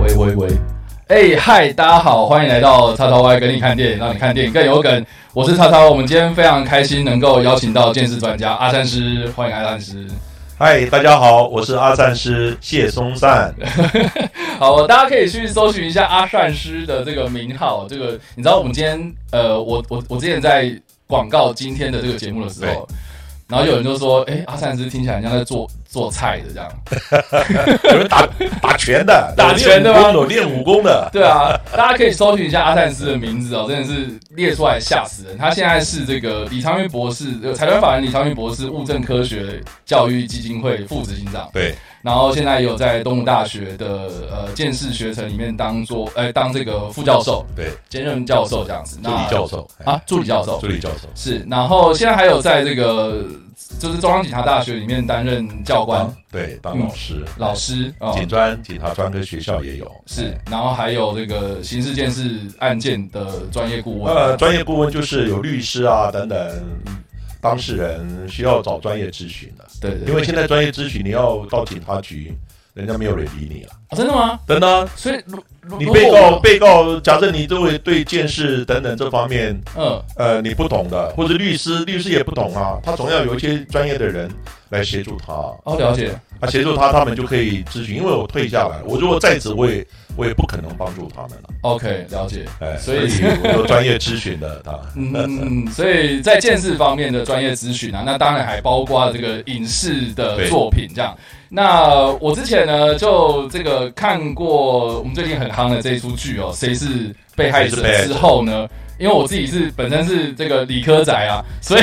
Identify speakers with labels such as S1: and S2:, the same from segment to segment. S1: 喂喂喂！哎、嗨，大家好，欢迎来到叉叉 Y 跟你看电影，让你看电影更有梗。我是叉叉，我们今天非常开心能够邀请到见识专家阿三师，欢迎阿三师。
S2: 嗨，大家好，我是阿善师谢松 善。
S1: 好，大家可以去搜寻一下阿善师的这个名号。这个你知道，我们今天呃，我我我之前在广告今天的这个节目的时候，然后有人就说，哎、阿善师听起来很像在做做菜的这样。
S2: 有人打打拳的，
S1: 打拳的吗
S2: 有练武功的，
S1: 对啊，大家可以搜寻一下阿善斯的名字哦，真的是列出来吓死人。他现在是这个李长云博士，呃财团法人李长云博士物证科学教育基金会副执行长，
S2: 对，
S1: 然后现在也有在东吴大学的呃建士学程里面当做呃当这个副教授，
S2: 对，
S1: 兼任教授这样子。
S2: 助理教授哎
S1: 啊，助理教授
S2: 助理教授，
S1: 是，然后现在还有在这个就是中央警察大学里面担任教官、
S2: 对，当老师，
S1: 老师哦。
S2: 警专警察专科学校也有，哎
S1: 是，然后还有这个刑事建事案件的专业顾问，
S2: 呃，专业顾问就是有律师啊等等，当事人需要找专业咨询的，
S1: 对对
S2: 因
S1: 对，
S2: 为现在专业咨询你要到警察局，人家没有人理你了。
S1: 啊真的吗？
S2: 真的啊，
S1: 所以如如
S2: 你
S1: 如
S2: 被
S1: 果
S2: 告被告，假设你对对见识等等这方面
S1: 嗯，
S2: 呃，你不懂的，或者律师，律师也不懂啊，他总要有一些专业的人来协助他，
S1: 哦，了解，
S2: 啊，协助他，他们就可以咨询。因为我退下来，我如果在职，我也我也不可能帮助他们了，
S1: ，OK，了解，
S2: 哎，
S1: 所
S2: 所
S1: 以
S2: 以我有专业咨询的 他，
S1: 嗯 嗯，嗯所以在建设方面的专业咨询啊，那当然还包括这个影视的
S2: 对
S1: 作品这样。那我之前呢，就这个看过我们最近很夯的这一出剧哦，《谁是被害者
S2: 谁是被害》者
S1: 之后呢，因为我自己是本身是这个理科仔啊，所以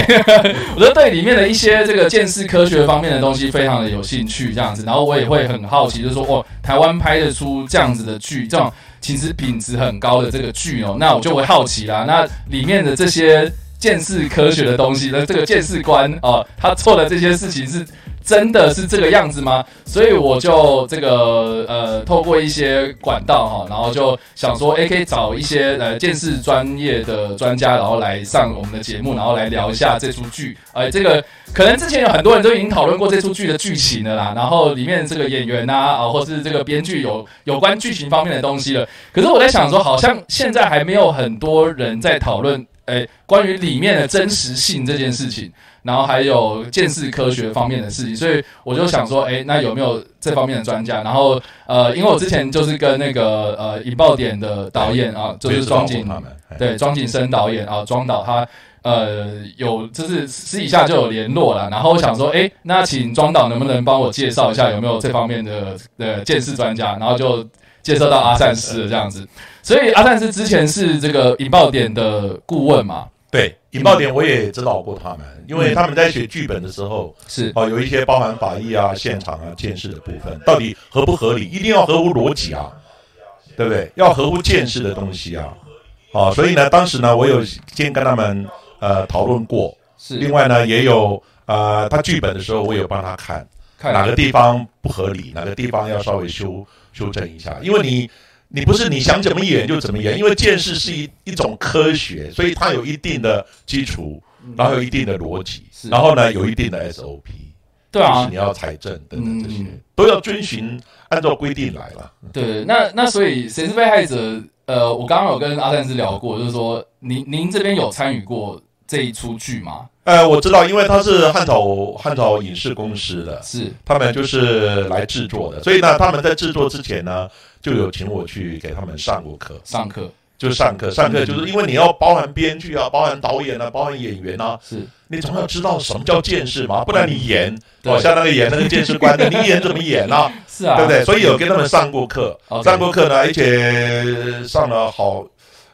S1: 我就对里面的一些这个建识科学方面的东西非常的有兴趣这样子，然后我也会很好奇，就是说哦，台湾拍得出这样子的剧，这种其实品质很高的这个剧哦，那我就会好奇啦，那里面的这些。见识科学的东西，那这个见识观哦，他做的这些事情是真的是这个样子吗？所以我就这个呃，透过一些管道哈，然后就想说，诶，可以找一些呃见识专业的专家，然后来上我们的节目，然后来聊一下这出剧。呃，这个可能之前有很多人都已经讨论过这出剧的剧情了啦，然后里面这个演员呐啊、或是这个编剧有有关剧情方面的东西了。可是我在想说，好像现在还没有很多人在讨论，诶，关于里面的真实性这件事情。然后还有见识科学方面的事情，所以我就想说，哎，那有没有这方面的专家？然后呃，因为我之前就是跟那个呃引爆点的导演啊，就是庄
S2: 景
S1: 景
S2: 他们，哎，
S1: 对，庄景生导演啊，庄导他呃有就是私底下就有联络了，然后我想说，哎，那请庄导能不能帮我介绍一下有没有这方面的呃见识专家？然后就介绍到阿善师了这样子。所以阿善师之前是这个引爆点的顾问嘛，
S2: 对，引爆点我也指导过他们，因
S1: 嗯
S2: 为他们在写剧本的时候，
S1: 是
S2: 哦，有一些包含法医啊、现场啊、见识的部分，到底合不合理？一定要合乎逻辑啊，对不对？要合乎见识的东西啊，哦，所以呢，当时呢，我有先跟他们呃讨论过，另
S1: 是，
S2: 外呢，也有呃，他剧本的时候，我有帮他看
S1: 看
S2: 哪个地方不合理，哪个地方要稍微修修正一下，因为你。你不是你想怎么演就怎么演，因为见识是一一种科学，所以它有一定的基础，然后有一定的逻辑
S1: 嗯是，
S2: 然后呢有一定的 SOP。
S1: 对
S2: 就
S1: 啊
S2: 是，你要财政等等这些，
S1: 嗯
S2: 都要遵循按照规定来了。
S1: 对，那那所以谁是被害者？呃，我刚刚有跟阿善师聊过，就是说您您这边有参与过这一出剧吗？
S2: 呃，我知道，因为他是汉草汉草影视公司的，
S1: 是
S2: 他们就是来制作的，所以呢，他们在制作之前呢，就有请我去给他们上过课，
S1: 上课
S2: 就上课，上课就是因为你要包含编剧啊，包含导演啊，包含演员啊，
S1: 是
S2: 你总要知道什么叫见识嘛，不然你演，
S1: 对
S2: 哦，像那个演那个见识官的，你演怎么 演啊？
S1: 是啊，
S2: 对不对？所以有跟他们上过课
S1: OK
S2: 上过课呢，而且上了好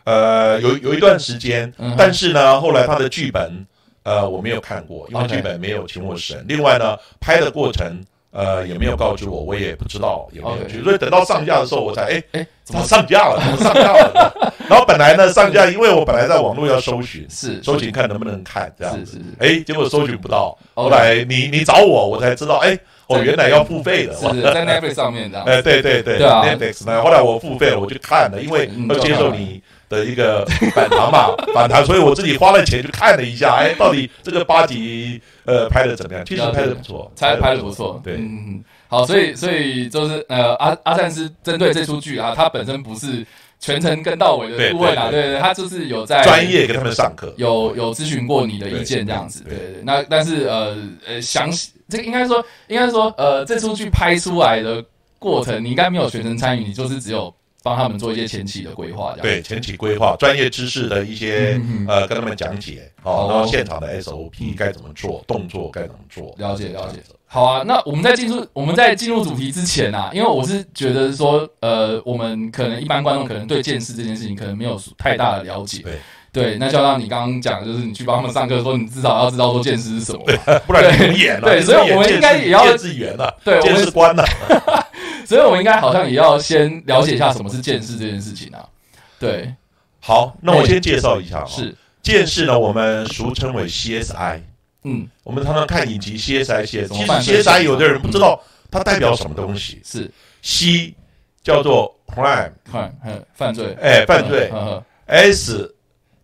S2: 呃有有一段时间，
S1: 嗯哼
S2: 但是呢，后来他的剧本呃我没有看过，因为
S1: OK
S2: 剧本没有请我审。另外呢，拍的过程。呃，也没有告知我，我也不知道有没有
S1: OK
S2: 去所以等到上架的时候，我才哎，
S1: 哎，怎
S2: 他
S1: 么
S2: 上架了，他上架了。 然后本来呢，上架，因为我本来在网络要搜寻，
S1: 是
S2: 搜寻看能不能看这样
S1: 是
S2: 子，
S1: 是哦是，
S2: 哎，结果搜寻不到。后
S1: OK
S2: 来你你找我，我才知道，哎，我原来要付费的，
S1: 哦是是在 Netflix 上面这样。
S2: 哎，对对对
S1: 对啊
S2: n e t f l i x 呢，后来我付费了，我就看了，因为
S1: 嗯
S2: 要接受你的一个反弹嘛， 反弹，所以我自己花了钱去看了一下，哎，到底这个八集呃拍的怎么样？其实拍的不错，
S1: 才拍的
S2: 错。
S1: 不错。
S2: 对
S1: 嗯，好，所以所以就是呃，阿阿善斯针对这出剧啊，他本身不是全程跟到尾的
S2: 对
S1: 顾问啊，
S2: 对
S1: 对对，他就是有在
S2: 专业给他们上课，
S1: 有有咨询过你的意见这样子，对对对。那但是呃呃，详细这个应该说应该说呃，这出剧拍出来的过程，你应该没有全程参与，你就是只有帮他们做一些前期的规划这样。
S2: 对前期规划、专业知识的一些
S1: 嗯，嗯嗯
S2: 呃跟他们讲解，
S1: 哦嗯
S2: 哦，然后现场的 SOP 该怎么做，动作该怎么做，
S1: 了解了解。好啊，那我们在进入我们在进入主题之前啊，因为我是觉得说，呃，我们可能一般观众可能对见识这件事情可能没有太大的了解。
S2: 对
S1: 对，那就像你刚刚讲的，就是你去帮他们上课的时候，你至少要知道说见识是什么嘛。
S2: 呃不然你怎么演呢？
S1: 对
S2: 你怎么
S1: 所以我们
S2: 演
S1: 应该
S2: 见识
S1: 也要
S2: 见识员呢，
S1: 对，我
S2: 见
S1: 们
S2: 识官呢？
S1: 所以我们应该好像也要先了解一下什么是见识这件事情啊。对，
S2: 好，那我先介绍一下啊，
S1: 是，
S2: 见识呢，我们俗称为 CSI。
S1: 嗯，
S2: 我们常常看影集 CSI、CSI，
S1: 怎
S2: 其
S1: 么
S2: 实
S1: 办
S2: CSI 有的人不知道它代表什么东西。
S1: 是，
S2: C 叫做 crime，
S1: 犯呃犯罪，
S2: 哎，犯罪
S1: 嗯，嗯
S2: ；S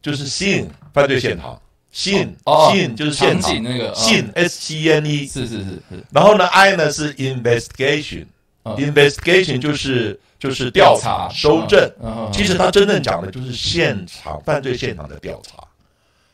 S2: 就是 scene，犯罪现场；scene
S1: 哦
S2: scene 就是
S1: 场
S2: 现
S1: 景
S2: 场
S1: 那个，嗯
S2: ；scene S C N E。
S1: 是是是是，
S2: 然后呢，I 呢是 investigation，investigation、
S1: 嗯
S2: investigation 就是就是调查、搜证。，
S1: 嗯嗯嗯
S2: 其实它真正讲的就是现场犯罪现场的调查。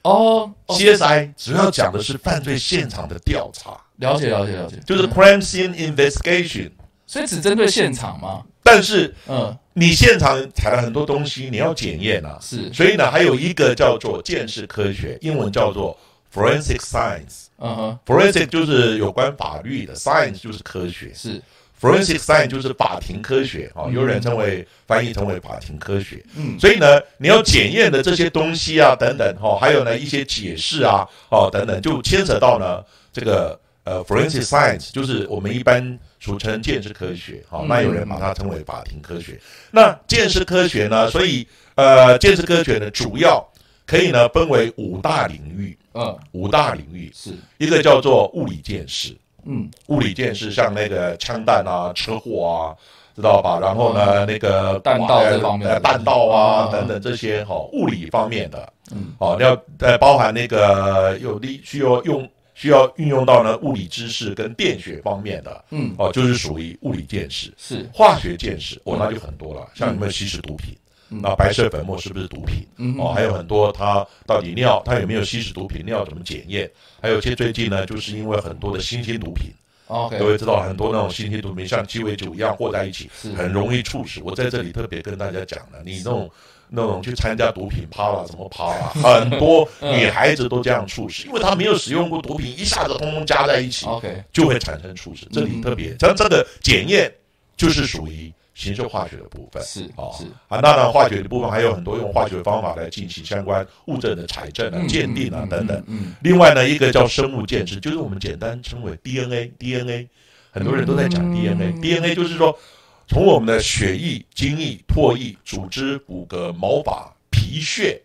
S1: 哦，哦
S2: CSI 主要讲的是犯罪现场的调查，
S1: 了解了解了解，嗯
S2: 就是 crime scene investigation。
S1: 所以只针对现场吗？
S2: 但是
S1: 嗯，
S2: 你现场采了很多东西，你要检验啊。
S1: 是，
S2: 所以呢，还有一个叫做鉴识科学，英文叫做 forensic science。
S1: 嗯哼，
S2: forensic 就是有关法律的，science 就是科学
S1: 是，
S2: ，forensic science 就是法庭科学啊、哦
S1: 嗯
S2: 有人称为翻译成为法庭科学。
S1: 嗯，
S2: 所以呢，你要检验的这些东西啊，等等哈、哦，还有呢一些解释啊，哦等等，就牵扯到呢这个呃 forensic science，就是我们一般俗称鉴识科学，好、哦
S1: 嗯，
S2: 那有人把它称为法庭科学。那鉴识科学呢，所以呃鉴识科学呢，主要可以呢分为五大领域，
S1: 嗯，
S2: 五大领域，
S1: 是，
S2: 一个叫做物理鉴识，
S1: 嗯，
S2: 物理鉴识像那个枪弹啊、车祸啊，知道吧？然后呢，那个
S1: 嗯弹道这方面的
S2: 呃弹道啊
S1: 嗯
S2: 等等这些哈、哦，物理方面的，
S1: 嗯，
S2: 哦，要呃包含那个有利需要用需要运用到呢物理知识跟电学方面的，
S1: 嗯，
S2: 哦，就是属于物理鉴识。
S1: 是，
S2: 化学鉴识，
S1: 嗯，
S2: 哦那就很多了，像有没有吸食毒品
S1: 嗯？
S2: 那白色粉末是不是毒品？
S1: 嗯，
S2: 哦，还有很多它到底尿它有没有吸食毒品，尿怎么检验？还有一些最近呢，就是因为很多的新兴毒品，
S1: ，OK，
S2: 各位知道很多那种新型毒品像鸡尾酒一样和在一起，
S1: 是
S2: 很容易猝死。我在这里特别跟大家讲了，你那种那种去参加毒品趴啦，什么趴啦，很多
S1: 嗯
S2: 女孩子都这样猝死，因为她没有使用过毒品，一下子通通加在一起，
S1: ，OK，
S2: 就会产生猝死。这里
S1: 哦嗯
S2: 特别，像这个检验就是属于刑事化学的部分。
S1: 是
S2: 哦
S1: 是，
S2: 啊，当然化学的部分还有很多用化学方法来进行相关物证的采证啊、
S1: 嗯
S2: 鉴定啊
S1: 嗯
S2: 等等。
S1: 嗯，
S2: 另外呢，一个叫生物鉴识，就是我们简单称为 DNA，DNA，很多人都在讲
S1: 嗯
S2: DNA，DNA、就是说从我们的血液、精液、唾液、组织、骨骼、毛发、皮屑，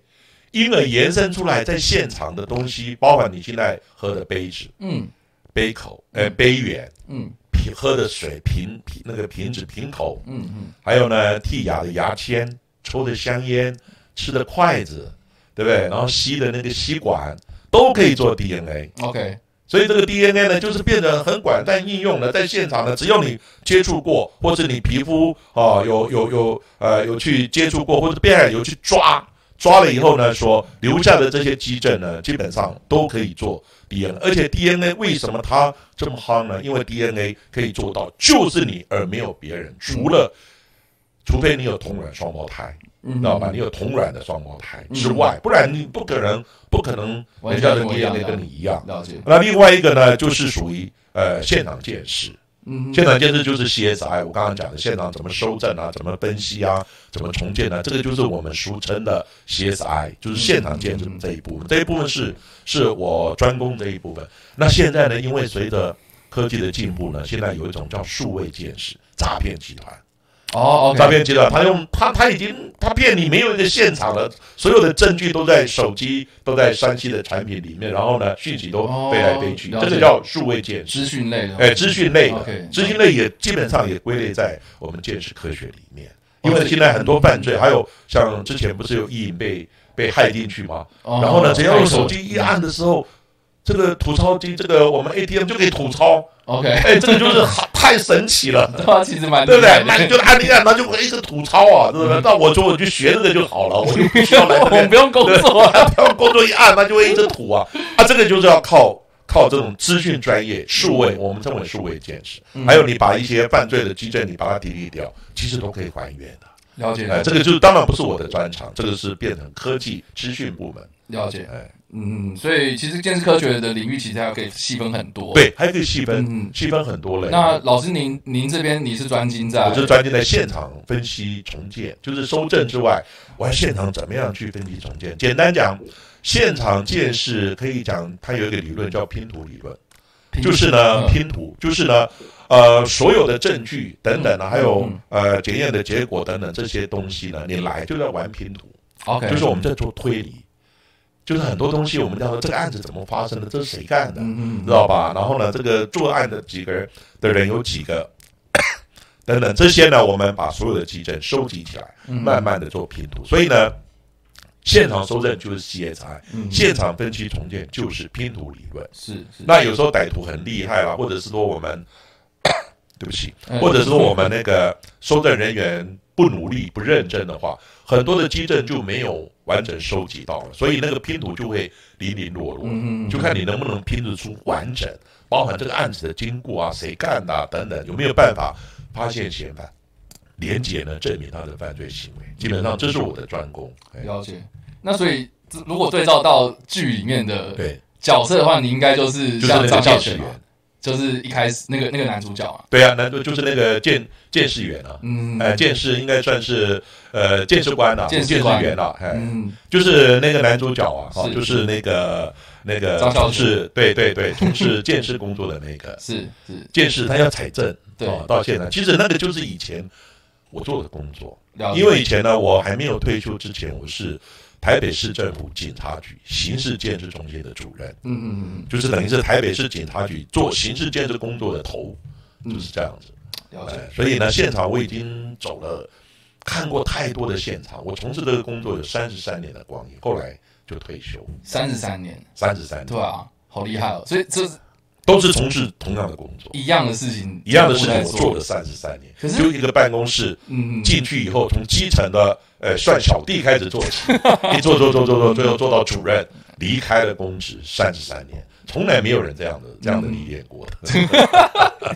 S2: 因而延伸出来在现场的东西，包含你现在喝的杯子、
S1: 嗯
S2: 杯口、呃杯缘、
S1: 嗯
S2: 瓶喝的水瓶瓶那个瓶子瓶口，
S1: 嗯嗯
S2: 还有呢，剔牙的牙签、抽的香烟、吃的筷子，对不对？然后吸的那个吸管都可以做 DNA。
S1: 嗯，OK，
S2: 所以这个 DNA 呢，就是变得很广泛应用了，在现场呢，只要你接触过，或者你皮肤哦有有有呃有去接触过，或者被害人有去抓抓了以后呢，所留下的这些基证呢，基本上都可以做 DNA。而且 DNA 为什么它这么夯呢？因为 DNA 可以做到就是你而没有别人，除了除非你有同卵双胞胎，
S1: 嗯，
S2: 你知道吧？你有同卵的双胞胎之外，不然你不可能不可能人家
S1: 完全
S2: 的
S1: 不一样
S2: DNA 跟你嗯一样。
S1: 了解，
S2: 那另外一个呢，就是属于呃现场见识。
S1: 嗯，
S2: 现场见识就是 CSI，我刚刚讲的现场怎么收证啊，怎么分析啊，怎么重建呢、这个就是我们俗称的 CSI，就是现场见识这一部分。这一部分是是我专攻这一部分。那现在呢，因为随着科技的进步呢，现在有一种叫数位见识，诈骗集团。
S1: 哦
S2: 诈
S1: ，OK，
S2: 骗集团，他用他他已经他骗你没有一个现场了，所有的证据都在手机，都在山西的产品里面，然后呢，讯息都飞来飞去，
S1: 哦了解
S2: 这个叫数位见识，
S1: 资讯类的，
S2: 哎，资讯类的
S1: OK
S2: 资讯类也基本上也归类在我们见识科学里面。
S1: 哦
S2: 因为现在很多犯罪，还有像之前不是有意淫被被害进去吗？
S1: 哦
S2: 然后呢，只要用手机
S1: 太
S2: 一按的时候，这个吐钞机，这个我们 ATM 就可以吐钞，
S1: ，OK，
S2: 哎，这个就是好太神奇了。
S1: 这其实蛮
S2: 对不对？
S1: 厉
S2: 那
S1: 害
S2: 你
S1: 的
S2: 就按一按，那就会一直吐槽啊，对不
S1: 嗯
S2: 对？那我说我去学这个就好了，我就不需要 来这
S1: 我们
S2: 边
S1: 不用工作了。
S2: 他们工作一按，那就会一直吐啊。啊，这个就是要靠靠这种资讯专业、数位，我们称为数位建设，
S1: 嗯
S2: 还有你把一些犯罪的基证你把它抵立掉，其实都可以还原的。
S1: 了解，
S2: 哎，这个就是当然不是我的专长，这个是变成科技资讯部门。
S1: 了解
S2: 哎，
S1: 嗯，所以其实建设科学的领域其实还可以细分很多。，
S2: 对，还可以细分
S1: 嗯，
S2: 细分很多类。
S1: 那老师您您这边你是专精在，
S2: 啊我是专精在现场分析重建，就是收证之外，我还现场怎么样去分析重建。简单讲，现场建设可以讲它有一个理论叫拼图理论，
S1: 拼
S2: 就是呢
S1: 嗯
S2: 拼图，就是呢呃所有的证据等等呢，还有
S1: 嗯
S2: 呃检验的结果等等这些东西呢，你来就在玩拼图，
S1: OK，
S2: 就是我们在做推理，就是很多东西我们要说这个案子怎么发生的，这是谁干的，
S1: 嗯
S2: 知
S1: 嗯，
S2: 道吧？然后呢，这个作案的几个人的人有几个， 等等这些呢，我们把所有的基证收集起来，
S1: 嗯
S2: 慢慢的做拼图。所以呢，现场搜证就是 CSI，、
S1: 嗯
S2: 现场分析重建就是拼图理论。
S1: 是是，
S2: 那有时候歹徒很厉害啊啦，或者是说我们， 对不起，
S1: 哎
S2: 或者是说我们那个收证人员不努力、不认真的话，很多的基证就没有完整收集到了，所以那个拼图就会零零落落。
S1: 嗯嗯嗯
S2: 就看你能不能拼得出完整，包含这个案子的经过啊、谁干的、啊、等等，有没有办法发现嫌犯，连结呢证明他的犯罪行为。基本上这是我的专攻。哎
S1: 了解。那所以这如果对照到剧里面的
S2: 对，
S1: 角色的话，你应该就是
S2: 就是那
S1: 像
S2: 个
S1: 张
S2: 驾
S1: 建
S2: 驶
S1: 全嘛
S2: 员，
S1: 就是一开始那个那个男主角嘛，
S2: 对啊，那就就是那个见见识员啊，
S1: 嗯
S2: 呃，见识应该算是呃见识官啊，
S1: 见
S2: 见
S1: 识
S2: 识
S1: 官
S2: 员啊，哎，
S1: 嗯
S2: 就是那个男主角啊，哦
S1: 是
S2: 就是那个那个
S1: 张小
S2: 从事对对对从事见识工作的那个，
S1: 是是
S2: 见识他要采证，
S1: 对
S2: 哦到现在其实那个就是以前我做的工作，
S1: 了解，
S2: 因为以前呢，我还没有退休之前，我是台北市政府警察局刑事建设中心的主任，
S1: 嗯嗯
S2: 就是等于是台北市警察局做刑事建设工作的头，
S1: 嗯
S2: 就是这样子。
S1: 嗯了解
S2: 哎，所以呢，现场我已经走了，看过太多的现场，我从事这个工作有三十三年的光阴，后来就退休，
S1: 三十三年，
S2: 三十三年
S1: 对啊，好厉害哦，所以这是
S2: 都是从事同样的工作，
S1: 一样的事情，
S2: 一样的事情
S1: 在
S2: 我做了，三十三年
S1: 可，是
S2: 就一个办公室。
S1: 嗯嗯
S2: 进去以后，从基层的呃算小弟开始做 起，一做做做做做，最后做到主任，离开了公职三十三年，从来没有人这样的
S1: 嗯
S2: 这样的历练过 的，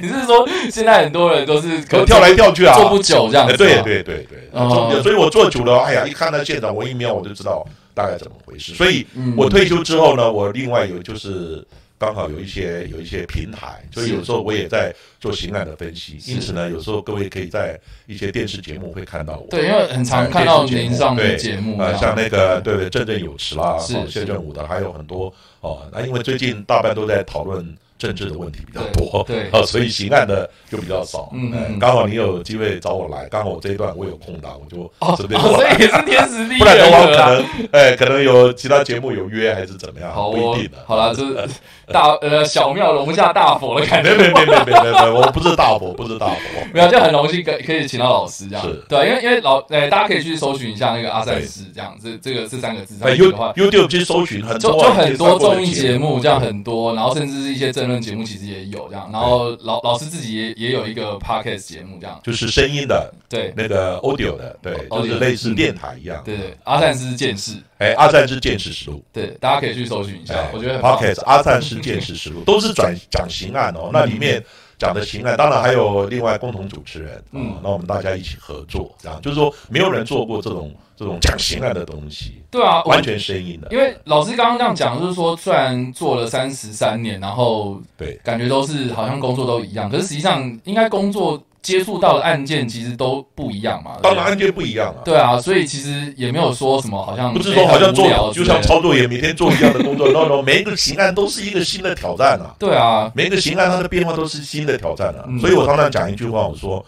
S1: 你是说现在很多人都是
S2: 可
S1: 可
S2: 能跳来跳去啊，
S1: 做不久这样子
S2: 哎
S1: 吗？
S2: 对对对对，
S1: 哦
S2: 所以我做久了，哎呀，一看到现场，我一瞄我就知道大概怎么回事。所以
S1: 嗯，
S2: 我退休之后呢，我另外有就是刚好有一些有一些平台，所以
S1: 是
S2: 有时候我也在做刑案的分析，
S1: 是
S2: 因此呢，有时候各位可以在一些电视节目会看到我。
S1: 对，因为很常看到您上
S2: 对
S1: 节目，
S2: 呃，
S1: 这样
S2: 像那个对对，振振有词啦，
S1: 是
S2: 哦
S1: 是
S2: 谢振武的，还有很多哦。那因为最近大半都在讨论政治的问题比较多，
S1: 对对
S2: 哦，所以刑案的就比较少。
S1: 嗯
S2: 哎
S1: 嗯
S2: 刚好你有机会找我来，刚好我这一段我有空档，我就
S1: 哦，
S2: 随便
S1: 哦
S2: 过
S1: 所
S2: 来。
S1: 以也是天时地利
S2: 不然的
S1: 人
S2: 话，
S1: 和
S2: 可
S1: 啊。
S2: 能哎，可能有其他节目有约还是怎么样，
S1: 好
S2: 不
S1: 哦
S2: 一定啊的，。
S1: 好了，这是大呃小庙容下大佛的感
S2: 哎没
S1: 觉，
S2: 没没没没没没，我不是大佛，不是大佛。
S1: 没有就很荣幸可以可以请到老师这样
S2: 是，
S1: 对，因为因为老呃大家可以去搜寻一下那个阿塞斯这样，这这个这三个字上
S2: 哎
S1: 面的话，
S2: ，You YouTube 去搜寻很
S1: 就
S2: 多
S1: 就
S2: 啊
S1: 很多综艺节
S2: 节
S1: 目这样很多，然后甚至是一些政论节目其实也有这样，然后老老师自己也也有一个 podcast 节目这样，
S2: 就是声音的
S1: 对
S2: 那个 audio 的，对，
S1: Audio
S2: 就是类似电台一样。
S1: 对对，阿善斯见识，
S2: 哎，阿赞之见识实录，
S1: 对，大家可以去搜寻一下
S2: 哎，
S1: 啊我觉得很棒，嗯
S2: ，Podcast 阿赞之见识实录都是转讲刑案哦。那里面讲的刑案，当然还有另外共同主持人，
S1: 嗯
S2: 嗯，那我们大家一起合作，这样就是说没有人做过这种这种讲刑案的东西，
S1: 对啊，我
S2: 完全声音的，
S1: 因为老师刚刚这样讲，就是说虽然做了三十三年，然后
S2: 对
S1: 感觉都是好像工作都一样，可是实际上应该工作接触到的案件其实都不一样嘛。
S2: 当然案件不一样啊。
S1: 对啊，所以其实也没有说什么好像
S2: 不是说好像
S1: 哎很无聊之
S2: 做就
S1: 类的
S2: 像操作员每天做一样的工作 ，no no，每一个刑案都是一个新的挑战啊。
S1: 对啊，
S2: 每个刑案它的变化都是新的挑战啊。
S1: 嗯
S2: 所以我常常讲一句话，我说，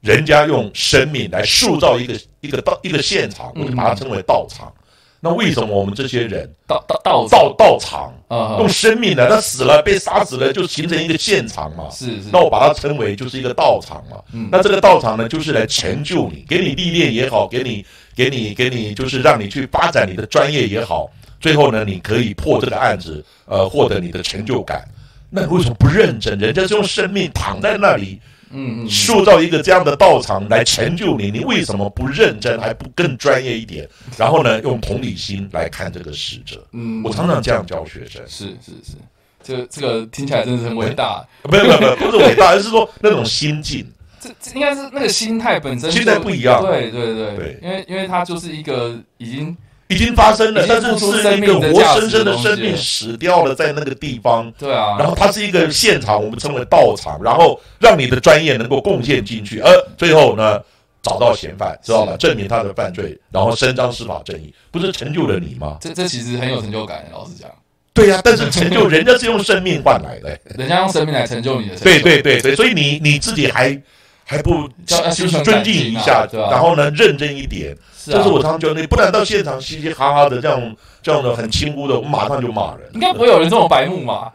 S2: 人家用生命来塑造一个一个道一个现场，我
S1: 嗯
S2: 就把它称为道场。那为什么我们这些人
S1: 到到到
S2: 到道场，
S1: 呃
S2: 那用生命的，他死了被杀死了，就形成一个现场嘛。
S1: 是是
S2: 那我把它称为就是一个道场嘛。
S1: 嗯
S2: 那这个道场呢，就是来成就你，给你历练也好，给你给你给你，就是让你去发展你的专业也好，最后呢，你可以破这个案子，呃，获得你的成就感。那你为什么不认真？人家是用生命躺在那里，
S1: 嗯嗯，
S2: 塑造一个这样的道场来成就你，你为什么不认真，还不更专业一点？然后呢，用同理心来看这个使者。
S1: 嗯
S2: 我常常这样教学生，
S1: 是是是，这个这个听起来真的是很伟大。
S2: 没有没有没有，不是伟大，而是说那种心境。
S1: 这这应该是那个心态本身就，
S2: 心态不一样
S1: 对对对，
S2: 对
S1: 因为因为它就是一个已经
S2: 已经发生了，
S1: 已经
S2: 但
S1: 付出
S2: 是是一个
S1: 生命的
S2: 活
S1: 价值
S2: 生生的生
S1: 的东
S2: 命
S1: 西
S2: 死掉了，在那个地方。
S1: 对啊，
S2: 然后它是一个现场，我们称为道场，然后让你的专业能够贡献进去，而最后呢，找到嫌犯，知道吗？证明他的犯罪，然后伸张司法正义，不是成就了你吗？
S1: 这这其实很有成就感，老实讲，
S2: 对呀、但是成就人家是用生命换来的、
S1: 人家用生命来成就你的成就，
S2: 对对对对，所以你你自己还还不
S1: 要要心
S2: 就是
S1: 存
S2: 尊
S1: 感
S2: 敬
S1: 激
S2: 一
S1: 嘛
S2: 下，
S1: 啊对吧
S2: 然后呢认真一点，
S1: 是啊，
S2: 这是我常常觉得，你不然到现场嘻嘻哈哈的这样这样的很轻忽的，我马上就骂人。
S1: 应该不会有人这么白目嘛，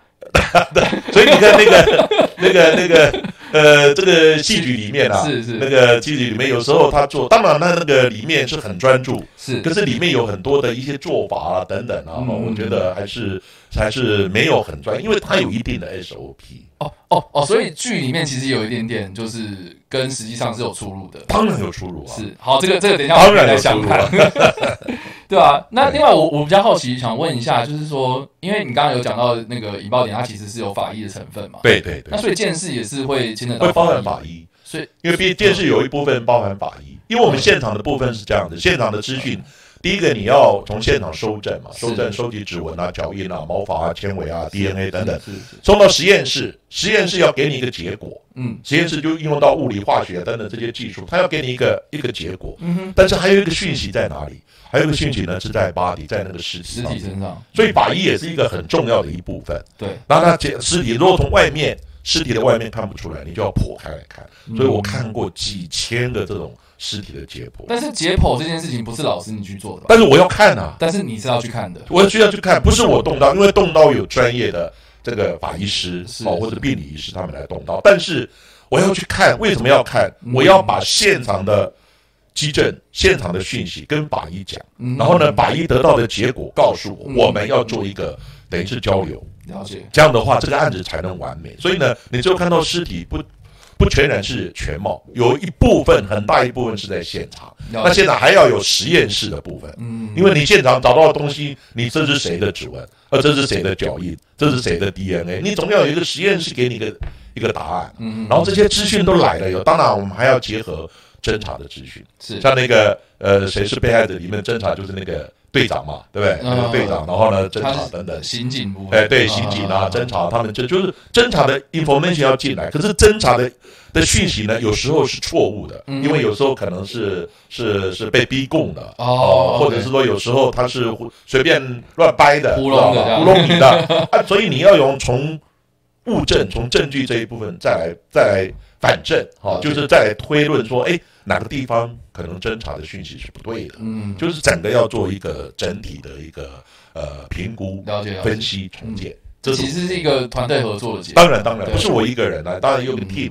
S2: 所以你看那个 那个那个呃，这个戏剧里面啊，
S1: 是是
S2: 那个戏剧里面有时候他做，当然那那个里面是很专注，
S1: 是
S2: 可是里面有很多的一些做法啊等等啊，
S1: 嗯
S2: 我觉得还是还是没有很专，因为他有一定的 SOP。
S1: 哦哦哦，所以剧里面其实有一点点就是跟实际上是有出入的，
S2: 当然有出入啊，
S1: 是好，这个这个等一下
S2: 当然
S1: 我
S2: 有
S1: 再想
S2: 出入
S1: 看
S2: 啊，
S1: 对啊，那另外我我比较好奇，想问一下，就是说，因为你刚刚有讲到那个引爆点，它其实是有法医的成分嘛，
S2: 对对对
S1: 那，所以剑士也是会牵扯到
S2: 会包含
S1: 医
S2: 法医，
S1: 所以
S2: 因为毕电视有一部分包含法医，因为我们现场的部分是这样的，现场的资讯，第一个你要从现场收证嘛，
S1: 是
S2: 收证收集指纹啊、脚印啊、毛发啊、纤维啊、DNA 等等，
S1: 是是，
S2: 送到实验室，实验室要给你一个结果，
S1: 嗯
S2: 实验室就应用到物理、化学等等这些技术，它要给你一个一个结果，
S1: 嗯哼，
S2: 但是还有一个讯息在哪里？还有一个讯息呢是在 body，在那个尸体
S1: 实
S2: 上
S1: 体
S2: 面，
S1: 身上，
S2: 所以法医也是一个很重要的一部分。
S1: 对，
S2: 然后它解尸体，如果从外面尸体的外面看不出来，你就要剖开来看。
S1: 嗯
S2: 所以我看过几千个这种尸体的解剖，
S1: 但是解剖这件事情不是老师你去做的吧？
S2: 但是我要看啊，
S1: 但是你是要去看的，
S2: 我需要去看，不是我动刀，因为动刀有专业的这个法医师
S1: 是
S2: 哦或者病理医师他们来动刀，但是我要去看，为什么要看
S1: 嗯？
S2: 我要把现场的基证、现场的讯息跟法医讲，
S1: 嗯，
S2: 然后呢，法医得到的结果告诉
S1: 嗯
S2: 我，我们要做一个等于是交流。
S1: 了解，
S2: 这样的话，这个案子才能完美。所以呢，你最后看到尸体不不全然是全貌，有一部分很大一部分是在现场，
S1: 了
S2: 那
S1: 解，
S2: 现场还要有实验室的部分。
S1: 嗯，
S2: 因为你现场找到的东西，你这是谁的指纹，呃，这是谁的脚印，这是谁的 DNA，你总要有一个实验室给你一个一个答案。
S1: 嗯嗯，
S2: 然后这些资讯都来了以后，当然我们还要结合侦查的资讯，
S1: 是
S2: 像那个呃，谁是被害者里面的侦查就是那个队长嘛，对不对？那个队长，然后呢，侦
S1: 他
S2: 查
S1: 是
S2: 等等。
S1: 刑警部分，
S2: 哎，对，刑警啊，侦
S1: 真
S2: 查，他们这就是侦查的 information 要进来，可是侦查的的讯息呢，有时候是错误的，
S1: 嗯
S2: 因为有时候可能是是是被逼供的，
S1: 哦
S2: 或者是说有时候他是胡随便乱掰的，
S1: 糊弄的
S2: 知道吧糊弄你的 啊，所以你要用从物证、从证据这一部分再来再来反证，哈、
S1: 了解
S2: 就是再来推论说，哎，哪个地方可能侦查的讯息是不对的，
S1: 嗯，
S2: 就是整个要做一个整体的一个呃评估、
S1: 了解了嗯解
S2: 分，析、重建，
S1: 这
S2: 这
S1: 其
S2: 是
S1: 实是一个团队合作的结果，
S2: 当然当然
S1: 对
S2: 不是我一个人啊，当然有个
S1: 嗯
S2: team。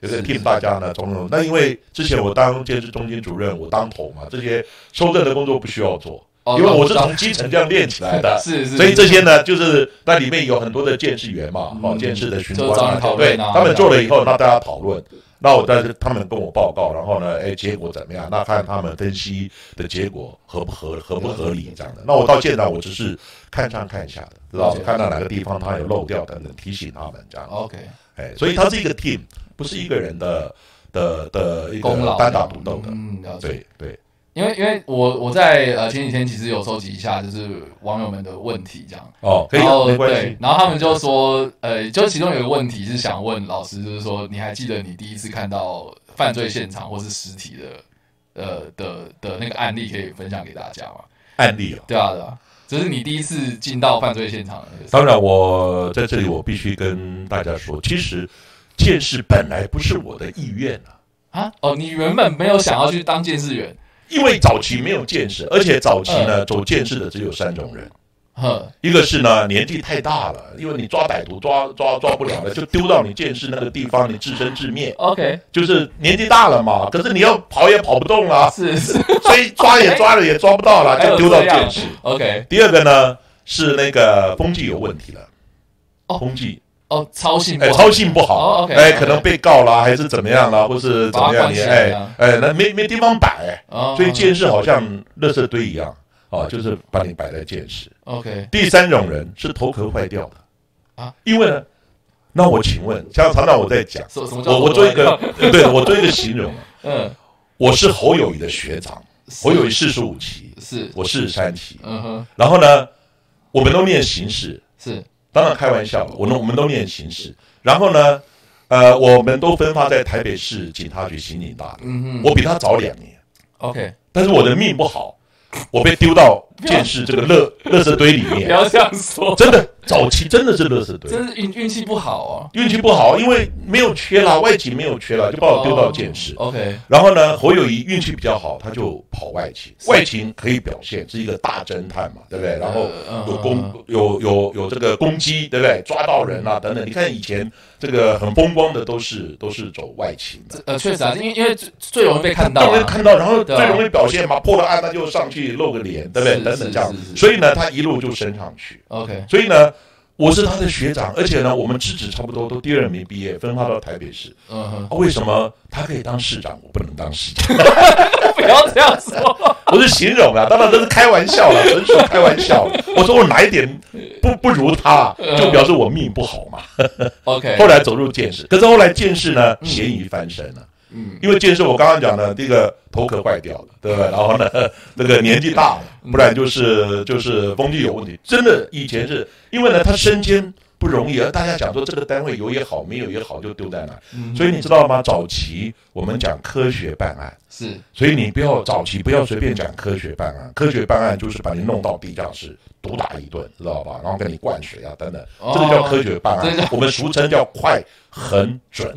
S2: 有
S1: 是
S2: 个
S1: 是
S2: team 大家呢，从容那因为之前我当建设中心主任，我当头嘛，这些收证的工作不需要做，
S1: 哦
S2: 因为
S1: 那
S2: 我是
S1: 知道，
S2: 从基层这样练起来的
S1: 是是，
S2: 所以
S1: 是
S2: 这些呢，就是那里面有很多的监视员嘛，哦
S1: 嗯，
S2: 监视的巡
S1: 就找
S2: 官
S1: 你讨
S2: 对，
S1: 论啊
S2: 他们做了以后，那大家讨论，那我但是他们跟我报告，然后呢，哎，结果怎么样？那看他们分析的结果合不合合不合理这样的。那我到现在我只是看上看下的，知道
S1: 了解哦
S2: 看到哪个地方他有漏掉等等，提醒他们这样。
S1: OK
S2: 哎，所以他是一个 team，不是一个人的的的一个
S1: 功劳
S2: 单打独斗的。
S1: 嗯，了解。
S2: 对对，
S1: 因为因为我我在呃前几天其实有收集一下就是网友们的问题这样，
S2: 哦，可以
S1: 然
S2: 啊，
S1: 后
S2: 没关
S1: 对
S2: 系，。
S1: 然后他们就说呃，就其中有一个问题是想问老师，就是说你还记得你第一次看到犯罪现场或是尸体的呃的的那个案例可以分享给大家吗？
S2: 案例啊。
S1: 对啊对啊，就是你第一次进到犯罪现场的那个时候，
S2: 当然，我在这里我必须跟大家说，其实见识本来不是我的意愿啊，
S1: 啊哦，你原本没有想要去当监视员嗯
S2: 因为早期没有见识，而且早期呢、走见识的只有三种人，
S1: 呵，
S2: 一个是呢年纪太大了，因为你抓歹徒抓抓抓不了了，就丢到你见识那个地方，你自生自灭。
S1: OK，
S2: 就是年纪大了嘛，可是你要跑也跑不动 了，
S1: 是是
S2: 追抓也抓了也抓不到了，就丢
S1: 哎
S2: 到
S1: 还有这
S2: 见
S1: 样
S2: 识。
S1: OK，
S2: 第二个呢是那个风纪有问题了，
S1: 哦
S2: 风纪
S1: 哦，操性不
S2: 哎
S1: 好，
S2: 操性不
S1: 哦
S2: 好，
S1: ，OK，
S2: 哎
S1: OK
S2: 可能被告啦，还是怎么样啦，或是怎么
S1: 把它
S2: 样
S1: 关
S2: 你
S1: 起来
S2: 哎
S1: 啊
S2: 哎那没没地方摆，
S1: 哦
S2: 所以见识好像垃圾堆一样啊，就是把你摆在见识。
S1: OK，
S2: 第三种人是头壳坏掉的
S1: 啊，
S2: 因为呢，那我请问，像常常我在讲，
S1: 什什么叫
S2: 我我做一个， 对我做一个形容，
S1: 嗯，
S2: 我是侯友谊的学长，侯友谊四十五期，
S1: 是，
S2: 我四十三期，
S1: 嗯哼，
S2: 然后呢，我们都念形式，
S1: 是
S2: 当然开玩笑了，我们我们都念刑事，然后呢，呃，我们都分发在台北市警察局刑警大的，
S1: 嗯
S2: 我比他早两年，
S1: ，OK，
S2: 但是我的命不好，我被丢到建市这个垃垃圾堆里
S1: 不
S2: 面，
S1: 要这样说，
S2: 真的早期真的是垃圾堆，
S1: 真是运运气不好哦。
S2: 运气不好，因为没有缺啦，外勤没有缺啦，就把我丢到建市。
S1: OK，
S2: 然后呢，侯友谊运气比较好，他就跑外勤。外勤可以表现是一个大侦探嘛，对不对？然后
S1: 嗯
S2: 有
S1: 嗯
S2: 攻有有有这个攻击，对不对？抓到人啊等等。你看以前这个很风光的都是都是走外勤的，
S1: 呃，确实啊，因为因为最最容易被看到
S2: 当然
S1: 啊，
S2: 看到，然后
S1: 对
S2: 最
S1: 啊
S2: 容易表现嘛，破了案那就上去露个脸，对不对？
S1: 是
S2: 等等这样
S1: 是是。是
S2: 所以呢，他一路就升上去。
S1: OK，
S2: 所以呢，我是他的学长，而且呢，我们资质差不多，都第二名毕业，分发到台北市。
S1: 嗯哼，
S2: 啊为什么他可以当市长，我不能当市长？
S1: 不要这样说。
S2: 不是形容啦，啊当然这是开玩笑啦，纯属开玩笑。我说我哪一点不不如他，就表示我命不好嘛。
S1: OK，
S2: 后来走入剑士，可是后来剑士呢，咸鱼翻身了。嗯，因为剑士我刚刚讲的这个头壳坏掉了，对不对？然后呢， 那个年纪大了，不然就是就是风气有问题。真的以前是因为呢，他身兼不容易啊。大家讲说这个单位有也好，没有也好，就丢在
S1: 嗯
S2: 那。所以你知道吗？早期我们讲科学办案。
S1: 是
S2: 所以你不要早期不要随便讲科学办案，科学办案就是把你弄到地下室毒打一顿，知道吧？然后给你灌水啊等等，
S1: 哦
S2: 这个叫科学办案，
S1: 这个叫
S2: 我们俗称叫快、很、准，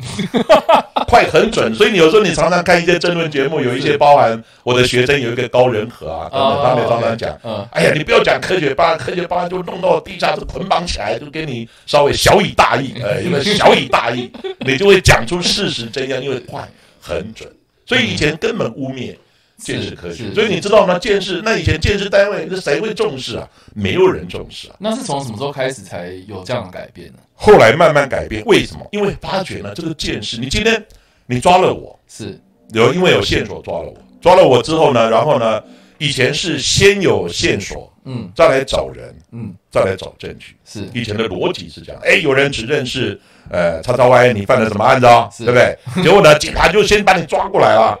S2: 快、很、准。所以你有时候你常常看一些争论节目，有一些包含我的学生有一个高人和啊等
S1: 哦
S2: 等，他们也常常讲。
S1: 嗯，
S2: 哎呀，你不要讲科学办案，科学办案就弄到地下室捆绑起来，就给你稍微小以大义，呃，有没有小以大 义，你就会讲出事实真相，因为快很准，所以以前根本污
S1: 嗯
S2: 蔑建设科学，
S1: 是
S2: 所以你知道吗？建设那以前建设单位，那谁会重视啊？没有人重视啊。
S1: 那是从什么时候开始才有这样的改变呢？
S2: 后来慢慢改变，为什么？因为发觉呢，这个建设，你今天你抓了我，
S1: 是
S2: 有因为有线索抓了我，抓了我之后呢，然后呢，以前是先有线索，
S1: 嗯，
S2: 再来找人，
S1: 嗯，
S2: 再来找证据。
S1: 是
S2: 以前的逻辑是这样，哎，有人只认识呃叉叉 Y，你犯了什么案子啊？
S1: 是
S2: 对不 对？结果呢，警察就先把你抓过来了，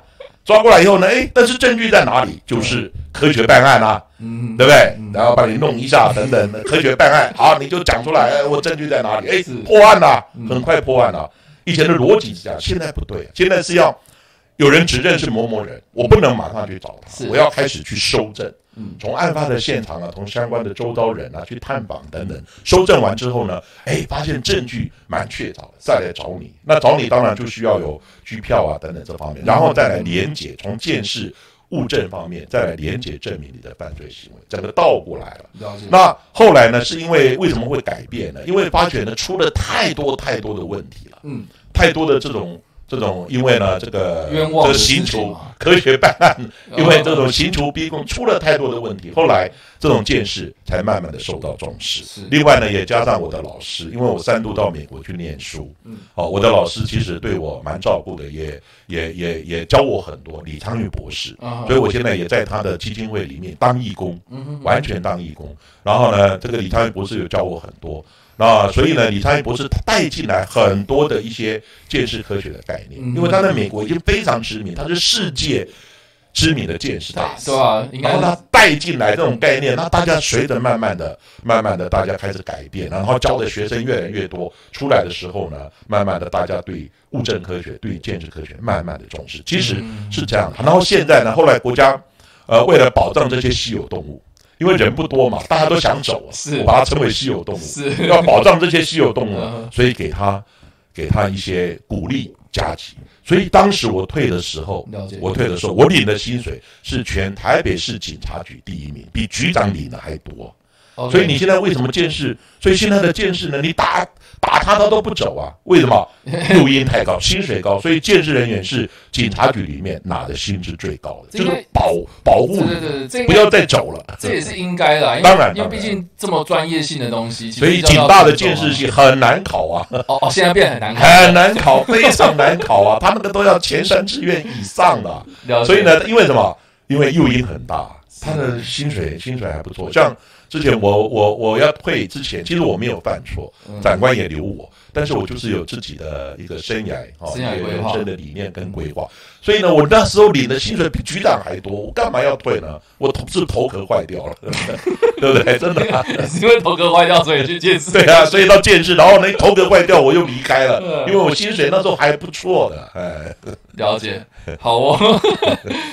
S2: 抓过来以后呢，哎，但是证据在哪里？就是科学办案啊，
S1: 嗯
S2: 对不对？然后把你弄一下等等，科学办案，好，你就讲出来，哎，我证据在哪里？哎
S1: 是，嗯
S2: 破案了，很快破案了。以前的逻辑是这样，现在不对，现在是要有人只认识某某人，我不能马上去找他
S1: 是，
S2: 我要开始去收证
S1: 嗯。
S2: 从案发的现场啊，从相关的周遭人啊去探访等等，收证完之后呢，哎，发现证据蛮确凿的，再来找你。那找你当然就需要有拘票啊等等这方面，然后再来连结，从见识物证方面再来连结证明你的犯罪行为，整个倒过来了。
S1: 了解
S2: 那后来呢，是因为为什么会改变呢？因为发觉呢出了太多太多的问题了。
S1: 嗯
S2: 太多的这种这种，因为呢，这个
S1: 冤枉的
S2: 这个
S1: 事
S2: 刑
S1: 情
S2: 求
S1: 嘛
S2: 科学办 案，因为这
S1: 哦
S2: 种刑求逼供出了太多的问题，后来这种见识才慢慢的受到重视
S1: 是。
S2: 另外呢，也加上我的老师，因为我三度到美国去念书，
S1: 嗯
S2: 哦，我的老师其实对我蛮照顾的，也也也也教我很多。李昌钰博士，
S1: 啊
S2: 所以我现在也在他的基金会里面当义工，
S1: 嗯哼
S2: 完全当义工。然后呢，这个李昌钰博士有教我很多，那所以呢，李昌钰博士他带进来很多的一些见识科学的概念，
S1: 嗯
S2: 因为他在美国已经非常知名，他是世界知名的见识大师
S1: 对。啊，应
S2: 然
S1: 该
S2: 后他
S1: 是
S2: 带进来这种概念，那大家随着慢慢的、慢慢的，大家开始改变，然后教的学生越来越多，出来的时候呢，慢慢的大家对物证科学、对建识科学慢慢的重视，其实
S1: 嗯
S2: 是这样。然后现在呢，后来国家呃为了保障这些稀有动物，因为人不多嘛，大家都想走，啊
S1: 是
S2: 我把它称为稀有动物，
S1: 是
S2: 要保障这些稀有动物
S1: 嗯，
S2: 所以给他给他一些鼓励加急。所以当时我退的时候
S1: 了解，
S2: 我退的时候，我领的薪水是全台北市警察局第一名，比局长领的还多。
S1: OK
S2: 所以你现在为什么监视？所以现在的监视呢，你打打他他都不走啊？为什么？录音太高，薪水高，所以监视人员是警察局里面拿的薪资最高的，
S1: 这
S2: 就
S1: 应该
S2: 是保保护
S1: 对对
S2: 你，
S1: 对对，这应
S2: 不
S1: 该
S2: 要再走了。
S1: 这也是应该的啊，因为
S2: 当然
S1: 因为
S2: 当然
S1: 毕竟这么专业性的东西，其实
S2: 所以
S1: 比较
S2: 警大的
S1: 要
S2: 建
S1: 做
S2: 设
S1: 啊
S2: 系很难考啊，
S1: 哦哦，现在变得很 难看，
S2: 很哎难考，非常难考啊，他那个都要前三志愿以上的啊、
S1: 了解
S2: 所以，呢，因为什么？因为诱因很大，他的薪水薪水还不错。像之前我我我要退之前，其实我没有犯错，
S1: 嗯
S2: 长官也留我，但是我就是有自己的一个生涯哦，
S1: 生涯
S2: 一个
S1: 规
S2: 人
S1: 划
S2: 生的理念跟规划。所以呢，我那时候领的薪水比局长还多，我干嘛要退呢？我头是头壳坏掉了， 对不对？真的啊、
S1: 你 是因为头壳坏掉，所以去健身。
S2: 对啊，所以到见识，然后呢头壳坏掉，我又离开了，
S1: 嗯
S2: 因为我薪水那时候还不错的，哎，
S1: 了解，好哦。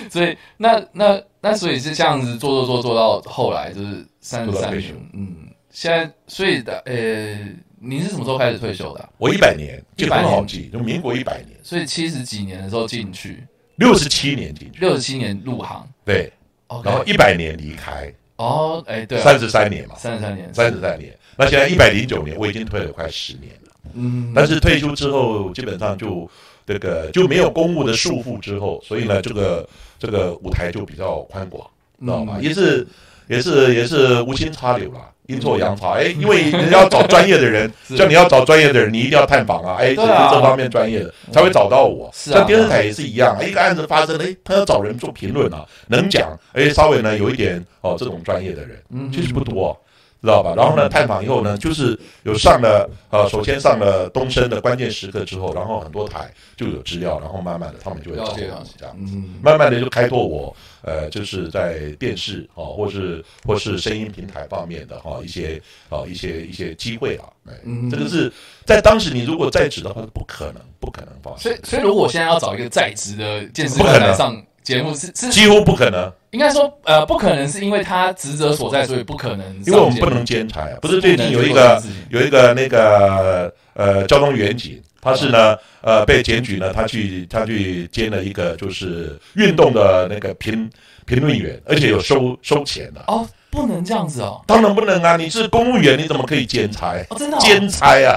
S1: 所以那那那所以是这样子做做做做到后来就是三十
S2: 做到
S1: 三
S2: 退
S1: 年，嗯，现在所以的呃，您是什么时候开始退休的啊、
S2: 我一百年，这个
S1: 100
S2: 很好
S1: 年
S2: 记，就民国一百年，
S1: 所以七十几年的时候进去，
S2: 六十七年进去，
S1: 六十七年入行
S2: 对，
S1: ，OK，
S2: 然后一百年离开，
S1: 哦，哎、对、啊，
S2: 三十三年嘛，
S1: 三十三年，
S2: 三十三年，那现在一百零九年，我已经退了快十年了，
S1: 嗯，
S2: 但是退休之后，基本上就这个就没有公务的束缚之后，所以呢，这个这个舞台就比较宽广。知道吗？
S1: 嗯
S2: 也是也是也是无心插柳啦，阴错阳差。哎，因为你要找专业的人
S1: 是，
S2: 像你要找专业的人，你一定要探访啊，哎，这
S1: 对
S2: 是
S1: 啊
S2: 这方面专业的才会找到我。
S1: 是啊
S2: 像电视台也是一样，一个案子发生，哎，他要找人做评论啊，能讲，哎，稍微呢有一点哦这种专业的人，
S1: 嗯
S2: 其实不多。知道吧？然后呢，探访以后呢，就是有上了呃，首先上了东升的关键时刻之后，然后很多台就有资料，然后慢慢的他们就会找
S1: 了解
S2: 我
S1: 了解
S2: 这样。
S1: 嗯，
S2: 慢慢的就开拓我，呃，就是在电视哦，或是或是声音平台方面的哈、一些哦一些一些机会啊，哎，
S1: 嗯
S2: 这个是在当时你如果在职的话，不可能不可能发
S1: 所
S2: 生
S1: 以，所以如果我现在要找一个在职的健身
S2: 不可
S1: 人
S2: 能
S1: 来上节目，是是
S2: 几乎不可能，
S1: 应该说呃，不可能是因为他职责所在，所以不可能上节目，
S2: 因为我们不能兼差啊。不是最近有一
S1: 不能做这
S2: 个
S1: 件事情
S2: 有一个那个呃交通员警，他是呢呃被检举呢，他去他去兼了一个就是运动的那个评评论员，而且有收收钱的、
S1: 哦，不能这样子哦，
S2: 当然不能啊！你是公务员，你怎么可以兼差？
S1: 哦，真的、哦，
S2: 兼差啊！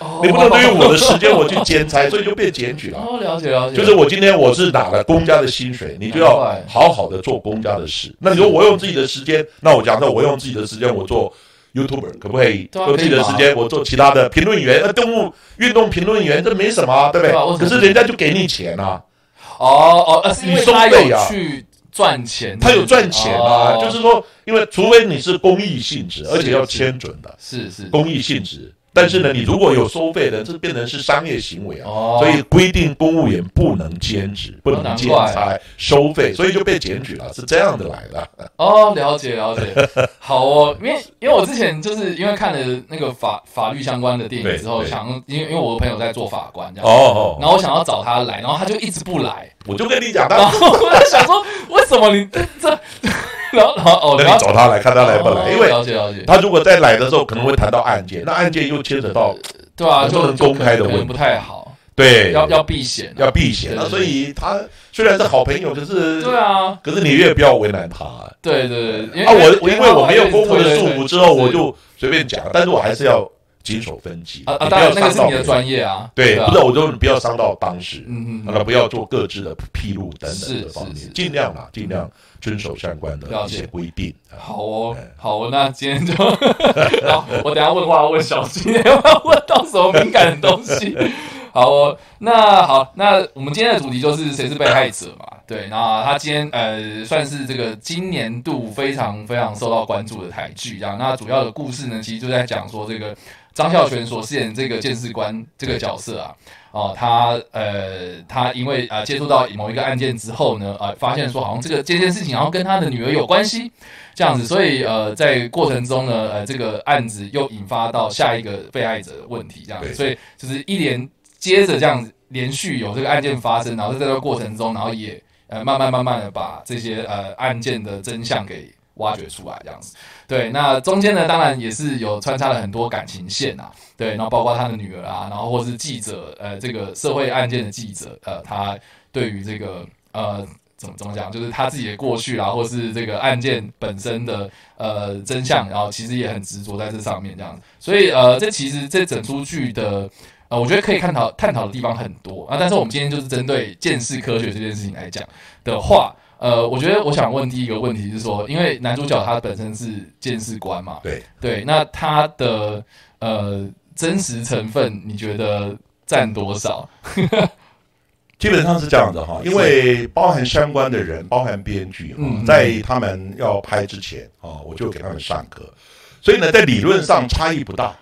S1: 哦
S2: 你不能对于我的时间我去兼差，所以就被检举了。
S1: 哦，了解了解，
S2: 就是我今天我是拿了公家的薪水，你就要好好的做公家的事。那你说我用自己的时间，那我假设我用自己的时间我做 YouTuber 可不可以？
S1: 对啊
S2: 用自己的时间我做其他的评论员、呃动物运动评论员，这没什么、啊，对不对？
S1: 对啊为什
S2: 可
S1: 么
S2: 是人家就给你钱啊，
S1: 哦哦，呃是因为他
S2: 你收费
S1: 有
S2: 啊
S1: 去赚钱，
S2: 他有赚钱啊。
S1: 哦
S2: 就是说，因为除非你是公益性质，而且要签准的
S1: 是是
S2: 公益性质。但是呢，你如果有收费的，这变成是商业行为啊。
S1: 哦，
S2: 所以规定公务员不能兼职，不能兼
S1: 难
S2: 差收费，所以就被检举了，是这样子来的。
S1: 哦，了解了 解，好哦，因为因为我之嗯前就是因为看了那个法法律相关的电影之后，
S2: 对对
S1: 想因为因为我的朋友在做法官这样，
S2: 哦，
S1: 哎然后我想要找他来，然后他就一直不 来，
S2: 我就跟你讲，
S1: 然
S2: 他
S1: 后我就想说为什么你这这，然后然后哦，
S2: 那
S1: 然
S2: 你
S1: 后
S2: 找他来看他来不来，
S1: 哦
S2: 因为
S1: 了解了解，
S2: 他如果再来的时候，可能会谈到案件，那案件又牵扯到
S1: 对啊，
S2: 能不
S1: 就
S2: 能公开的
S1: 就可
S2: 问
S1: 能不
S2: 题
S1: 太好，
S2: 对
S1: 要要避嫌啊，
S2: 要避嫌
S1: 对
S2: 啊，
S1: 对对
S2: 所以他虽然是好朋友，可是
S1: 对啊，
S2: 可是你越不要为难他啊。
S1: 对对对，
S2: 我我因为我没有公务的
S1: 对
S2: 束
S1: 对
S2: 缚
S1: 对
S2: 之后，
S1: 是
S2: 我就随便讲，但是我还是要谨守分际，
S1: 啊啊，
S2: 你不
S1: 当
S2: 要
S1: 然那
S2: 伤
S1: 个是
S2: 到
S1: 你的
S2: 人
S1: 专业啊，
S2: 对，
S1: 啊
S2: 不是，我说你不要伤到当事人。
S1: 嗯
S2: 那
S1: 嗯，
S2: 不要做各自的披露等等
S1: 是
S2: 的方
S1: 是是
S2: 面，尽量啦，啊尽量遵守相关的
S1: 了
S2: 一
S1: 解
S2: 些规定。啊
S1: 好哦
S2: 哎，
S1: 好哦，那今天就，好，我等一下问话问小心，要不要问到什么敏感的东西？ 好哦，那好，那我们今天的主题就是谁是被害者嘛？对，那他今天呃算是这个今年度非常非常受到关注的台剧，这样。那主要的故事呢，其实就在讲说这个张孝全所饰演这个鉴识官这个角色啊，哦，他呃，他因为呃接触到某一个案件之后呢，呃，发现说好像这个这件事情好像跟他的女儿有关系，这样子，所以呃，在过程中呢，呃，这个案子又引发到下一个被害者的问题，这样子，
S2: 对
S1: 所以就是一连接着这样子，连续有这个案件发生，然后在这个过程中，然后也呃慢慢慢慢的把这些呃案件的真相给挖掘出来，这样子。对，那中间呢，当然也是有穿插了很多感情线啊，对，然后包括他的女儿啊，然后或是记者，呃，这个社会案件的记者，呃，他对于这个呃怎么怎么讲，就是他自己的过去啦，啊或是这个案件本身的呃真相，然后其实也很执着在这上面这样子。所以呃，这其实这整出剧的呃，我觉得可以探讨探讨的地方很多啊。但是我们今天就是针对见识科学这件事情来讲的话，呃，我觉得我想问第一个问题是说，因为男主角他本身是见识官嘛，
S2: 对
S1: 对，那他的呃真实成分，你觉得占多少？
S2: 基本上是这样的哈，因为包含相关的人，包含编剧哈
S1: 嗯，
S2: 在他们要拍之前啊，我就给他们上课，所以呢，在理论上差异不大。理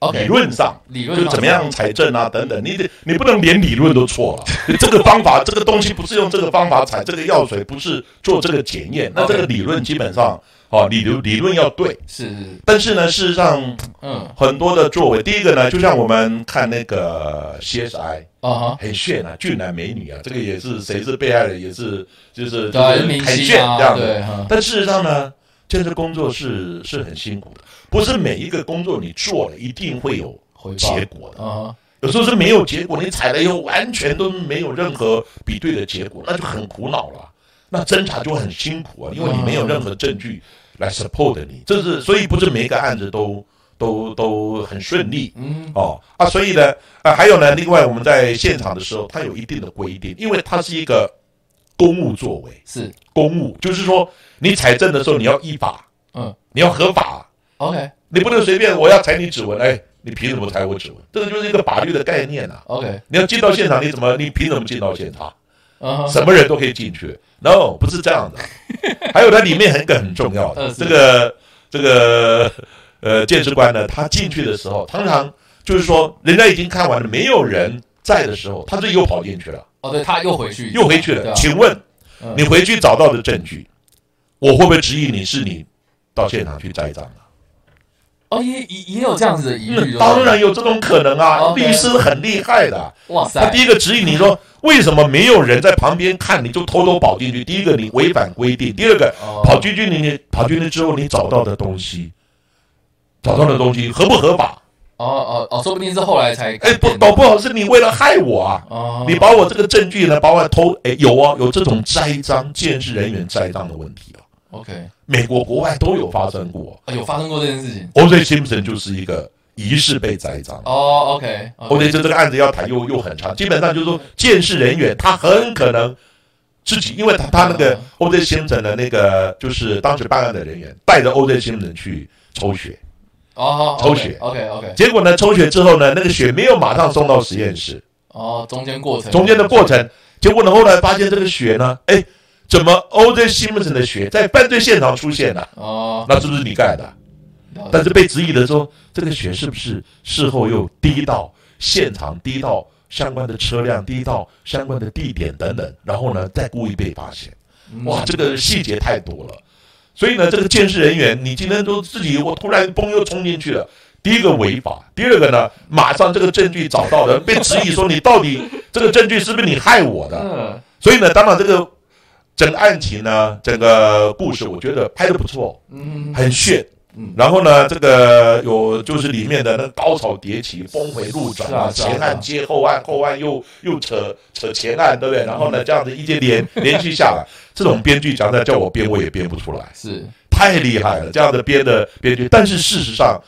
S1: OK，
S2: 论上
S1: 理论
S2: 就
S1: 上
S2: 怎么样财政啊等等，你得你不能连理论都错了。这个方法， 这个东西不是用这个方法采，这个药水不是做这个检验，那这个理论基本上哦，理论理论要对，
S1: 是？是，
S2: 但是呢，事实上
S1: 嗯，
S2: 很多的作为，第一个呢，就像我们看那个 CSI，
S1: 哦哈，
S2: 很炫啊，俊男美女啊，这个也是谁是被害人，也是就是
S1: 对啊，
S2: 就
S1: 就是是明
S2: 很
S1: 星
S2: 炫这
S1: 啊，
S2: 样的。
S1: 对，嗯
S2: 但事实上呢，建设工作是是很辛苦的，不是每一个工作你做了一定会有
S1: 回报
S2: 结果的。
S1: 啊
S2: 有时候是没有结果，你采了以后完全都没有任何比对的结果，那就很苦恼了。那侦查就很辛苦啊，因为你没有任何证据来 support 你，这是所以不是每一个案子都都都很顺利
S1: 嗯
S2: 哦啊，所以呢啊，还有呢，另外我们在现场的时候，它有一定的规定，因为它是一个公务作为，
S1: 是
S2: 公务就是说你采证的时候你要依法，
S1: 嗯，
S2: 你要合法，
S1: OK
S2: 你不能随便我要裁你指纹，哎，你凭什么裁我指纹？这个就是一个法律的概念啊。
S1: OK，
S2: 你要进到现场，你怎么？你凭什么进到现场？
S1: 嗯哼
S2: 什么人都可以进去？No，不是这样的。还有它里面很一个很重要
S1: 呃
S2: 的，
S1: 是
S2: 这个这个呃，见识官呢，他进去的时候，通常就是说人家已经看完了，没有人在的时候，他就又跑进去了，
S1: 哦，对，他又回去，
S2: 又回去
S1: 对
S2: 了。
S1: 啊
S2: 请问
S1: 嗯
S2: 你回去找到的证据，我会不会质疑你是你到现场去栽赃？
S1: 哦，也也也有这样子的疑虑，啊哦
S2: 嗯，当然有这种可能啊，
S1: OK
S2: 律师很厉害的啊。
S1: 对吧，哇
S2: 他
S1: 塞
S2: 第，一个指引你说，为什么没有人在旁边看，你就偷偷跑进去？第一个你违反规定，第二个
S1: 哦
S2: 跑进去你你跑进去之后你找到的东西，找到的东西合不合法？
S1: 哦哦哦，说不定是后来才
S2: 哎，
S1: 改
S2: 不
S1: 变的
S2: 搞不好是你为了害我啊！
S1: 哦，
S2: 你把我这个证据呢，把我偷，哎，有啊，有这种栽赃，建设人员栽赃的问题啊，
S1: OK，
S2: 美国国外都有发生过。
S1: 哦有发生过这件事情
S2: O.J. Simpson 就是一个疑似被栽赃。
S1: 哦，OK，
S2: 而啊且这这个案子要谈又又很长，基本上就是说，见识人员他很可能自己，因为他他那个 O.J. 先生的那个就是当时办案的人员带着 O.J. 先生去抽血，
S1: 哦，
S2: 抽血
S1: ，OK OK，
S2: 结果呢，抽血之后呢，那个血没有马上送到实验室，
S1: 哦，中间过程，
S2: 中间的过程，结果呢，后来发现这个血呢，哎，怎么 O.J. 先生的血在犯罪现场出现了？
S1: 哦，
S2: 那是不是你干的？啊
S1: 了解
S2: 但是被质疑的说，这个血是不是事后又滴到现场、滴到相关的车辆、滴到相关的地点等等，然后呢再故意被发现？
S1: 嗯
S2: 哇，这个细节太多了。所以呢，这个监视人员，你今天都自己，我突然嘣又冲进去了。第一个违法，第二个呢，马上这个证据找到了，被质疑说你到底这个证据是不是你害我的？
S1: 嗯
S2: 所以呢，当然这个整个案情呢，整个故事我觉得拍的不错，
S1: 嗯
S2: 很炫，
S1: 嗯，
S2: 然后呢，这个有就是里面的那个高潮迭起、峰回路转啊，
S1: 是啊是啊
S2: 前案接后案，后案又又扯扯前案，对不对？然后呢，这样子一接连 连续下来，这种编剧讲的叫我编我也编不出来，
S1: 是
S2: 太厉害了，这样的编的编剧。但是事实上，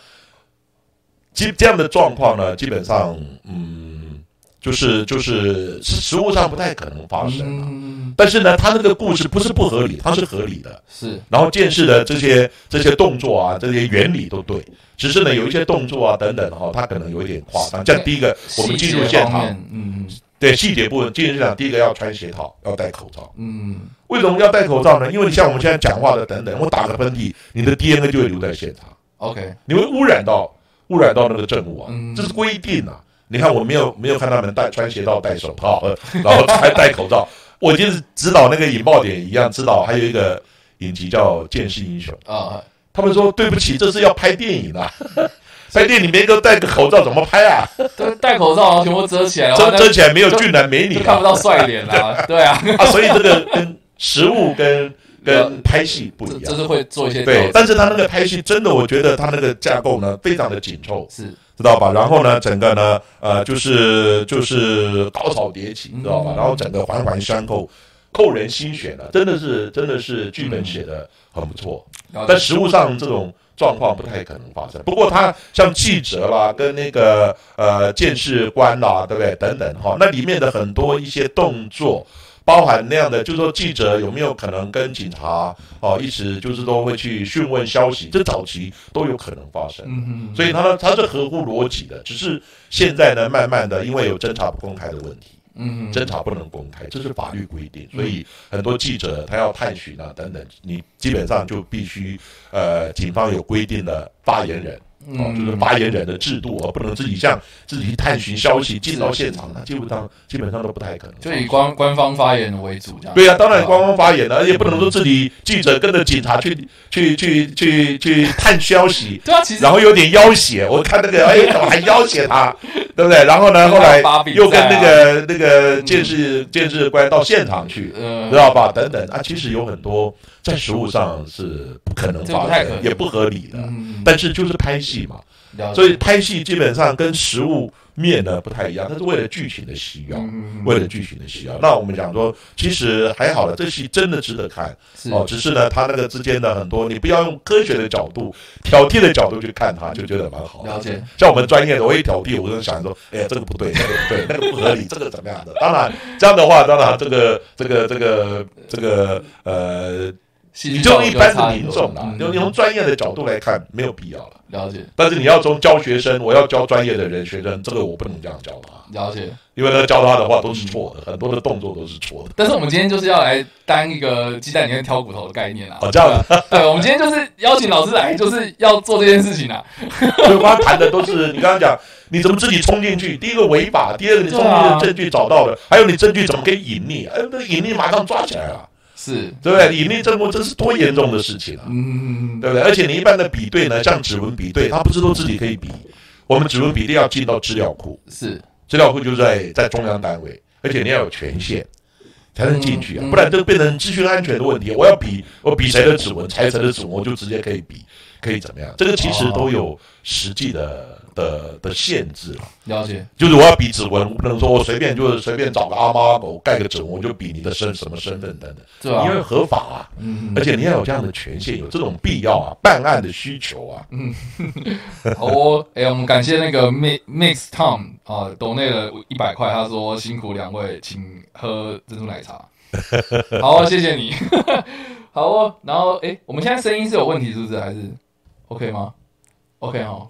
S2: 基这样的状况呢，基本上嗯，就是就是是实物上不太可能发生啊。
S1: 嗯
S2: 但是呢，他那个故事不是不合理，它是合理的。
S1: 是
S2: 然后见识的这些这些动作啊，这些原理都对，只是呢有一些动作啊等等哈、它可能有一点夸张。像第一个，我们进入
S1: 细节
S2: 现
S1: 方
S2: 场，
S1: 面，嗯
S2: 对细节部分进入现场，第一个要穿鞋套，要戴口罩。
S1: 嗯
S2: 为什么要戴口罩呢？因为你像我们现在讲话的等等，我打个喷嚏，你的 DNA 就会留在现场，
S1: ，OK，
S2: 你会污染到污染到那个证物啊
S1: 嗯，
S2: 这是规定啊。你看我没有没有看他们戴穿鞋套、戴手套，呃然后还戴口罩。我就是指导那个引爆点一样，指导还有一个影集叫《剑士英雄》。
S1: 啊，
S2: 他们说对不起，这是要拍电影啊， 拍电影没个戴个口罩怎么拍啊？
S1: 对，戴口罩然后全部遮起来，然后
S2: 遮
S1: 那
S2: 遮起来没有
S1: 就
S2: 俊男美女
S1: 就看
S2: 啊
S1: 不，到帅脸 啦，对啊，
S2: 啊所以这个跟实物跟跟拍戏不
S1: 这
S2: 一
S1: 这
S2: 样。
S1: 是会做一些
S2: 对，
S1: 调
S2: 但是他那个拍戏真的，我觉得他那个架构呢非常的紧凑
S1: 整，是
S2: 知道吧？然后呢，整个呢，呃，就是就是高潮迭起，知道吧？
S1: 嗯
S2: 然后整个环环相扣，扣人心弦的，真的是真的是剧本写的很不错。
S1: 了
S2: 但
S1: 解，
S2: 啊实物上这种状况不太可能发生。不过他像记者啦，跟那个呃见识官啦，对不对？等等哈，那里面的很多一些动作。包含那样的，就是说记者有没有可能跟警察哦一直就是都会去询问消息，这早期都有可能发生。
S1: 嗯
S2: 所
S1: 以
S2: 以它它是合乎逻辑的，只是现在呢，慢慢的因为有侦查不公开的问题，
S1: 嗯
S2: 侦查不能公开，这是法律嗯规定，所以很多记者他要探寻啊等等，你基本上就必须呃，警方有规定的发言人哦，就是
S1: 嗯
S2: 发言人的制度哦，不能自己像自己探寻消息进到现场，那基本上基本上都不太可能。
S1: 就以官官方发言为主这样。
S2: 对呀、当然官方发言了，而且不能说自己记者跟着警察去去去去去探消息，
S1: 对啊，其实
S2: 然后有点要挟，我看那个， 哎，怎么还要挟他，对不对？然后呢，后来
S1: 啊
S2: 又跟那个那个监视监视官到现场去，
S1: 呃
S2: 知道吧？等等啊，其实有很多在实物上是不可能
S1: 这不
S2: 发
S1: 太可
S2: 生的，
S1: 能
S2: 也不合理的。
S1: 嗯，
S2: 但是就是拍戏嘛，
S1: 了解
S2: 所以拍戏基本上跟实物面呢不太一样，它是为了剧情的需要，
S1: 嗯嗯嗯
S2: 为了剧情的需要。那我们讲说，其实还好了，这戏真的值得看。
S1: 是
S2: 哦，只是呢，它那个之间的很多，你不要用科学的角度、挑剔的角度去看它，就觉得蛮好的。
S1: 了解，
S2: 像我们专业的，我一挑剔，我就想说，哎呀，这个不对，那个不对，那个不合理，这个怎么样的？当然，这样的话，当然这个这个这个这个呃，
S1: 戏
S2: 你
S1: 剧
S2: 就
S1: 效
S2: 用
S1: 果
S2: 一
S1: 就
S2: 般
S1: 差
S2: 的
S1: 很
S2: 民
S1: 多
S2: 众啦，
S1: 嗯
S2: 就你用专业的角度来看，没有必要了。
S1: 了解
S2: 但是你要从教学生，我要教专业的人学生，这个我不能这样教他，
S1: 了解。
S2: 因为呢，教他的话都是错的，很多的动作都是错的。
S1: 但是我们今天就是要来当一个鸡蛋里面挑骨头的概念啊。
S2: 哦这样
S1: 对啊 对，我们今天就是邀请老师来，就是要做这件事情啊。
S2: 对，他谈的都是你刚刚讲，你怎么自己冲进去？第一个违法，第二个你冲进去的证据找到了，还有你证据怎么可以隐匿？哎，那隐匿马上抓起来了，
S1: 是，
S2: 对不对？隐匿证物这是多严重的事情啊，
S1: 嗯，
S2: 对不对？而且你一般的比对呢，像指纹比对，它不是都自己可以比，我们指纹比对要进到资料库，
S1: 是
S2: 资料库就在在中央单位，而且你要有权限。才能进去啊
S1: 嗯，嗯
S2: 不然就变成资讯安全的问题。我要比，我比谁的指纹，裁谁的指纹，我就直接可以比，可以怎么样？这个其实都有实际的的的限制啊。
S1: 了解，
S2: 就是我要比指纹，我不能说我随便就是随便找个阿猫阿狗盖个指纹，我就比你的身什么身份等等，
S1: 对啊
S2: 因，为合法啊，
S1: 嗯，
S2: 而且你要有这样的权限，有这种必要啊，办案的需求啊，
S1: 好哦，哎、我们感谢那个 Mi- Mix Tom 啊、抖内了一百块，他说辛苦两位，请喝珍珠奶 茶。好、哦，谢谢你。 好哦，然后哎、我们现在声音是有问题是不是？还是 OK 吗？OK 哦，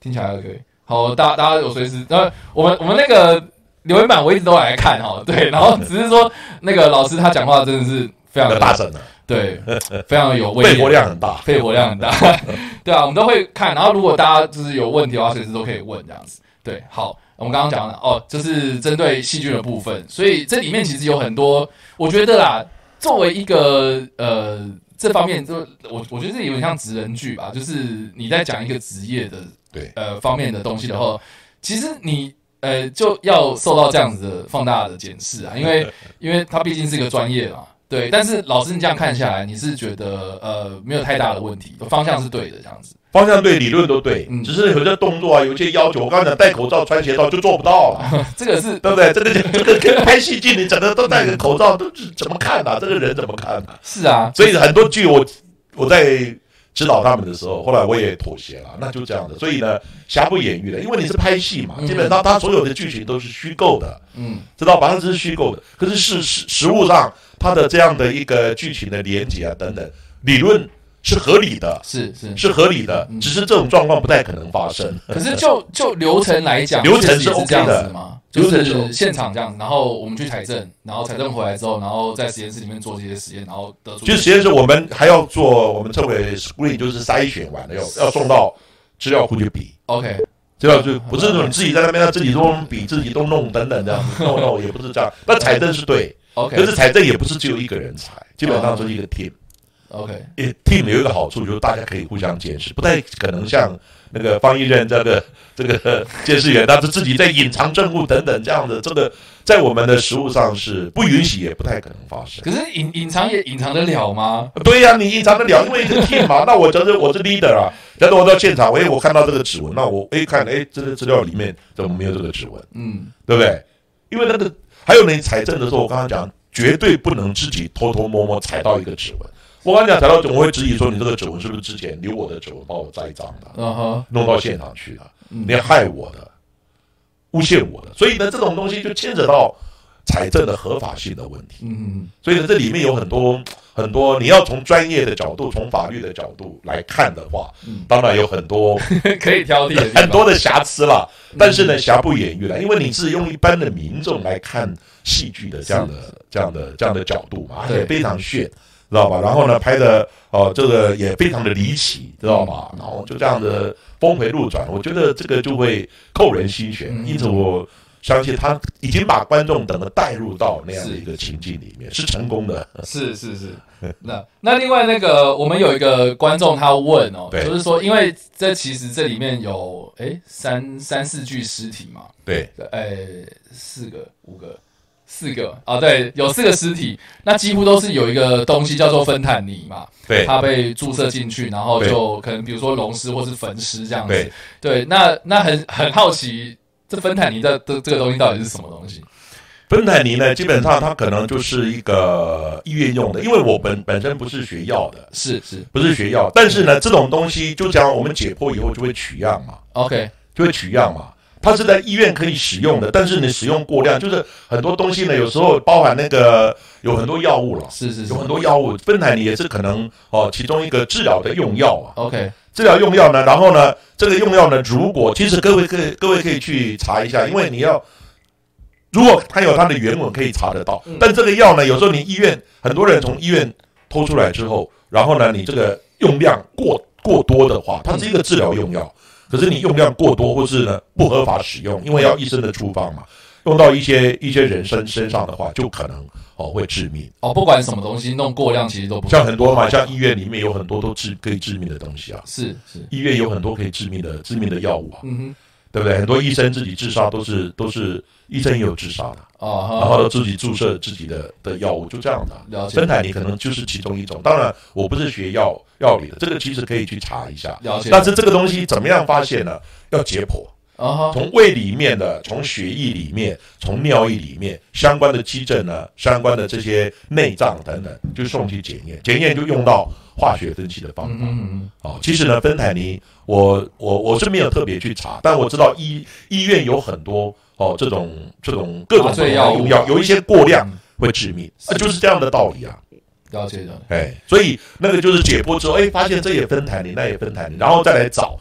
S1: 听起来还可以。好，大大家有随时，呃，我们我们那个留言板我一直都来看哦，对，然后只是说那个老师他讲话真的是非常
S2: 那
S1: 的
S2: 大神啊，
S1: 对，非常有威
S2: 肺
S1: 严
S2: 活。量很大。
S1: 肺活量很大。 对啊，我们都会看。然后如果大家就是有问题的话，随时都可以问这样子。对，好，我们刚刚讲了哦，就是针对细菌的部分，所以这里面其实有很多，我觉得啦，作为一个呃这方面就我我觉得这有点像职人剧吧，就是你在讲一个职业的
S2: 对
S1: 呃方面的东西的话，其实你。呃，就要受到这样子的放大的检视啊，因为因为它毕竟是一个专业嘛，对。但是老师，你这样看下来，你是觉得呃没有太大的问题，方向是对的这样子。
S2: 方向对，理论都对
S1: 嗯，
S2: 只是有些动作啊，有些要求，我刚才讲戴口罩、穿鞋套就做不到 了，
S1: 这个是
S2: 对不对？这个这个跟拍戏剧，你整个都戴个口罩，都是怎么看的、这个人怎么看的、
S1: 是啊，
S2: 所以很多剧我我在指导他们的时候，后来我也妥协了，那就这样的。所以呢，瑕不掩瑜的，因为你是拍戏嘛，
S1: 嗯
S2: 基本上它所有的剧情都是虚构的，
S1: 嗯，
S2: 知道吧？它只是虚构的，可是事实实物上它的这样的一个剧情的连接啊等等，理论是合理的，
S1: 是是。
S2: 是合理的，嗯只是这种状况不太可能发生。
S1: 可是就就流程来讲，
S2: 流程
S1: 确
S2: 是
S1: 实也
S2: OK 的
S1: 这样子吗？就
S2: 流程是 OK
S1: 是现场这样子，然后我们去采证，然后采证回来之后，然后在实验室里面做这些实验，然后得出
S2: 其实实验室我们还要做，我们称为 screen，就是筛选完了要要送到资料库去比。
S1: OK
S2: 知道就不是说你自己在那边要自己弄笔、自己都弄等等这样子，no no 也不是这样。但财政是对，可
S1: OK
S2: 是财政也不是只有一个人才，基本上是一个 team。
S1: OK，
S2: 一 team 有一个好处就是大家可以互相监视，不太可能像那个方一任这个这个 监视员，他是自己在隐藏证物等等这样的，这个在我们的实务上是不允许，也不太可能发生。
S1: 可是隐隐藏也隐藏得了吗？
S2: 对呀、你隐藏得了，因为一个 team 嘛。那我就是我是 leader 啊，假如我到现场，哎，我看到这个指纹，那我哎看，哎，这个资料里面怎么没有这个指纹？
S1: 嗯，
S2: 对不对？因为那个还有呢，你财政的时候，我刚刚讲绝对不能自己偷偷摸摸踩到一个指纹。我跟你讲，踩到指纹我会质疑说，你这个指纹是不是之前留我的指纹把我栽赃的，
S1: 嗯哼，
S2: 弄到现场去的，
S1: 嗯
S2: 你害我的，诬陷我的。所以呢，这种东西就牵扯到财政的合法性的问题。
S1: 嗯
S2: 所以呢，这里面有很多很多，你要从专业的角度、从法律的角度来看的话，
S1: 嗯
S2: 当然有很多
S1: 哼，可以挑剔的地方
S2: 很多的瑕疵啦，
S1: 嗯
S2: 但是呢，瑕不掩瑜啦，因为你是用一般的民众来看戏剧的这样的、这样的、这样的角度嘛，
S1: 对
S2: 也非常炫，知道吧？然后呢，拍的哦、这个也非常的离奇，知道吧？然后就这样的峰回路转，我觉得这个就会扣人心弦，
S1: 嗯
S2: 因此我。相信他已经把观众整个带入到那样的一个情境里面，是成功的。
S1: 嗯是是是，那那另外那个我们有一个观众他问哦，
S2: 对
S1: 就是说，因为这其实这里面有诶三三四具尸体嘛，
S2: 对，
S1: 诶四个五个四个啊，对，有四个尸体，那几乎都是有一个东西叫做芬坦尼嘛，
S2: 对，
S1: 它被注射进去，然后
S2: 对
S1: 就可能比如说溶尸或是焚尸这样子，
S2: 对
S1: 对，那那很很好奇，这芬坦尼的这这个东西到底是什么东西？
S2: 芬坦尼呢，基本上它可能就是一个医院用的，因为我本本身不是学药的，
S1: 是是
S2: 不是学药，但是呢，这种东西就讲我们解剖以后就会取样嘛，
S1: ，OK，
S2: 就会取样嘛。它是在医院可以使用的，但是你使用过量，就是很多东西呢，有时候包含那个有很多药物了，
S1: 是是是
S2: 有很多药物，芬坦尼也是可能哦，其中一个治疗的用药啊，
S1: ，OK，
S2: 治疗用药呢，然后呢，这个用药呢，如果其实各位可以各位可以去查一下，因为你要如果它有它的原文可以查得到，
S1: 嗯
S2: 但这个药呢，有时候你医院很多人从医院偷出来之后，然后呢，你这个用量过过多的话，它是一个治疗用药，可是你用量过多或是呢不合法使用，因为要医生的处方嘛，用到一些一些人身身上的话，就可能哦会致命。
S1: 哦，不管什么东西弄过量，其实都不
S2: 像很多嘛，像医院里面有很多都致可以致命的东西啊，
S1: 是是，
S2: 医院有很多可以致命的致命的药物啊。
S1: 嗯
S2: 对不对？很多医生自己自杀都是都是医生也有自杀的，
S1: 哼，哦，
S2: 然
S1: 哈
S2: 后自己注射自己的的药物，就这样的啊。
S1: 了解
S2: 芬坦尼可能就是其中一种。当然，我不是学药药理的，这个其实可以去查一下。
S1: 了解，
S2: 但是这个东西怎么样发现呢？要解剖，
S1: 啊哈，
S2: 从胃里面的、从血液里面、从尿液里面相关的基症呢，相关的这些内脏等等，就送去检验。检验就用到化学分析的方法。
S1: 嗯哼嗯
S2: 哦，其实呢，芬坦尼，我我我是没有特别去查，但我知道医医院有很多哦这种这种各种
S1: 麻醉药物
S2: 用药，有一些过量
S1: 嗯
S2: 会致命，啊，
S1: 是
S2: 就是这样的道理啊。
S1: 哼，了解的，
S2: 哎，所以那个就是解剖之后，哎，发现这也芬坦尼，那也芬坦尼，然后再来找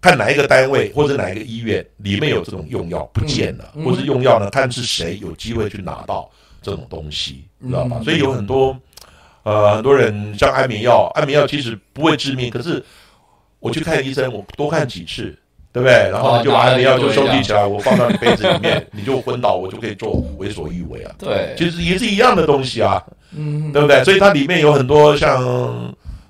S2: 看哪一个单位或者哪一个医院里面有这种用药不见了，
S1: 嗯
S2: 或者用药呢，看是谁有机会去拿到这种东西，
S1: 嗯
S2: 知道吧？所以有很多呃很多人像安眠药，安眠药其实不会致命，可是我去看医生，我多看几次。对不对？然后
S1: 哦
S2: 呢就把安眠药就收
S1: 拿了
S2: 集
S1: 就
S2: 起来，我放到你杯子里面，你就昏倒，我就可以做为所欲为啊。
S1: 对，
S2: 其实也是一样的东西啊。
S1: 嗯
S2: 对不对？所以它里面有很多像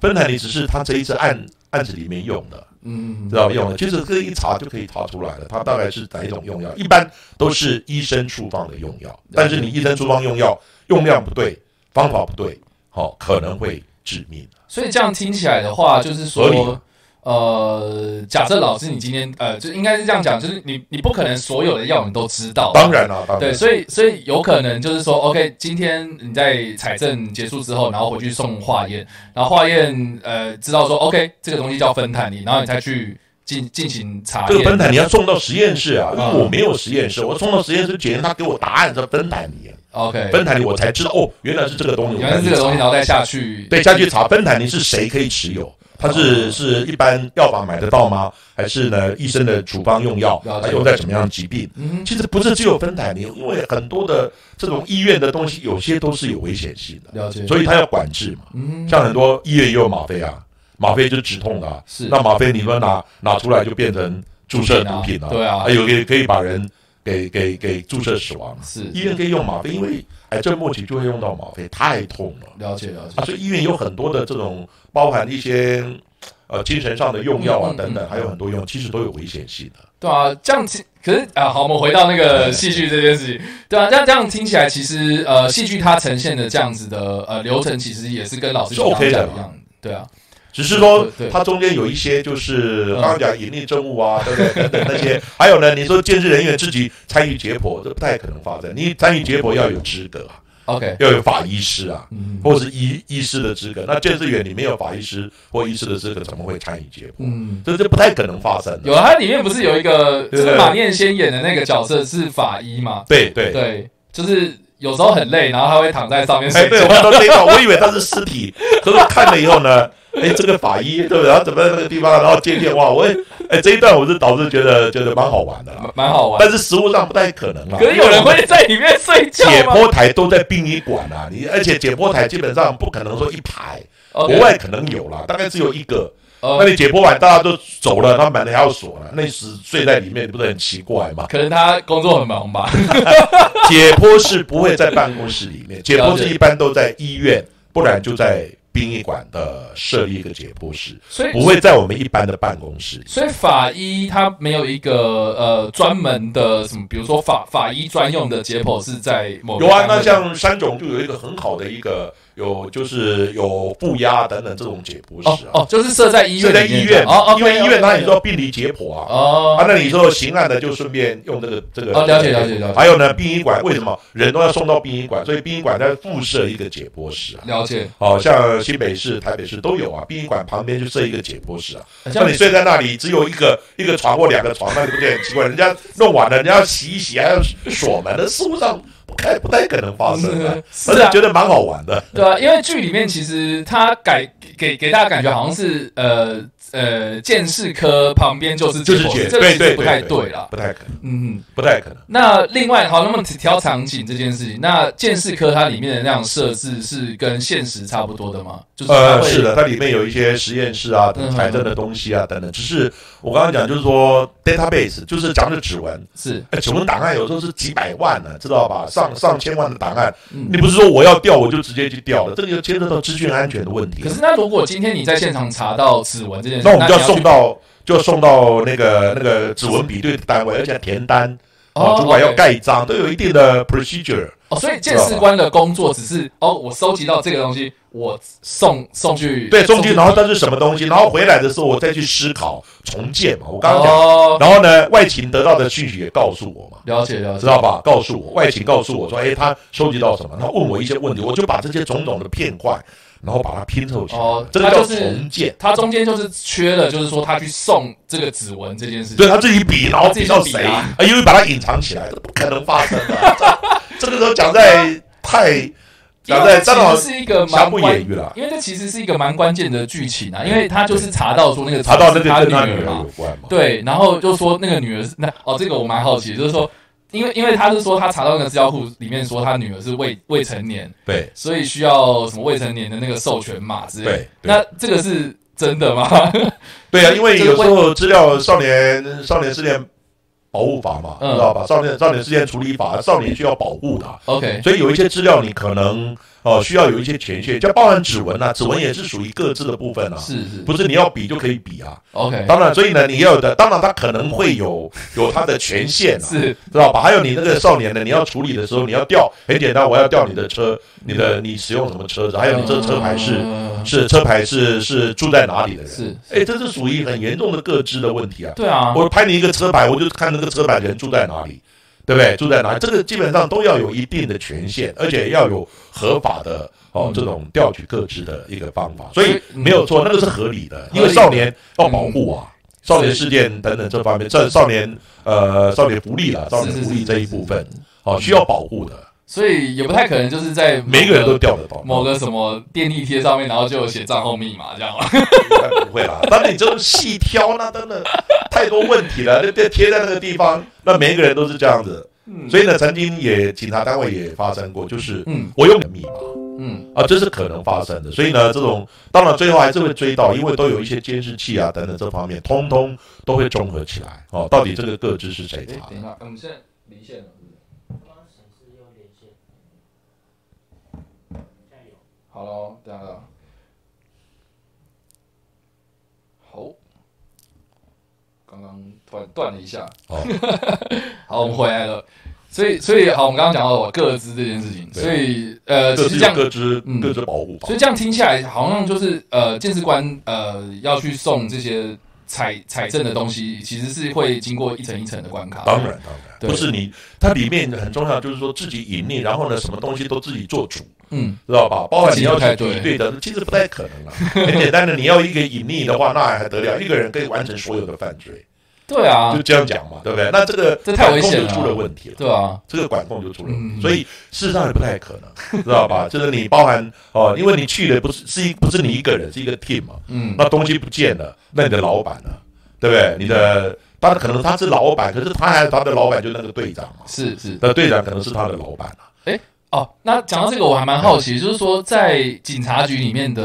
S2: 芬坦尼，只是它这一次案案子里面用的，
S1: 嗯
S2: 知道吧？用的，其实这一查就可以查出来了，它大概是哪一种用药。一般都是医生处方的用药，但是你医生处方用药用量不对，方法不对，好、可能会致命。
S1: 所以这样听起来的话，就是
S2: 合理
S1: 说，呃，假设老师你今天呃，就应该是这样讲，就是你你不可能所有的药你都知道，
S2: 当。然啦、当然
S1: 哦对，所以所以有可能就是说，OK，今天你在采证结束之后，然后回去送化验，然后化验呃知道说，OK，这个东西叫芬坦尼，然后你再去进进行查
S2: 这个芬
S1: 验。
S2: 坦尼要送到实验室啊，因
S1: 嗯
S2: 为我没有实验室，我送到实验室检验，他给我答案是芬坦尼，
S1: OK，
S2: 芬坦尼我才知道哦，原来是这个东西，
S1: 原来是这个东西，然后再下去
S2: 对，下去查芬坦尼是谁可以持有？哦它是是一般药房买得到吗？还是呢医生的处方用药
S1: 了？解
S2: 它用在什么样的疾病？
S1: 嗯哼
S2: 其实不是只有芬坦尼，因为很多的这种医院的东西有些都是有危险性的，
S1: 了解，
S2: 所以它要管制嘛。
S1: 嗯
S2: 像很多医院也有吗啡啊，吗啡就是止痛的、啊，
S1: 是
S2: 那吗啡你们拿拿出来就变成注射毒品哎了、
S1: 对啊
S2: 有可以可以把人给给给注射死亡。啊
S1: 是
S2: 医院可以用吗啡，因为癌症末期就会用到吗啡，太痛了。
S1: 了解了解
S2: 啊，所以医院有很多的这种包含一些呃精神上的用药啊
S1: 嗯嗯
S2: 等等，
S1: 嗯
S2: 还有很多用，其实都有危险性的。
S1: 对啊，这样听，可是啊，好，我们回到那个戏剧这件事情，对啊，这样这样听起来，其实呃，戏剧它呈现的这样子的呃流程，其实也是跟老师
S2: 是
S1: 刚刚
S2: OK 的
S1: 讲
S2: 嘛
S1: 一样，对啊，
S2: 只是说
S1: 对对
S2: 它中间有一些就是
S1: 嗯
S2: 刚刚讲隐匿证物啊，对不对？等等那些，还有呢，你说监视人员自己参与解剖，这不太可能发生。你参与解剖要有资格啊，
S1: OK，
S2: 要有法医师啊，
S1: 嗯
S2: 或是医医师的资格。那建设员你没有法医师或医师的资格，怎么会参与解剖？
S1: 嗯，
S2: 这这不太可能发生的。
S1: 有啊，它里面不是有一个
S2: 对对
S1: 司马念先演的那个角色是法医嘛？
S2: 对对，
S1: 对，就是有时候很累，然后他会躺在上面
S2: 哎，
S1: 睡
S2: 对，
S1: 觉
S2: 我。看到这一段，我以为他是尸体，可是我看了以后呢，哎，这个法医对不对？然后怎么在那个地方，然后接电话，我也哎这一段我是导致觉得觉得蛮好玩的啦，
S1: 蛮蛮好玩，
S2: 但是实物上不太可能啦。
S1: 可是有人会在里面睡觉
S2: 解
S1: 吗
S2: 剖台都在殡仪馆啊，你而且解剖台基本上不可能说一排，
S1: ？OK，
S2: 国外可能有啦，大概只有一个。
S1: 呃
S2: 那你解剖完大家都走了，他门还要锁了，那你死睡在里面，你不是很奇怪吗？
S1: 可能他工作很忙 吧。
S2: 解剖是不会在办公室里面，解剖室一般都在医院，不然就在殡仪馆的设立一个解剖室，
S1: 所以
S2: 不会在我们一般的办公室里。
S1: 所以法医他没有一个呃专门的什么，比如说法法医专用的解剖是在某个
S2: 有啊，
S1: 单位
S2: 那像山总就有一个很好的一个有就是有负压等等这种解剖
S1: 哦
S2: 室啊，
S1: 哦，就是设在医
S2: 是
S1: 院
S2: 在
S1: 里面
S2: 医院
S1: 哦哦，
S2: 因为医院它
S1: 那
S2: 也说病理解剖啊，啊
S1: 哦，
S2: 那你说刑案的就顺便用这个这个。
S1: 哦了解了解了解
S2: 还有呢，殡仪馆为什么人都要送到殡仪馆？所以殡仪馆在附设一个解剖室啊。
S1: 了解，
S2: 哦，像新北市、台北市都有啊，殡仪馆旁边就设一个解剖室啊。
S1: 好
S2: 像
S1: 像
S2: 你睡在那里，只有一个一个床或两个床，那你不觉得很奇怪？人家弄完了，人家要洗一洗，还要锁门，那事物上不太不太可能发生的、
S1: 嗯是
S2: 而
S1: 啊
S2: 且觉得蛮好玩的。
S1: 对啊，因为剧里面其实他改给给大家感觉好像是呃呃鉴识科旁边就是解
S2: 就是
S1: 剖
S2: 解
S1: 室，这个
S2: 对
S1: 其实
S2: 对
S1: 不太对
S2: 对
S1: 啦，
S2: 不太可能，
S1: 嗯。
S2: 不太可能。
S1: 那另外，好，那么调场景这件事情，那鉴识科它里面的那样设置是跟现实差不多的吗？就是它
S2: 呃，
S1: 会
S2: 是的，它里面有一些实验室啊
S1: 嗯、
S2: 财政的东西啊等等。只是我刚刚讲，就是说 database，就是讲的指纹，
S1: 是，
S2: 哎指纹档案有时候是几百万呢、知道吧？上上千万的档案，
S1: 嗯
S2: 你不是说我要调我就直接去调了，这个就牵涉到资讯安全的问题
S1: 可。是那如果今天你在现场查到指纹这件事，
S2: 那我们就
S1: 你
S2: 要送到，就要送到那个那个指纹比对的单位，而且要填单，
S1: 哦
S2: 哦，主管要
S1: OK
S2: 盖章，都有一定的 procedure。
S1: 哦，所以鉴识官的工作只是哦，我收集到这个东西，我送送去
S2: 对，中间然后它是什么东西，然后回来的时候我再去思考重建嘛。我刚刚讲。
S1: 哦，
S2: 然后呢，外勤得到的讯息也告诉我嘛，
S1: 了解了
S2: 知
S1: 解，
S2: 道吧？告诉我，外勤告诉我说，哎，他收集到什么？他问我一些问题，我就把这些种种的片块，然后把它拼凑起来，
S1: 哦
S2: 这个
S1: 他
S2: 叫
S1: 就是
S2: 重建。
S1: 他中间就是缺了，就是说他去送这个指纹这件事情
S2: 对，他自己比，然后比到谁，
S1: 他自己比啊
S2: 啊，因为把它隐藏起来，这不可能发生的 啊。这这个时候讲在太
S1: 因为
S2: 讲在
S1: 这
S2: 张老
S1: 其实是一个
S2: 瑕
S1: 蛮
S2: 不
S1: 关
S2: 掩，瑜啊了，
S1: 因为这其实是一个蛮关键的剧情啊，因为他就是查到说那个
S2: 查到那个
S1: 他
S2: 跟他
S1: 女
S2: 女
S1: 儿
S2: 儿
S1: 嘛
S2: 有，关嘛。
S1: 对，然后就说那个女儿是那哦，这个我蛮好奇，就是说，因为因为他是说他查到那个资料库里面说他女儿是未未成年，
S2: 对
S1: 所以需要什么未成年的那个授权码之类的。
S2: 对对
S1: 那这个是真的吗？
S2: 对啊，因为
S1: 这个
S2: 有时候资料少年少年事件保护法嘛，
S1: 嗯
S2: 知道吧？少年少年事件处理法，少年需要保护的啊。
S1: OK，
S2: 所以有一些资料你可能呃需要有一些权限，就包含指纹啊，指纹也是属于各自的部分啊，
S1: 是哎是
S2: 不是你要比就可以比啊？
S1: OK，
S2: 当然，所以呢，你要有的，当然它可能会有有它的权限啊，
S1: 是
S2: 知道吧？还有你那个少年呢，你要处理的时候，你要调，很简单，我要调你的车，你的你使用什么车子，还有你这车牌是
S1: 嗯
S2: 是车牌是是住在哪里的人，
S1: 是，
S2: 哎，这是属于很严重的各知的问题啊。
S1: 对啊，
S2: 我拍你一个车牌，我就看那个车牌人住在哪里，对不对？住在哪里？这个基本上都要有一定的权限，而且要有合法的哦、
S1: 嗯
S2: 这种调取各自的一个方法，所以
S1: 嗯
S2: 没有错，那个是合理的，
S1: 理的
S2: 因为少年要保护
S1: 嗯
S2: 啊。少年事件等等这方面，这少年呃少年福利啦，少年
S1: 是是
S2: 福
S1: 是
S2: 利这一部分，哦需要保护的，
S1: 所以也不太可能就是在某
S2: 每一个人都调得到。
S1: 某个什么电力贴上面，然后就有写账号密码这样嘛。
S2: 应该不会啦，但是你这种细挑，那真的太多问题了。那贴贴在那个地方，那每一个人都是这样子。
S1: 嗯
S2: 所以呢，曾经也警察单位也发生过，就是
S1: 嗯
S2: 我用你的密码
S1: 嗯，
S2: 啊，这是可能发生的。所以呢，这种当然最后还是会追到，因为都有一些监视器啊等等这方面，通通都会综合起来哦。到底这个个资是谁
S1: 哎
S2: 查
S1: 等
S2: 的
S1: 一？下，我们现在离线了。好喽，等一下，等一下好，刚刚突然断了一下。
S2: 哦
S1: 好，我们回来了。所以，所以好，我们刚刚讲到我各自这件事情，
S2: 对
S1: 所以呃，
S2: 各
S1: 其
S2: 自
S1: 实这样，
S2: 有各自
S1: 嗯
S2: 各自保护法
S1: 所以，这样听下来，好像就是呃，鉴识官呃要去送这些采采证的东西，其实是会经过一层一层的关卡。
S2: 当然，当然，
S1: 对
S2: 不是你，它里面很重要，就是说自己隐匿，然后呢，什么东西都自己做主，
S1: 嗯，
S2: 知道吧？包括你要
S1: 自己
S2: 去
S1: 做
S2: 敌
S1: 对
S2: 对的，其实不太可能了。很简单的，你要一个隐匿的话，那还得了？一个人可以完成所有的犯罪，
S1: 对啊
S2: 就，这样讲嘛，对不对？那这个
S1: 这太危险了
S2: 管控就出了问题了。
S1: 对啊，
S2: 这个管控就出了问
S1: 嗯
S2: 题，所以事实上也不太可能，知道吧？ 就是你包含哦，因为你去的不是是一不是你一个人，是一个 team 嘛，
S1: 嗯，
S2: 那东西不见了，那你的老板呢？对不对？你的当然可能他是老板，可是他还他的老板就是那个队长嘛，
S1: 是是
S2: 那队长可能是他的老板啊。
S1: 哦。那讲到这个，我还蛮好奇，就是说在警察局里面的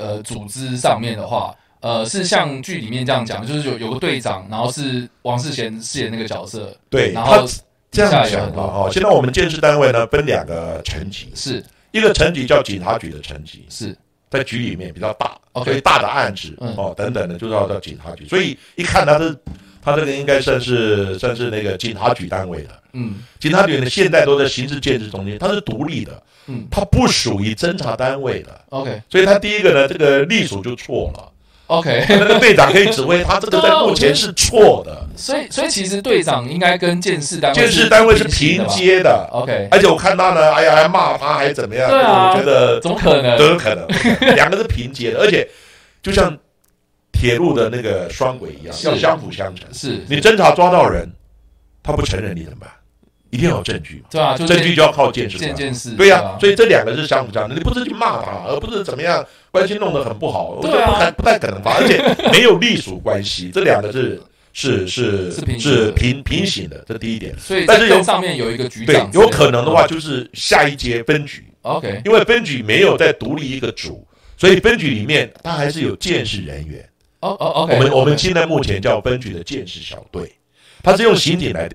S1: 呃组织上面的话，呃，是像剧里面这样讲，就是有有个队长，然后是王世贤饰演那个角色，
S2: 对
S1: 然后
S2: 他这样
S1: 底下有
S2: 想
S1: 很
S2: 吧，
S1: 多
S2: 哦，现在我们建设单位呢分两个层级，
S1: 是
S2: 一个层级叫警察局的层级，
S1: 是
S2: 在局里面比较大，
S1: OK
S2: 所哦以大的案子
S1: 嗯
S2: 哦等等的，就要到警察局。所以一看他是他这个应该算是算是那个警察局单位的。
S1: 嗯
S2: 警察局呢现在都在刑事建制中间，它是独立的，
S1: 嗯
S2: 它不属于侦查单位的，
S1: ，OK
S2: 所以它第一个呢这个隶属就错了。
S1: OK。
S2: 那个队长可以指挥他，这个在目前是错 的。
S1: 所以所以其实队长应该跟监视单位
S2: 建设单位是
S1: 平行
S2: 平接
S1: 的吧
S2: 的，
S1: ，OK，
S2: 而且我看他呢，哎呀，还骂他，还怎么样？
S1: 对啊
S2: 我觉得
S1: 怎么可能？
S2: 都有可能，两个是平 接的，而且就像铁路的那个双轨一样，
S1: 是
S2: 要相辅相成。
S1: 是，
S2: 你侦查抓到人，他不承认你怎么办？一定要有证据嘛，
S1: 对啊，就
S2: 证据就要靠建设
S1: 见
S2: 嘛。
S1: 见识，啊
S2: 对啊呀、所以这两个是相辅相成，你不是去骂他，而不是怎么样关系弄得很不好，我觉
S1: 对
S2: 得
S1: 啊
S2: 不太不太可能吧，而且没有隶属关系， 这两个是是是
S1: 是平行的
S2: 是平平行的，这第一点。
S1: 所以
S2: 但
S1: 在
S2: 是
S1: 更
S2: 有
S1: 上面有一个局
S2: 对
S1: 长，，
S2: 有可能的话就是下一阶分局，
S1: ，OK，
S2: 因为分局没有在独立一个组，所以分局里面它还是有监视人员。
S1: 哦哦
S2: 我
S1: ，OK，
S2: 们我们现在目前叫分局的监视小队，它是用刑警来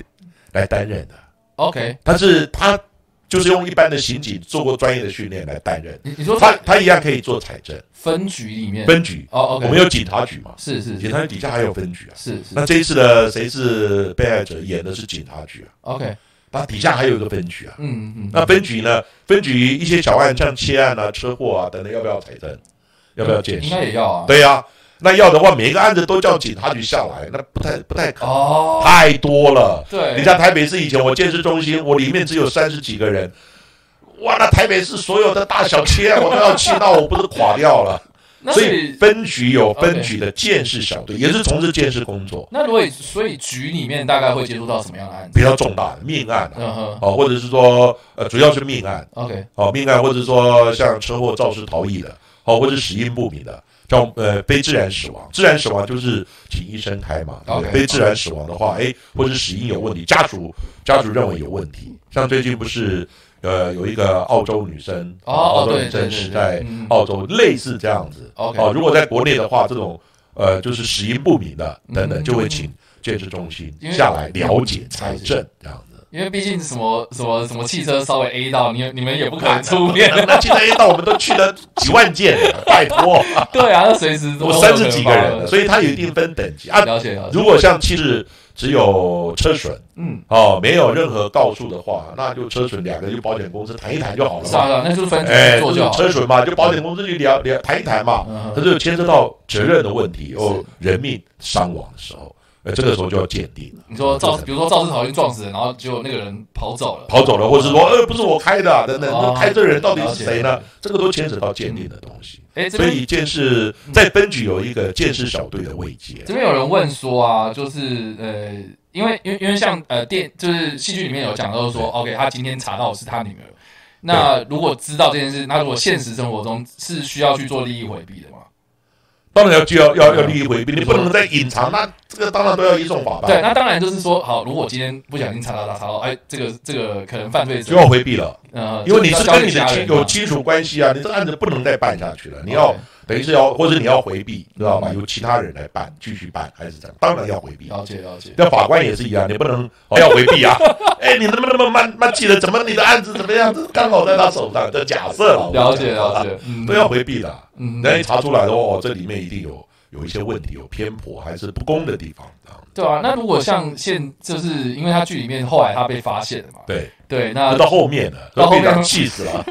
S2: 来担任的，
S1: OK，
S2: 但是它就是用一般的刑警做过专业的训练来担任。
S1: 你你说
S2: 他
S1: 在
S2: 他一样可以做财政
S1: 分局里面，
S2: 分局，
S1: 哦
S2: 我
S1: ，OK，
S2: 们有警察局嘛，
S1: 是是
S2: 警
S1: 是
S2: 察局底下还有分局啊。
S1: 是是
S2: 那这一次的谁是被害者，演的是警察局啊，
S1: ，OK，
S2: 它底下还有一个分局啊。
S1: 嗯嗯嗯，
S2: 那分局呢？分局一些小案，像窃案啊、车祸啊等等，要不要财政？要不要建
S1: 应
S2: 设？
S1: 该也要啊，
S2: 对呀、那要的话，每一个案子都叫警察局下来，那不太不太可能，
S1: 哦，
S2: 太多了。
S1: 对，
S2: 你像台北市以前我建设中心，我里面只有三十几个人，哇，那台北市所有的大小切我都要去，那我不是垮掉了？
S1: 那
S2: 所
S1: 所
S2: 以
S1: 以
S2: 分局有分局的建设小队，也是从事建设工作，
S1: 那如果所以局里面大概会接触到什么样的案子？
S2: 比较重大的命案啊，
S1: 嗯哼
S2: 哦，或者是说呃，主要是命案，
S1: ，OK，
S2: 哦，命案，或者说像车祸肇事逃逸的，哦，或者死因不明的，叫呃非自然死亡，自然死亡就是请医生开嘛，对不对
S1: OK，
S2: 非自然死亡的话，哎，或者死因有问题，家属家属认为有问题，像最近不是呃有一个澳洲女生，
S1: 哦
S2: 澳洲
S1: 对
S2: 女
S1: 对
S2: 生
S1: 对
S2: 死
S1: 对
S2: 在
S1: 嗯
S2: 澳洲，类似这样子。
S1: OK
S2: 哦哦，如果在国内的话，这种呃就是死因不明的等等，就会请建设中心
S1: 嗯因为
S2: 下来了解财政这样子。
S1: 因为毕竟什么什么什么汽车稍微 A 到你，你们也不可
S2: 啊
S1: 能出面， 啊
S2: 那现在 A 到我们都去了几 万件了，拜托。
S1: 对啊，那随时都
S2: 我
S1: 有
S2: 三
S1: 可
S2: 十
S1: 能
S2: 几个
S1: 发
S2: 人
S1: 生
S2: 了，所以它有一定分等级啊。
S1: 了解了解，
S2: 如果像其实只有车损
S1: 嗯，
S2: 哦，没有任何告诉的话，那就车损两个就保险公司谈一谈就好了
S1: 是啊
S2: 嘛。
S1: 是啊，那就是分
S2: 哎，
S1: 局做
S2: 就是
S1: 就好了，
S2: 车损嘛，就保险公司去聊聊谈一谈嘛。
S1: 嗯
S2: 可
S1: 哼
S2: 是有牵涉到责任的问题，有
S1: 是
S2: 人命伤亡的时候，呃，这个时候就要鉴定了。嗯
S1: 你说肇，
S2: 这个
S1: 比如说肇事逃逸撞死人，然后结果那个人跑走了，
S2: 跑走了，或是说，呃，不是我开的啊，等等，
S1: 哦
S2: 那开这人到底是谁
S1: 了
S2: 呢
S1: 解？
S2: 这个都牵扯到鉴定的东西。
S1: 哎，这
S2: 所
S1: 边
S2: 以建设在分局有一个建设小队的位阶，
S1: 这边有人问说啊，就是呃，因为因为因为像呃电就是戏剧里面有讲到说，OK，他今天查到是他女儿，那如果知道这件事，那如果现实生活中是需要去做利益回避的嘛？
S2: 当然要就要要要利益回避，你不能再隐藏，那这个当然都要移送法
S1: 对，
S2: 办，
S1: 那当然就是说，好，如果今天不小心查到查到，哎，这个这个可能犯罪
S2: 就
S1: 者，
S2: 要回避了，
S1: 呃，
S2: 因为你
S1: 就是要交
S2: 跟
S1: 给
S2: 你的
S1: 家
S2: 亲嗯
S1: 人嘛
S2: 有亲属关系啊，你这个案子不能再办下去了，你要
S1: OK，
S2: 等于是要或者你要回避，知道吧？由其他人来办，继续办还是这样？当然要回避。
S1: 了解了解，
S2: 那法官也是一样，你不能哦要回 避啊！哎，你能不能慢慢记得怎么你的案子怎么样？这刚好在他手上，这假设了，
S1: 了解了，解，嗯
S2: 都要回避的啊。
S1: 嗯，
S2: 哦那一查出来的话，哦，这里面一定有有一些问题，有偏颇还是不公的地方，这样子。
S1: 对啊，那如果像现就是因为他剧里面后来他被发现了嘛，
S2: 对，
S1: 对，
S2: 那
S1: 那
S2: 到后 面了，
S1: 到后面
S2: 被长气死 了，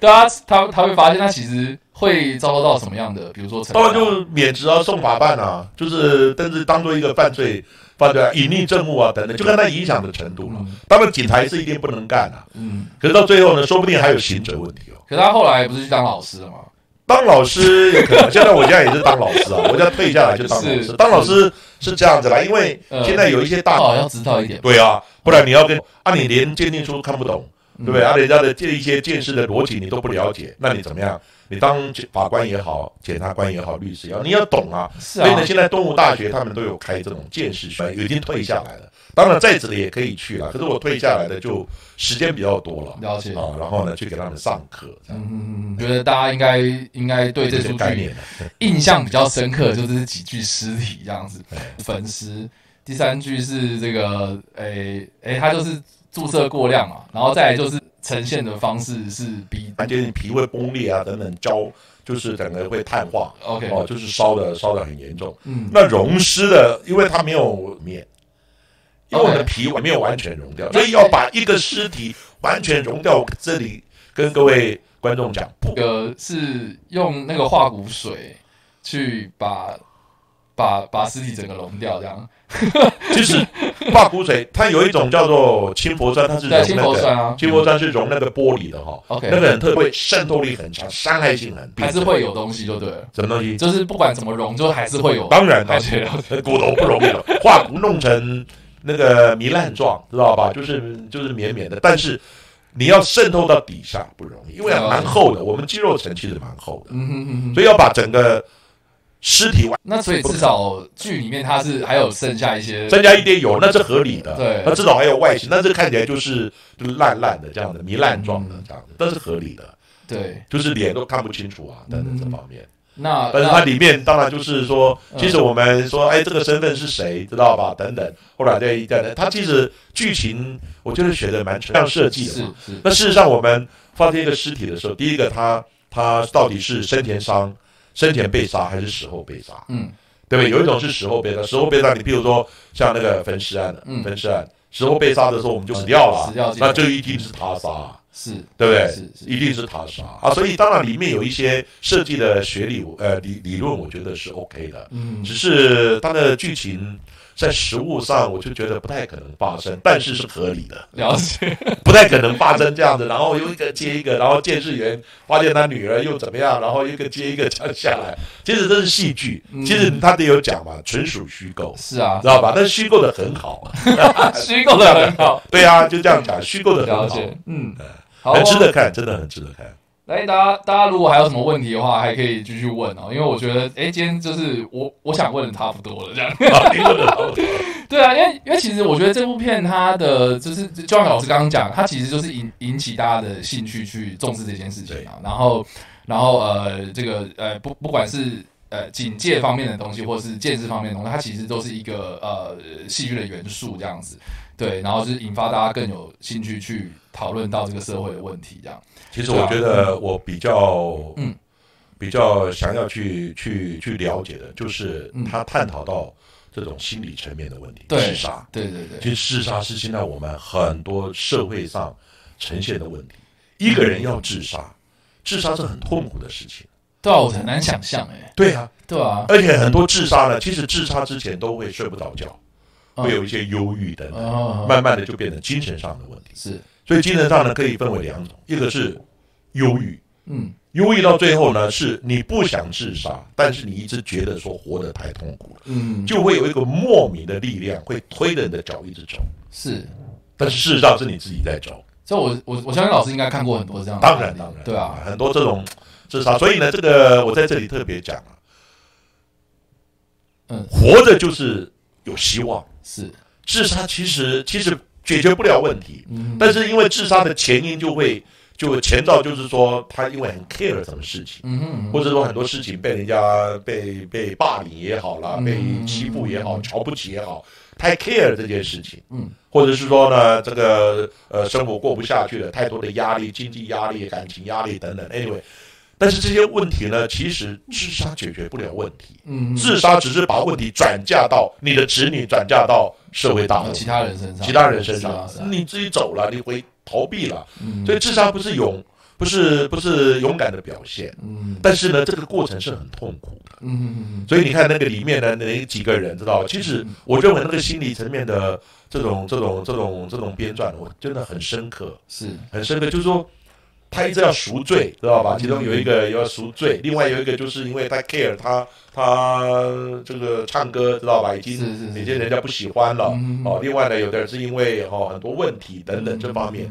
S1: 对啊，他他会发现他其实会遭受到什么样的，比如说惩罚
S2: 当然就免职啊，送法办啊，就是但是当做一个犯罪犯罪啊，隐匿证物啊等等，就看他影响的程度了。
S1: 嗯
S2: 当然，警察是一定不能干啊，
S1: 嗯，
S2: 可是到最后呢，说不定还有刑责问题哦。
S1: 可是他后来不是去当老师了吗？
S2: 当老师有可能，现在我现在也是当老师啊，我现在退下来就当老
S1: 是
S2: 师。当老师是这样子啦，因为
S1: 呃
S2: 现在有一些
S1: 他
S2: 大
S1: 好像知道一点，
S2: 对啊，不然你要跟啊，你连鉴定书看不懂，
S1: 嗯
S2: 对不对？啊，人家的这一些见识的逻辑你都不了解，那你怎么样？你当法官也好，检察官也好，律师也好，你要懂啊。
S1: 是
S2: 所以
S1: 啊
S2: 呢，，现在东吴大学他们都有开这种见识学，已经退下来了。当然，在职的也可以去了，啊可是我退下来的就时间比较多了
S1: 了解。
S2: 啊。然后呢，去给他们上课，这样
S1: 嗯，觉得大家应该应该对这
S2: 这
S1: 出
S2: 些概
S1: 剧
S2: 念。啊
S1: 印象比较深刻，就是这几具尸体这样子，焚尸。第三句是这个，诶、诶、它就是注射过量嘛，然后再来就是呈现的方式是比
S2: 关键脾胃崩裂啊等等，焦就是整个会碳化
S1: OK，
S2: 哦，就是烧的烧的很严重。
S1: 嗯，
S2: 那溶尸的，因为它没有面，因为我们的
S1: OK
S2: 皮没有完全溶掉，所以要把一个尸体完全溶掉。我这里跟各位观众讲，不
S1: 那个是用那个化骨水去把把把尸体整个溶掉，这样
S2: 就是化骨水，它有一种叫做氢氟酸，它是溶
S1: 对，氢
S2: 那
S1: 氟
S2: 个
S1: 酸啊
S2: 氢氟酸是溶那个玻璃的哈、
S1: ，OK，
S2: 那个很特别，渗透力很强，伤害性很大，
S1: 还是会有东西就对了，
S2: 什么东西？
S1: 就是不管怎么溶，就还是会有，
S2: 当然
S1: 了
S2: 了
S1: 解了解，
S2: 骨头不容易了，化骨弄成那个糜烂状，知道吧？就是就是绵绵的，但是你要渗透到底下不容易，因为蛮厚的，我们肌肉层其实蛮厚的，
S1: 嗯哼哼哼。
S2: 所以要把整个尸体完
S1: 那所以至少剧里面它是还有剩下一些
S2: 增加一点油，那是合理的。
S1: 对
S2: 那至少还有外形，但是看起来就是就是烂烂的这样的糜烂状的这样子，那是合理的，
S1: 对，
S2: 就是脸都看不清楚啊等等这方面。
S1: 那
S2: 但是它里面当然就是说，
S1: 嗯
S2: 其实我们说，哎，这个身份是谁，知道吧？等等，后来再再等，它其实剧情我觉得写的蛮这样设计的
S1: 是
S2: 嘛。
S1: 是
S2: 那事实上，我们发现一个尸体的时候，第一个它它到底是生前伤、生前被杀还是死后被杀，
S1: 嗯
S2: 对不对？有一种是死后被杀，死后被杀，你譬如说像那个焚尸案的
S1: 嗯
S2: 焚尸案，死后被杀的时候我们就死掉了，
S1: 死掉
S2: 那就一定是他杀，
S1: 是
S2: 对不对？
S1: 是是
S2: 一定是他杀啊，所以当然里面有一些设计的学理，我呃理理论，我觉得是 OK 的，
S1: 嗯
S2: 只是它的剧情在实物上，我就觉得不太可能发生，但是是合理的，
S1: 了解
S2: 不太可能发生这样子，然后又一个接一个，然后监视员发现他女儿又怎么样，然后一个接一个这样下来，其实这是戏剧，
S1: 嗯
S2: 其实他得有讲嘛，纯属虚构，
S1: 是啊
S2: 知，道吧？但是啊虚构的很好，
S1: 虚构的很好，
S2: 对啊，就这样讲，虚构的
S1: 了
S2: 很好，
S1: 解嗯好哦
S2: 很值得看，真的很值得看。
S1: 来，大家大家如果还有什么问题的话，还可以继续问哦，因为我觉得哎，今天就是我我想问的差不多了这样。
S2: 啊， 你问得好
S1: 对啊，因为因为其实我觉得这部片它的就是就像老师刚刚讲，它其实就是引引起大家的兴趣去重视这件事情啊。然后然后呃，这个呃不不管是呃警戒方面的东西，或是见识方面的东西，它其实都是一个呃戏剧的元素这样子。对，然后就是引发大家更有兴趣去讨论到这个社会的问题这样。
S2: 其实我觉得我比较，
S1: 嗯
S2: 嗯，比较想要去去去了解的，就是
S1: 嗯
S2: 他探讨到这种心理层面的问题，
S1: 对
S2: 自杀。
S1: 对对对，
S2: 其实自杀是现在我们很多社会上呈现的问题。一个人要自杀，自杀是很痛苦的事情。
S1: 对啊，我很难想象哎、
S2: 对啊，
S1: 对啊，
S2: 而且很多自杀呢，其实自杀之前都会睡不着觉，
S1: 嗯
S2: 会有一些忧郁等等，
S1: 哦，
S2: 慢慢的就变成精神上的问题。
S1: 是，
S2: 所以精神上呢，可以分为两种，一个是忧郁，
S1: 嗯
S2: 忧郁到最后呢，是你不想自杀，但是你一直觉得说活得太痛苦了，
S1: 嗯，
S2: 就会有一个莫名的力量会推着你的脚一直走，
S1: 是。
S2: 但是事实上是你自己在走。
S1: 所以我我我相信老师应该看过很多这样的案
S2: 当
S1: 例，
S2: 然，当然，
S1: 对啊，，
S2: 很多这种自杀，所以呢，这个我在这里特别讲啊，
S1: 嗯
S2: 活着就是有希望，
S1: 是，
S2: 自杀其实其实解决不了问题，
S1: 嗯，
S2: 但是因为自杀的前因就会就前兆就是说他因为很 care 什么事情。
S1: 嗯哼，
S2: 或者说很多事情被人家被被霸凌也好啦，
S1: 嗯
S2: 被欺负也好，瞧不起也好，太 care 这件事情，
S1: 嗯，
S2: 或者是说呢，这个呃生活过不下去了，太多的压力，经济压力、感情压力等等，anyway，但是这些问题呢，其实自杀解决不了问题，
S1: 嗯，
S2: 自杀只是把问题转嫁到你的子女，转嫁到社会大
S1: 到
S2: 众、
S1: 其他人身上，
S2: 其他人身上
S1: 是啊，是啊，
S2: 你自己走了，你回逃避了，
S1: 嗯
S2: 所以自杀不是勇，不是不是勇敢的表现，
S1: 嗯
S2: 但是呢，这个过程是很痛苦的。
S1: 嗯嗯
S2: 所以你看那个里面的那几个人，知道？其实我认为那个心理层面的这种、这种、这种、这种编撰，我真的很深刻，
S1: 是
S2: 很深刻。就是说，他一直要赎罪，知道吧？其中有一个要赎罪，另外有一个就是因为他 care 他他这个唱歌，知道吧？已
S1: 是
S2: 经
S1: 是
S2: 已
S1: 是，
S2: 经人家不喜欢了。
S1: 嗯
S2: 哦，另外呢，有的人是因为哦很多问题等等这方面，，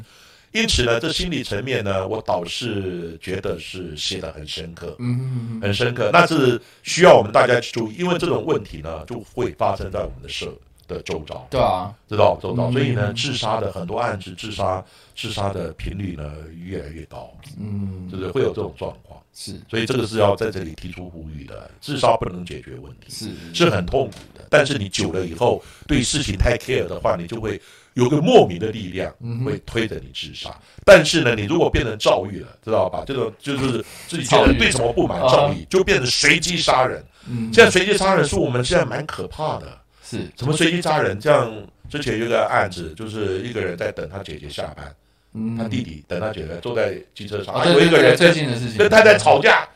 S2: 因此呢，这心理层面呢，我倒是觉得是写得很深刻。
S1: 嗯嗯嗯
S2: 很深刻，那是需要我们大家去注意，因为这种问题呢，就会发生在我们的社的周遭，
S1: 对啊，
S2: 知道周遭，
S1: 嗯
S2: 所以呢，自杀的很多案子，自杀自杀的频率呢越来越高，
S1: 嗯
S2: 就是会有这种状况，
S1: 是
S2: 所以这个是要在这里提出呼吁的，自杀不能解决问题，
S1: 是
S2: 是很痛苦的，但是你久了以后，对事情太 care 的话，你就会有个莫名的力量。
S1: 嗯
S2: 会推着你自杀。但是呢，你如果变成躁郁了，知道吧？这种就是自己觉
S1: 躁
S2: 得
S1: 郁
S2: 对什么不满躁郁，就变成随机杀人。
S1: 嗯
S2: 现在随机杀人是我们现在蛮可怕的。
S1: 是
S2: 什么随机杀人？像之前有一个案子，就是一个人在等他姐姐下班，
S1: 嗯
S2: 他弟弟等他姐姐坐在机车上，
S1: 啊对
S2: 还有
S1: 对
S2: 一个
S1: 对
S2: 人
S1: 最近的事情，
S2: 跟他在吵架，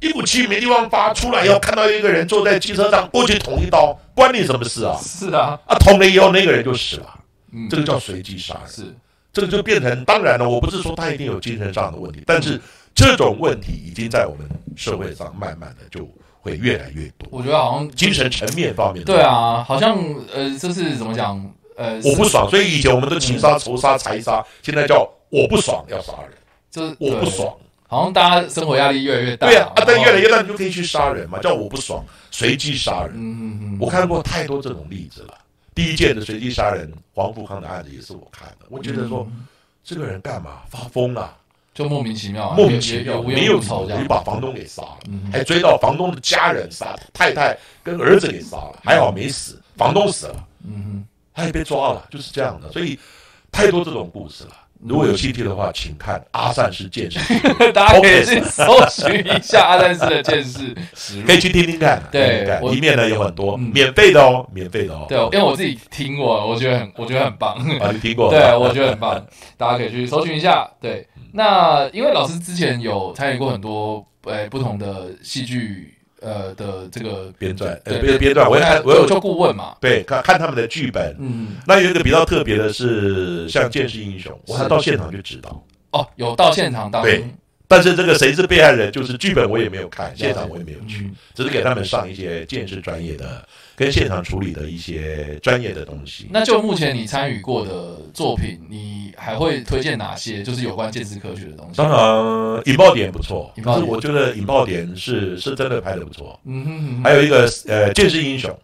S2: 一股气没地方发，出来以后看到一个人坐在机车上，过去捅一刀，关你什么事啊？
S1: 是啊，
S2: 啊，捅了以后那个人就死了，
S1: 嗯
S2: 这个叫随机杀人。
S1: 是
S2: 这个就变成，当然了，我不是说他一定有精神上的问题，但是这种问题已经在我们社会上慢慢的就会越来越多，
S1: 我觉得好像
S2: 精神层面方面。
S1: 对，啊，好像呃，这是怎么讲？呃，
S2: 我不爽，所以以前我们都情杀、仇杀、财杀，现在叫我不爽要杀人，
S1: 就是
S2: 我不，
S1: 对
S2: 爽。
S1: 好像大家生活压力越来越大。
S2: 对啊，啊，但
S1: 然后
S2: 越来越大，你就可以去杀人嘛，叫我不爽，随机杀人。
S1: 嗯嗯嗯，
S2: 我看过太多这种例子了。第一件的随机杀人，黄富康的案子也是我看的，我觉得说
S1: 嗯
S2: 这个人干嘛发疯了、
S1: 就莫名其妙啊，
S2: 莫名其
S1: 有
S2: 妙，
S1: 有有无
S2: 没
S1: 缘
S2: 有
S1: 无
S2: 理
S1: 仇
S2: 由
S1: 这样啊
S2: 就。把房东给杀了。
S1: 嗯
S2: 还追到房东的家人杀，太太跟儿子给杀了，还好没死，房东死了，
S1: 嗯
S2: 他也被抓了，就是这样的。所以太多这种故事了。如果有兴趣的话，请看《阿善是见识》，
S1: 嗯，大家可以去搜寻一下阿三斯的见 识实录
S2: 可。以去听听看。啊
S1: 对
S2: 听听看
S1: 我
S2: 里面呢有很多
S1: 嗯
S2: 免费的哦，免费的哦。
S1: 对，因为我自己听过，我觉得很，我觉得很 棒。
S2: 啊，你听过？
S1: 对，哦我觉得很棒，大家可以去搜寻一下。对，那因为老师之前有参与过很多呃不同的戏剧呃的这个
S2: 编撰，呃，
S1: 对
S2: 别别撰，我也看，我有
S1: 做顾问嘛，
S2: 对看看他们的剧本。
S1: 嗯，
S2: 那有一个比较特别的是，像《剑士英雄》，我还
S1: 是
S2: 到现场去指导。
S1: 哦，有到现场当
S2: 对但是这个谁是被害人，就是剧本我也没有看，现场我也没有去。
S1: 嗯
S2: 只是给他们上一些建设专业的、跟现场处理的一些专业的东西。
S1: 那就目前你参与过的作品，你还会推荐哪些？就是有关建识科学的东西。
S2: 当然，引爆点不错，
S1: 引
S2: 可
S1: 爆
S2: 是
S1: 点
S2: 我觉得引爆点是是真的拍的不错。
S1: 嗯哼
S2: 还有一个呃，剑士英雄，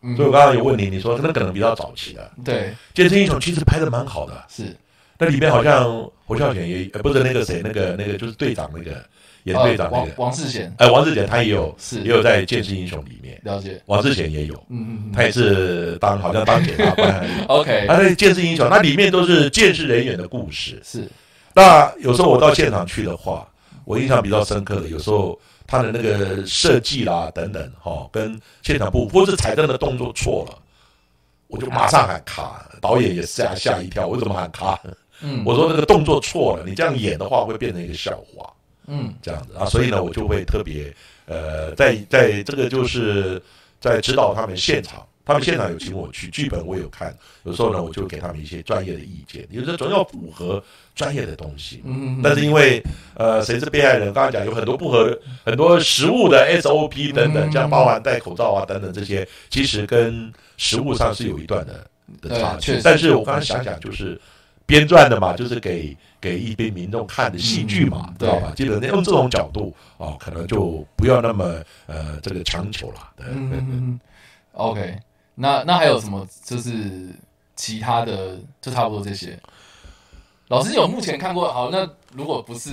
S1: 嗯
S2: 所以我刚刚有问你，你说那可能比较早期的
S1: 对，
S2: 剑士英雄，其实拍的蛮好的。
S1: 是
S2: 那里面好像侯孝贤也，呃，不是那个谁，那个那个就是队长那个演队长
S1: 呃
S2: 那
S1: 王
S2: 个，
S1: 王世贤
S2: 哎，王志贤他也有
S1: 是
S2: 也有在剑士英雄里面，
S1: 了解，
S2: 王志贤也有，
S1: 嗯嗯
S2: 他也是当好像当检察官还是
S1: 嗯 ，OK，
S2: 他的见识英雄，它里面都是见识人员的故事。
S1: 是
S2: 那有时候我到现场去的话，我印象比较深刻的，有时候他的那个设计啦等等，哈、跟现场布或是彩灯的动作错了，我就马上喊卡，导演也吓吓一跳，我怎么喊卡？
S1: 嗯
S2: 我说那个动作错了，你这样演的话会变成一个笑话。
S1: 嗯
S2: 这样子啊，所以呢，我就会特别呃，在在这个就是在指导他们现场，他们现场有请我去，剧本我有看，有时候呢，我就给他们一些专业的意见，有时候总要符合专业的东西。
S1: 嗯，嗯
S2: 但是因为呃，谁是被害人？刚刚讲有很多不合、很多实物的 SOP 等等，
S1: 嗯
S2: 像包含戴口罩啊等等这些，其实跟实物上是有一段的的差
S1: 对确
S2: 距
S1: 实。
S2: 但是我刚刚想想，就是编撰的嘛，就是给给一边民众看的戏剧嘛，
S1: 嗯
S2: 知道吧？基本上用这种角度哦，可能就不要那么呃这个强求了。对
S1: 嗯嗯嗯，OK，那那还有什么？就是其他的，就差不多这些。老师有目前看过好，那如果不是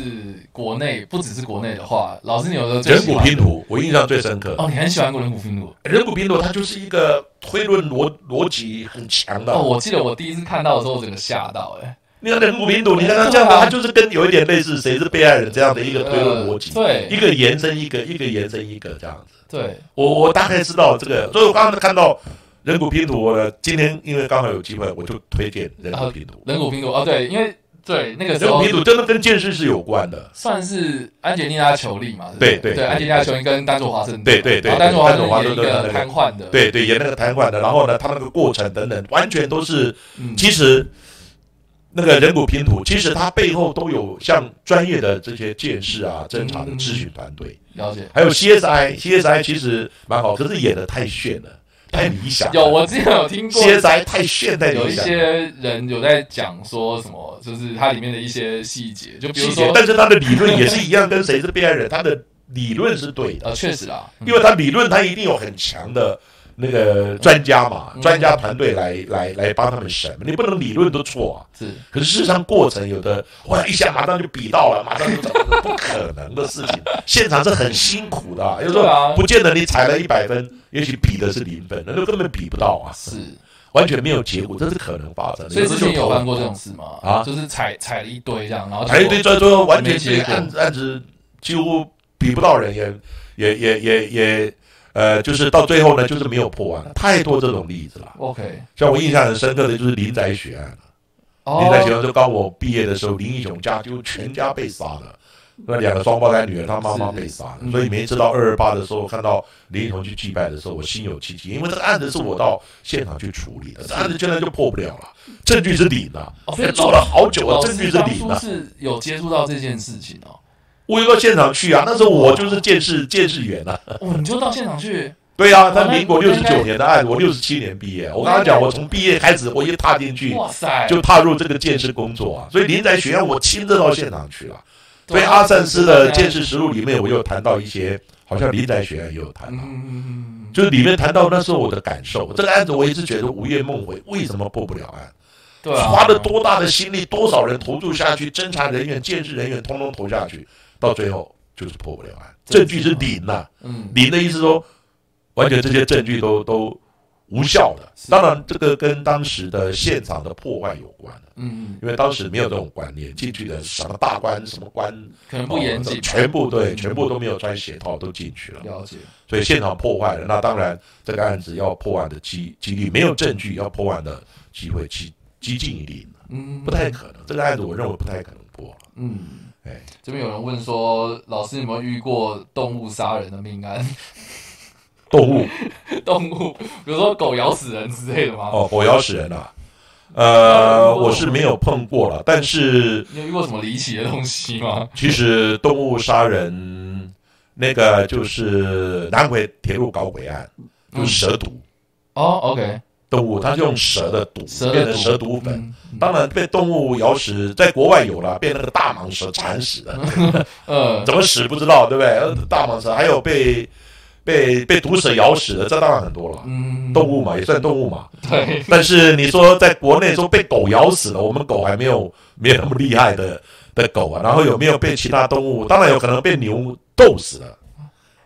S1: 国内，不只是国内的话，老师你有的最
S2: 人
S1: 喜
S2: 骨
S1: 欢
S2: 拼图，我印象最深刻。
S1: 哦，你很喜欢过人骨拼图
S2: 人骨拼图，它就是一个推论逻逻辑很强的。
S1: 哦哦。我记得我第一次看到的时候，我整个吓到哎、
S2: 你看那个古民赌，
S1: 啊
S2: 你看他这样的，他就是跟有一点类似谁是被害人这样的一个推论逻辑，
S1: 呃
S2: 一
S1: 对
S2: 个延伸一个，一个延伸一个这样子。
S1: 对，
S2: 我我大概知道这个，所以我刚刚看到人骨拼图，我呢今天因为刚好有机会，我就推荐人骨拼图。
S1: 人骨拼图哦，对，因为对那个时
S2: 人骨
S1: 候
S2: 拼图真的跟剑士是有关的，
S1: 算是安吉丽娜·裘丽嘛，是不
S2: 对
S1: 是
S2: 对
S1: 对，安吉丽娜·裘丽跟丹佐华盛顿，
S2: 对对对
S1: 然后丹佐
S2: 对丹佐华
S1: 盛
S2: 盛
S1: 顿
S2: 顿
S1: 演一
S2: 那
S1: 个
S2: 个
S1: 瘫痪的，，
S2: 对对，演那个瘫痪的，然后呢，他那个过程等等，完全都是
S1: 嗯，
S2: 其实那个人骨拼图，其实它背后都有像专业的这些剑士啊、侦查
S1: 嗯
S2: 的咨询团队，
S1: 了解。
S2: 还有哎 CSI，CSI 其实蛮好，可是演的太炫了，太理想了。
S1: 有，我之前有听过
S2: CSI 太炫太
S1: 有
S2: 理
S1: 一
S2: 想了。
S1: 些人有在讲说什么，就是它里面的一些细节，就比如
S2: 细节
S1: 说，
S2: 但是他的理论也是一样，跟谁是被害人，他的理论是对的，
S1: 呃，确实啦，嗯
S2: 因为他理论他一定有很强的那个专家嘛，
S1: 嗯
S2: 专家团队来来来帮他们审，你不能理论都错啊。
S1: 是
S2: 可是事实上过程有的哇一下马上就比到了，马上就找不可能的事情，现场是很辛苦的、啊，有时
S1: 对啊
S2: 候不见得你踩了一百分，也许比的是零分，那就根本比不到啊，
S1: 是，
S2: 完全没有结果，这是可能发生的。
S1: 所以之前有
S2: 办
S1: 办过这种事吗？
S2: 啊
S1: 就是踩踩了一堆这样，然后
S2: 排队最最后完全
S1: 没
S2: 是
S1: 结果
S2: 案子案子几乎比不到人也，也也也也呃，就是到最后呢，就是没有破案，太多这种例子了。
S1: OK，
S2: 像我印象很深刻的就是林宅血案，
S1: 哦
S2: 林宅血案就刚我毕业的时候，林义雄家就全家被杀了。那两个双胞胎女儿，她妈妈被杀了
S1: 是，是
S2: 所以每一次到二二八的时候，看到林义雄去祭拜的时候，我心有戚戚，因为这个案子是我到现场去处理的，这案子现在就破不了了，证据是零了，
S1: 哦 所以
S2: 做了好久啊，
S1: 老
S2: 证据
S1: 师
S2: 是
S1: 当
S2: 零
S1: 初
S2: 了。
S1: 是有接触到这件事情哦，
S2: 我有到现场去啊，那时候我就是见识见识员啊。
S1: 哦，你就到现场去，
S2: 对呀、啊，
S1: 那
S2: 他民国六十九年的案，我六十七年毕业。我刚刚讲，我从毕业开始，我一踏进去
S1: 哇塞，
S2: 嗯就踏入这个建设工作啊，所以林宅学院我亲自到现场去了。所以
S1: 对啊
S2: 阿善师的《建设实录》里面，我有谈到一些，好像林宅学院也有谈到，
S1: 嗯，
S2: 就是里面谈到那时候我的感受。这个案子我一直觉得午夜梦回，为什么破不了案？
S1: 对啊，
S2: 花了多大的心力，多少人投注下去，侦查人员、建设人员通通投下去，到最后就是破不了案，
S1: 真
S2: 证
S1: 是
S2: 据是零呐、
S1: 嗯，
S2: 零的意思说，完全这些证据都都无效了。
S1: 是
S2: 当然，这个跟当时的现场的破坏有关了，
S1: 嗯，
S2: 因为当时没有这种观念，进去的什么大官、什么官
S1: 可能不严
S2: 哦
S1: 谨，
S2: 全部对，全部都没有穿鞋套都进去了，
S1: 了解，
S2: 所以现场破坏了。那当然，这个案子要破案的机几率没有证据，要破案的机会几几近于零，
S1: 嗯，
S2: 不太，可能。这个案子我认为不太可能破。
S1: 嗯。
S2: 哎，
S1: 这边有人问说，老师有没有遇过动物杀人的命案？
S2: 动物
S1: 动物，比如说狗咬死人之类的吗？
S2: 哦，狗咬死人了、呃，我是没有碰过了，但是
S1: 你有遇过什么离奇的东西吗？
S2: 其实动物杀人那个就是南回铁路搞鬼案，用蛇毒
S1: 哦，OK，
S2: 动物，它是用蛇的毒
S1: 蛇的
S2: 变成
S1: 毒
S2: 蛇毒粉。
S1: 嗯，嗯
S2: 当然被动物咬死，在国外有了，被那个大蟒蛇缠死 的，
S1: 呃，
S2: 怎么死不知道，对不对？呃大蟒蛇还有被被被毒蛇咬死的，这当然很多了。
S1: 嗯，
S2: 动物嘛，也算动物嘛。
S1: 对，
S2: 但是你说在国内说被狗咬死了，我们狗还没有 没有那么厉害的的狗啊。然后有没有被其他动物？当然有可能被牛斗死了，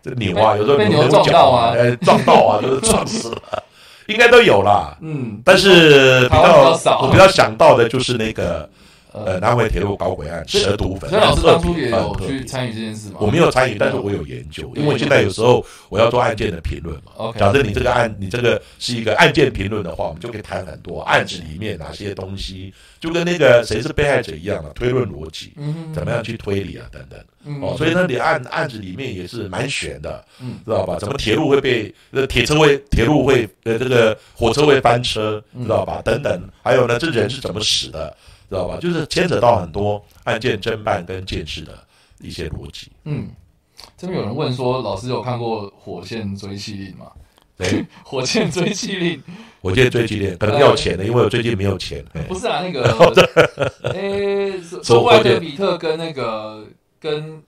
S2: 这个牛啊，
S1: 被
S2: 有时候
S1: 被牛
S2: 牛
S1: 撞
S2: 角
S1: 到啊
S2: 呃，撞到 啊，就是撞死了，应该都有啦。
S1: 嗯，
S2: 但是比
S1: 台湾比较
S2: 较
S1: 少啊
S2: 我比较想到的就是那个呃
S1: 呃，
S2: 南回铁路搞鬼案
S1: 所以
S2: 蛇毒粉，
S1: 所以老师
S2: 很特
S1: 当初
S2: 别
S1: 也有
S2: 很特别
S1: 去参与这件事吗？
S2: 我没有参与，但是我有研究，因为现在有时候我要做案件的评论嘛。
S1: OK
S2: 假设你这个案，你这个是一个案件评论的话，我们就可以谈很多案子里面哪些东西，就跟那个谁是被害者一样啊，推论逻辑，
S1: 嗯，
S2: 怎么样去推理啊，等等。
S1: 嗯？
S2: 哦，所以那里案案子里面也是蛮悬的，
S1: 嗯
S2: 知道吧？怎么铁路会被呃铁车会铁路会呃这个火车会翻车，
S1: 嗯
S2: 知道吧？等等，还有呢，这人是怎么死的，知道吧？就是牵扯到很多案件侦办跟建设的一些逻辑。
S1: 嗯，这边有人问说，老师有看过《火线追缉令》吗？
S2: 对，
S1: 《火线追缉令》
S2: 哎我今天追几点？可能要钱的，因为我最近没有钱。哎嘿
S1: 不是啊，那
S2: 哦
S1: 个， 诶，说布莱德比特跟那个跟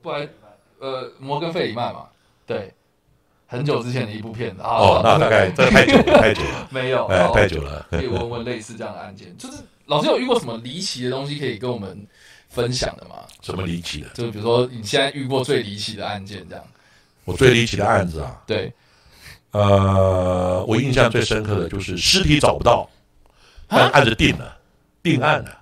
S1: 布莱呃摩根费里曼嘛，对，很久之前的一部片啊，
S2: 哦，那大概这太久 了，太久了，
S1: 没有，
S2: 哎，
S1: 哦
S2: 太久了。
S1: 可以问问类似这样的案件，就是老师有遇过什么离奇的东西可以跟我们分享的吗？
S2: 什么离奇的？
S1: 就是比如说你现在遇过最离奇的案件这样，
S2: 我最离奇的案子啊，
S1: 对，
S2: 呃，啊
S1: 啊
S2: 我印象最深刻的就是尸体找不到，但案子定了，定案了。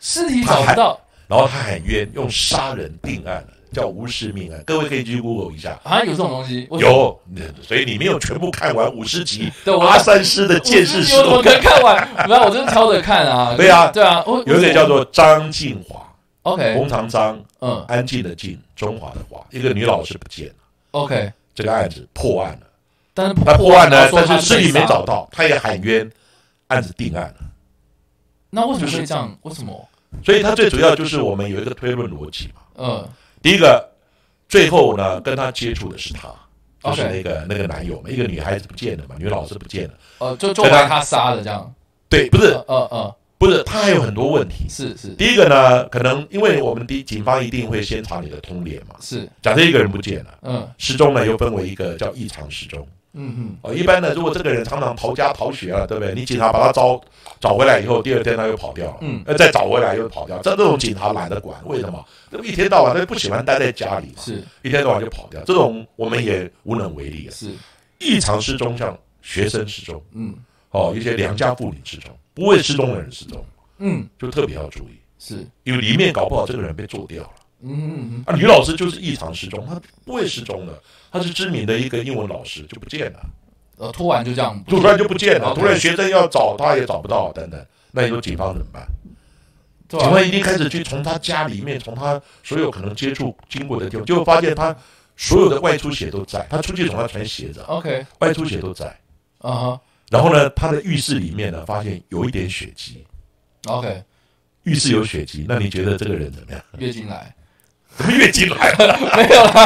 S1: 尸体找不 到，
S2: 然后他喊冤，用杀人定案，叫无尸命案。各位可以去 Google 一下。
S1: 好啊像有这种东西。我，
S2: 啊有，所以你没有全部看完五十集
S1: 对 我
S2: 阿三师的啊见识
S1: 我
S2: 史
S1: 我怎么可能看完？没有，我就是挑着看啊。
S2: 对啊
S1: 对啊，我哎
S2: 有一个叫做张静华，
S1: OK，
S2: 红长张，
S1: 嗯
S2: 安静的静，中华的华，一个女老师不见了，
S1: ，OK，
S2: 这个案子破案了。
S1: 但是
S2: 那破案呢？
S1: 说
S2: 但
S1: 他
S2: 是尸体
S1: 被
S2: 没
S1: 杀
S2: 找，到，他也喊冤，案子定案了。
S1: 那为什么会这样？为什么？
S2: 所以他最主要就是我们有一个推论逻辑嘛。
S1: 嗯
S2: 第一个，最后呢，跟他接触的是他。就是
S1: OK
S2: 那个那个男友嘛，一个女孩子不见了嘛，女老师不见了。
S1: 呃，就就把他杀了这样。
S2: 对，不是
S1: 呃呃呃，
S2: 不是，他还有很多问题。
S1: 是是
S2: 第一个呢，可能因为我们第警方一定会先查你的通联嘛。
S1: 是，
S2: 假设一个人不见了，
S1: 嗯
S2: 失踪呢又分为一个叫异常失踪。
S1: 嗯
S2: 哦，一般呢，如果这个人常常逃家逃学啊了，对不对？你警察把他招找回来以后，第二天他又跑掉了，
S1: 嗯
S2: 呃，再找回来又跑掉，这这种警察懒得管，为什么？那么一天到晚他不喜欢待在家里
S1: 嗯，
S2: 嘛，
S1: 是
S2: 一天到晚就跑掉，这种我们也无能为力了。啊
S1: 是，
S2: 异常失踪，像学生失踪，
S1: 嗯
S2: 哦，一些良家妇女失踪，不会失踪的人失踪，
S1: 嗯
S2: 就特别要注意，
S1: 是，
S2: 因为里面搞不好这个人被做掉了。
S1: 嗯嗯
S2: 啊，女老师就是异常失踪，她不会失踪的，她是知名的一个英文老师就不见了。
S1: 呃，突然就这样，
S2: 突然就不见了，
S1: OK
S2: 突然学生要找他也找不到，等等。那你说警方怎么办？
S1: 对
S2: 警
S1: 吧？
S2: 方一定开始去从他家里面，从他所有可能接触经过的地方，结果发现他所有的外出血都在，他出去总要穿鞋子啊，
S1: OK，
S2: 外出血都在。
S1: 嗯哼
S2: 然后呢，他的浴室里面呢，发现有一点血迹，
S1: ，OK，
S2: 浴室有血迹，那你觉得这个人怎么样？
S1: 月经来
S2: 怎么月经来了？
S1: 没有啦，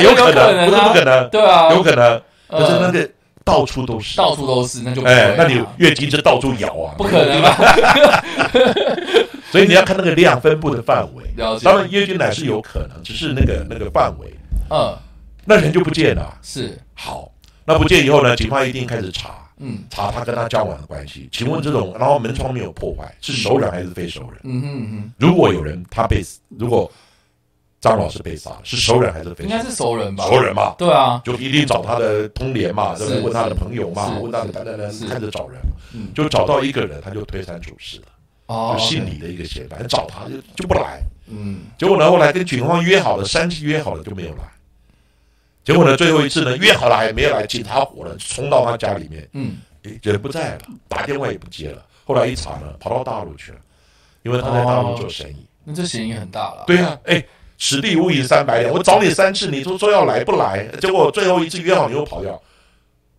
S1: 有
S2: 可
S1: 可
S2: 不是不
S1: 啊，
S2: 可能，
S1: 对啊，
S2: 有可能，可是那
S1: 呃，
S2: 个到处都是，
S1: 到处都是，那就不
S2: 哎
S1: 会，
S2: 那你
S1: 啦
S2: 月经就到处咬啊，
S1: 不可能 吧？
S2: 所以你要看那个量分布的范围。
S1: 了解
S2: 当，然，月经来是有可能，只是那个那个范围，
S1: 嗯，
S2: 那人就不见了。
S1: 是，
S2: 好，那不见以后呢，警方一定开始查
S1: 嗯
S2: 查他跟他交往的关系。请问这种，然后门窗没有破坏，是熟人还是非熟人？
S1: 嗯哼嗯
S2: 如果有人他被，如果张老师被杀，是熟人还是
S1: 哼，
S2: 非
S1: 应
S2: 熟
S1: 该
S2: 人？
S1: 是熟人吧？
S2: 熟人嘛，
S1: 对啊，
S2: 就一定找他的通联嘛，
S1: 是
S2: 对不对？问他的朋友嘛，
S1: 是
S2: 问他的等等
S1: 是
S2: 等，开始找人
S1: 嗯，
S2: 就找到一个人，他就推三阻四了，
S1: 哦，
S2: 就姓
S1: OK，
S2: 李的一个嫌犯，找他就就不来。
S1: 嗯，
S2: 结果呢，后来跟警方约好了，三次约好了就没有来。结果呢，最后一次呢，约好了还没有来，警察火了，冲到他家里面，
S1: 嗯，
S2: 诶，人不在了，打电话也不接了。后来一查呢，跑到大陆去了，因为他在大陆做生意。
S1: 那这嫌疑很大了。
S2: 对啊，哎，此地无银三百两，我找你三次，你都说要来不来，结果最后一次约好你又跑掉，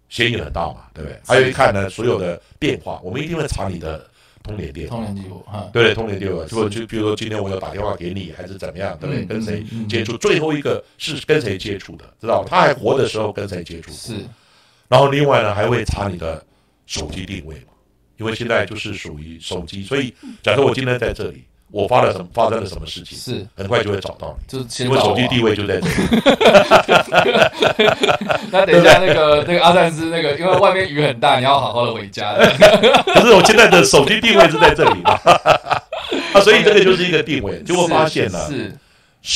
S2: 嫌疑很大嘛，对不对？还有一看呢，所有的电话，我们一定会查你的通联电话。
S1: 通联记录，哈，
S2: 对通联电话，就就比如说今天我有打电话给你，还是怎么样，对不对？
S1: 嗯
S2: 跟谁
S1: 嗯嗯
S2: 接触？最后一个是跟谁接触的，知道吗？他还活的时候跟谁接触？
S1: 是，
S2: 然后另外呢，还会查你的手机定位嘛，因为现在就是属于手机，所以假设我今天在这里，我发了什么发生了什么事情，
S1: 是，
S2: 很快就会找到你。
S1: 就是
S2: 因
S1: 先
S2: 为
S1: 找
S2: 手
S1: 我
S2: 机
S1: 啊
S2: 定位就在这里，
S1: 那等一下那个那个阿善斯那个，因为外面雨很大，你要好好的回家。
S2: 可是我现在的手机定位是在这里嘛， 啊，所以这个就是一个定位。 结果发现了
S1: 是，是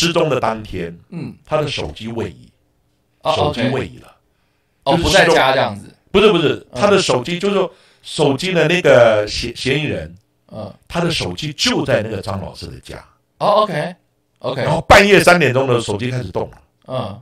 S2: 失踪的当天，
S1: 嗯，
S2: 他的手机位移，
S1: 哦
S2: 手机
S1: OK 嗯
S2: 位移了。
S1: 哦，
S2: 就是
S1: 不在
S2: 失踪
S1: 家这样子，
S2: 不是不是，他的手机就是说手机的那个嫌嫌疑人，
S1: 嗯，
S2: 他的手机就在那个张老师的家，
S1: 哦，OK OK，
S2: 然后半夜三点钟的时候手机开始动了，
S1: 嗯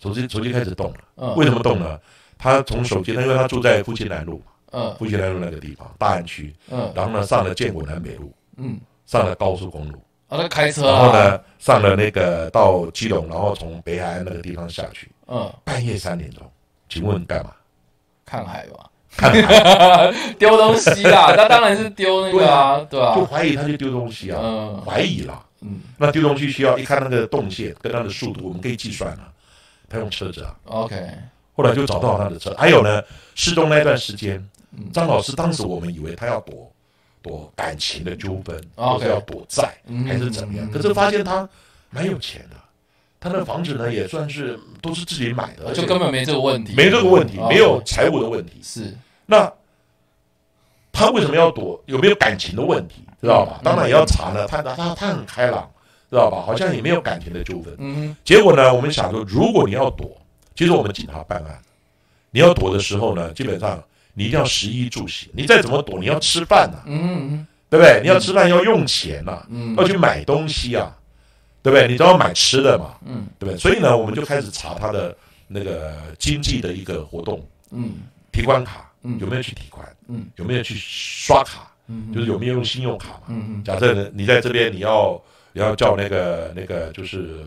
S2: 手机手机开始动了，
S1: 嗯
S2: 为什么动呢？他从手机，因为他住在复兴南路，
S1: 嗯
S2: 复兴南路那个地方大安区，
S1: 嗯
S2: 然后呢上了建国南北路，
S1: 嗯，
S2: 上了高速公路，
S1: 啊，那开车
S2: 然后
S1: 啊，
S2: 呢上了那个到基隆，然后从北海岸那个地方下去，
S1: 嗯，
S2: 半夜三点钟，请问干嘛？
S1: 看海吧，
S2: 看海。
S1: 丢东西啦，那当然是丢那个啊，对
S2: 就
S1: 啊，
S2: 怀疑他去丢东西啊，
S1: 嗯
S2: 怀疑啦。
S1: 嗯
S2: 那丢东西需要一看那个动线跟它的速度，我们可以计算啊。他用车子啊，
S1: ，OK，
S2: 后来就找到他的车。还有呢，失踪那段时间
S1: 嗯，
S2: 张老师当时我们以为他要躲躲感情的纠纷，
S1: 哦
S2: 或者要躲债，
S1: 嗯
S2: 还是怎么样？
S1: 嗯
S2: 可是发现他蛮有钱的，他的房子呢也算是都是自己买的，而
S1: 啊
S2: 且
S1: 就根本没这个问题，
S2: 没这个问题，
S1: 哦
S2: 没有财务的问题。
S1: 是，
S2: 那他为什么要躲？有没有感情的问题？知道吧
S1: 嗯？
S2: 当然也要查呢。他他他很开朗，知道吧？好像也没有感情的纠纷。
S1: 嗯
S2: 结果呢，我们想说，如果你要躲，其实我们警察办案，你要躲的时候呢，基本上你一定要食衣住行。你再怎么躲，你要吃饭呐、啊
S1: 嗯嗯
S2: 对不对不对？你要吃饭要用钱呐、
S1: 嗯
S2: 要去买东西啊，对不对？你都要买吃的嘛，
S1: 嗯
S2: 对不对？所以呢，我们就开始查他的那个经济的一个活动，
S1: 嗯
S2: 提款卡
S1: 嗯
S2: 有没有去提款，
S1: 嗯
S2: 有没有去刷卡，
S1: 嗯，
S2: 就是有没有用信用卡嘛。
S1: 嗯
S2: 假设呢，你在这边你要你要叫那个那个就是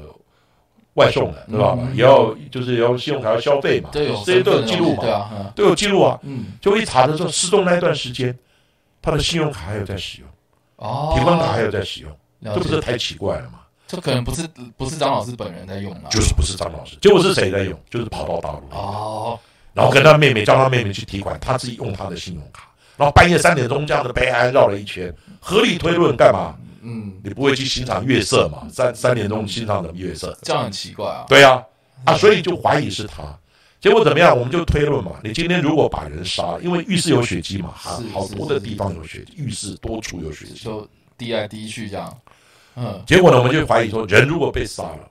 S2: 外送的，对吧？
S1: 嗯
S2: 也要就是要信用卡要消费嘛，
S1: 嗯，都有
S2: 这些都有记录
S1: 对
S2: 嘛，
S1: 啊，嗯
S2: 都有记录啊。
S1: 嗯
S2: 就一查的时候，失踪那一段时间，他的信用卡还有在使用，
S1: 哦，
S2: 提款卡还有在使用，
S1: 了解
S2: 这不是太奇怪了吗？
S1: 这可能不是不是张老师本人在用啊，
S2: 就是不是张老师，结果是谁在用？就是跑到大陆来的，
S1: 哦，
S2: 然后跟他妹妹叫他妹妹去提款，他自己用他的信用卡，然后半夜三点钟这样的悲哀绕了一圈，合理推论干嘛？
S1: 嗯，
S2: 你不会去欣赏月色嘛？三三点钟欣赏什么月色？
S1: 这样很奇怪啊，
S2: 对呀、啊，所以就怀疑是他。结果怎么样？我们就推论嘛。你今天如果把人杀了，因为浴室有血迹嘛，好
S1: 是是
S2: 好多的地方有血迹，浴室多处有血迹。
S1: 就滴来滴去这样，嗯
S2: 结果呢，我们就怀疑说，人如果被杀了，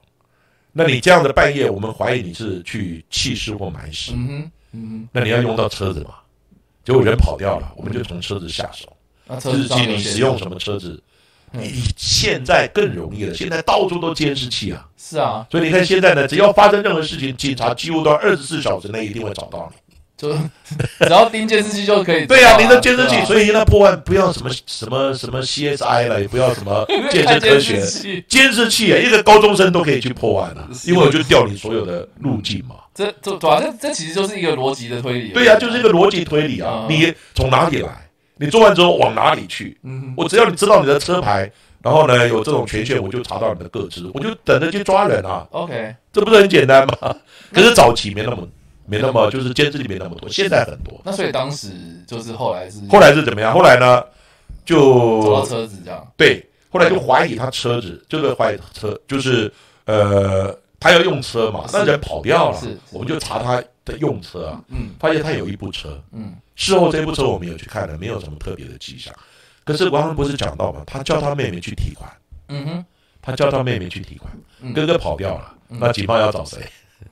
S2: 那你这样的半夜，我们怀疑你是去弃尸或埋尸，
S1: 嗯哼嗯哼，
S2: 那你要用到车子嘛？结果人跑掉了，我们就从车子下手。
S1: 那车
S2: 日
S1: 子
S2: 记
S1: 上
S2: 你
S1: 有
S2: 使
S1: 写
S2: 用什么车子？
S1: 嗯
S2: 你现在更容易了，现在到处都监视器啊。
S1: 是啊，
S2: 所以你看现在呢，只要发生任何事情，警察几乎都二十四小时内一定会找到你。
S1: 就 只要盯监视器就可以知道啊。
S2: 对呀、你的监视器，
S1: 对啊
S2: 所以呢，破案不要什么什么什么 CSI 了，也不要 什么健身科学
S1: 看监，视器
S2: 监视器啊，一个高中生都可以去破案啊，
S1: 是
S2: 因为我就调你所有的路径嘛。
S1: 这这对啊，这这其实就是一个逻辑的推理。啊
S2: 对呀、就是一个逻辑推理啊，
S1: 嗯
S2: 你从哪里来，你做完之后往哪里去，
S1: 嗯
S2: 我只要你知道你的车牌。然后呢，有这种权限，我就查到你的个资，我就等着去抓人啊，
S1: ，OK，
S2: 这不是很简单吗？可是早期没那么没那么，就是监视器没那么多，现在很多。
S1: 那所以当时就是后来是
S2: 后来是怎么样？后来呢，
S1: 找嗯到
S2: 就
S1: 车子这样，
S2: 对，后来就怀疑他车子，就是怀疑车，就是呃，他要用车嘛，那人跑掉了
S1: 是是，
S2: 我们就查他的用车啊，
S1: 嗯
S2: 发现他有一部车。
S1: 嗯
S2: 事后这部车我们有去看了，没有什么特别的迹象。可是王文不是讲到嘛，他叫他妹妹去提款，
S1: 嗯哼，
S2: 他叫他妹妹去提款，
S1: 嗯
S2: 哥哥跑掉了，
S1: 嗯
S2: 那警方要找谁？